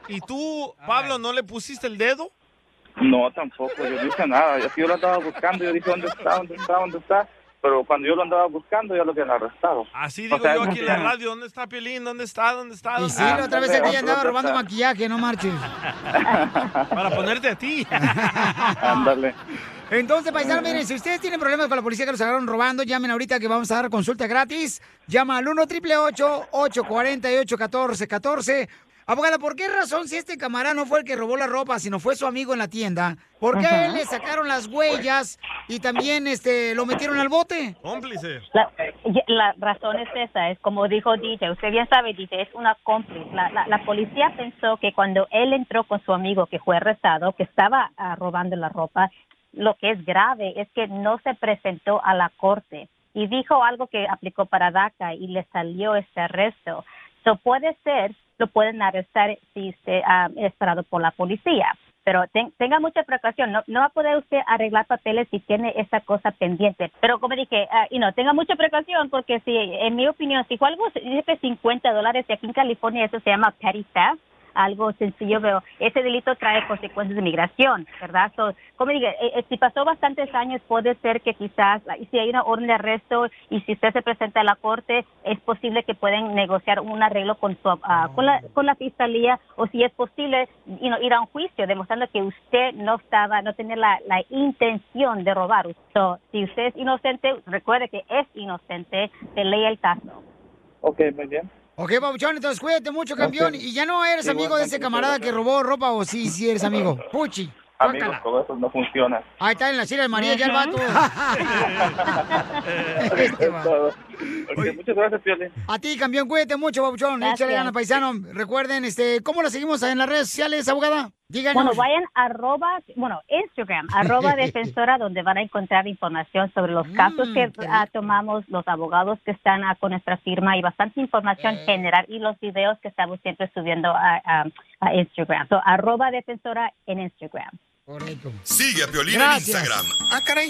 [SPEAKER 2] ¿Y tú, Pablo, no le pusiste el dedo?
[SPEAKER 27] No, tampoco, yo no hice nada. Yo, yo lo andaba buscando, yo dije, ¿dónde está? ¿Dónde está? ¿Dónde está? Pero cuando yo lo andaba buscando, ya lo habían arrestado.
[SPEAKER 2] Así digo yo aquí en la radio, ¿dónde está Piolín? ¿Dónde está? ¿Dónde está?
[SPEAKER 1] Y
[SPEAKER 2] ¿Dónde
[SPEAKER 1] sí,
[SPEAKER 2] está?
[SPEAKER 1] la otra vez aquella andaba robando maquillaje, no marches.
[SPEAKER 2] Para ponerte a
[SPEAKER 1] <laughs>
[SPEAKER 2] ti.
[SPEAKER 27] Ándale.
[SPEAKER 1] Entonces, paisanos, miren, si ustedes tienen problemas con la policía que los agarraron robando, llamen ahorita que vamos a dar consulta gratis. Llama al 1 888 848 1414 Abogada, ¿por qué razón si este camarada no fue el que robó la ropa, sino fue su amigo en la tienda? ¿Por qué
[SPEAKER 2] Ajá.
[SPEAKER 1] a él le sacaron las huellas y también este lo metieron al bote?
[SPEAKER 2] Cómplice.
[SPEAKER 11] La, la razón es esa, es como dijo DJ, usted bien sabe, DJ, es una cómplice. La, la- la policía pensó que cuando él entró con su amigo que fue arrestado, que estaba ah, robando la ropa, lo que es grave es que no se presentó a la corte y dijo algo que aplicó para DACA y le salió este arresto. So puede ser, lo pueden arrestar si usted ah, es parado por la policía. Pero ten- tenga mucha precaución, no, no va a poder usted arreglar papeles si tiene esa cosa pendiente. Pero como dije,
[SPEAKER 27] <laughs>
[SPEAKER 11] ah, y no, tenga mucha precaución porque si, en mi opinión, si fue algo, dice que 50 dólares y aquí en California eso se llama petty theft, algo sencillo, pero ese delito trae consecuencias de migración, ¿verdad? So, como dije, eh, eh, si pasó bastantes años, puede ser que quizás, la- y si hay una orden de arresto y si usted se presenta a la corte, es posible que pueden negociar un arreglo con, su, ah, con, la, con la fiscalía o si es posible you know, ir a un juicio demostrando que usted no estaba, no tenía la, la intención de robar. So, si usted es inocente, recuerde que es inocente, se lee el caso.
[SPEAKER 27] Ok, muy bien.
[SPEAKER 1] Ok, Pabuchón, entonces cuídate mucho, campeón.
[SPEAKER 27] Ok.
[SPEAKER 1] Y ya no eres
[SPEAKER 27] Sí,
[SPEAKER 1] amigo de ese
[SPEAKER 27] igualmente,
[SPEAKER 1] camarada que robó ropa o oh, sí, sí eres amigo. Puchi.
[SPEAKER 27] Amigos,
[SPEAKER 1] guácala.
[SPEAKER 27] todo eso no funciona.
[SPEAKER 1] Ahí está en la silla de María ya el vato.
[SPEAKER 27] <laughs> Es todo. Ok, muchas gracias, Piolín.
[SPEAKER 1] A ti, campeón, cuídate mucho, Babuchón.
[SPEAKER 11] Gracias.
[SPEAKER 1] Échale ganas, paisano. Recuerden, este, ¿cómo la seguimos en las redes sociales, abogada? Díganos.
[SPEAKER 11] Bueno, vayan a arroba, bueno, Instagram, arroba defensora, donde van a encontrar información sobre los casos que ah, tomamos, los abogados que están ah, con nuestra firma y bastante información general y los videos que estamos siempre subiendo a, a- a Instagram. So, arroba defensora en Instagram.
[SPEAKER 1] Correcto.
[SPEAKER 5] Sigue a Piolín
[SPEAKER 11] Gracias.
[SPEAKER 5] en Instagram.
[SPEAKER 12] Ah, caray.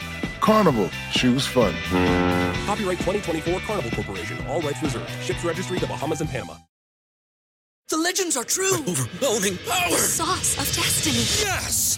[SPEAKER 21] Carnival, choose fun.
[SPEAKER 28] Copyright 2024 Carnival Corporation. All rights reserved. Ships registry the Bahamas and Panama.
[SPEAKER 7] The legends are true. overwhelming power. sauce of destiny. Yes.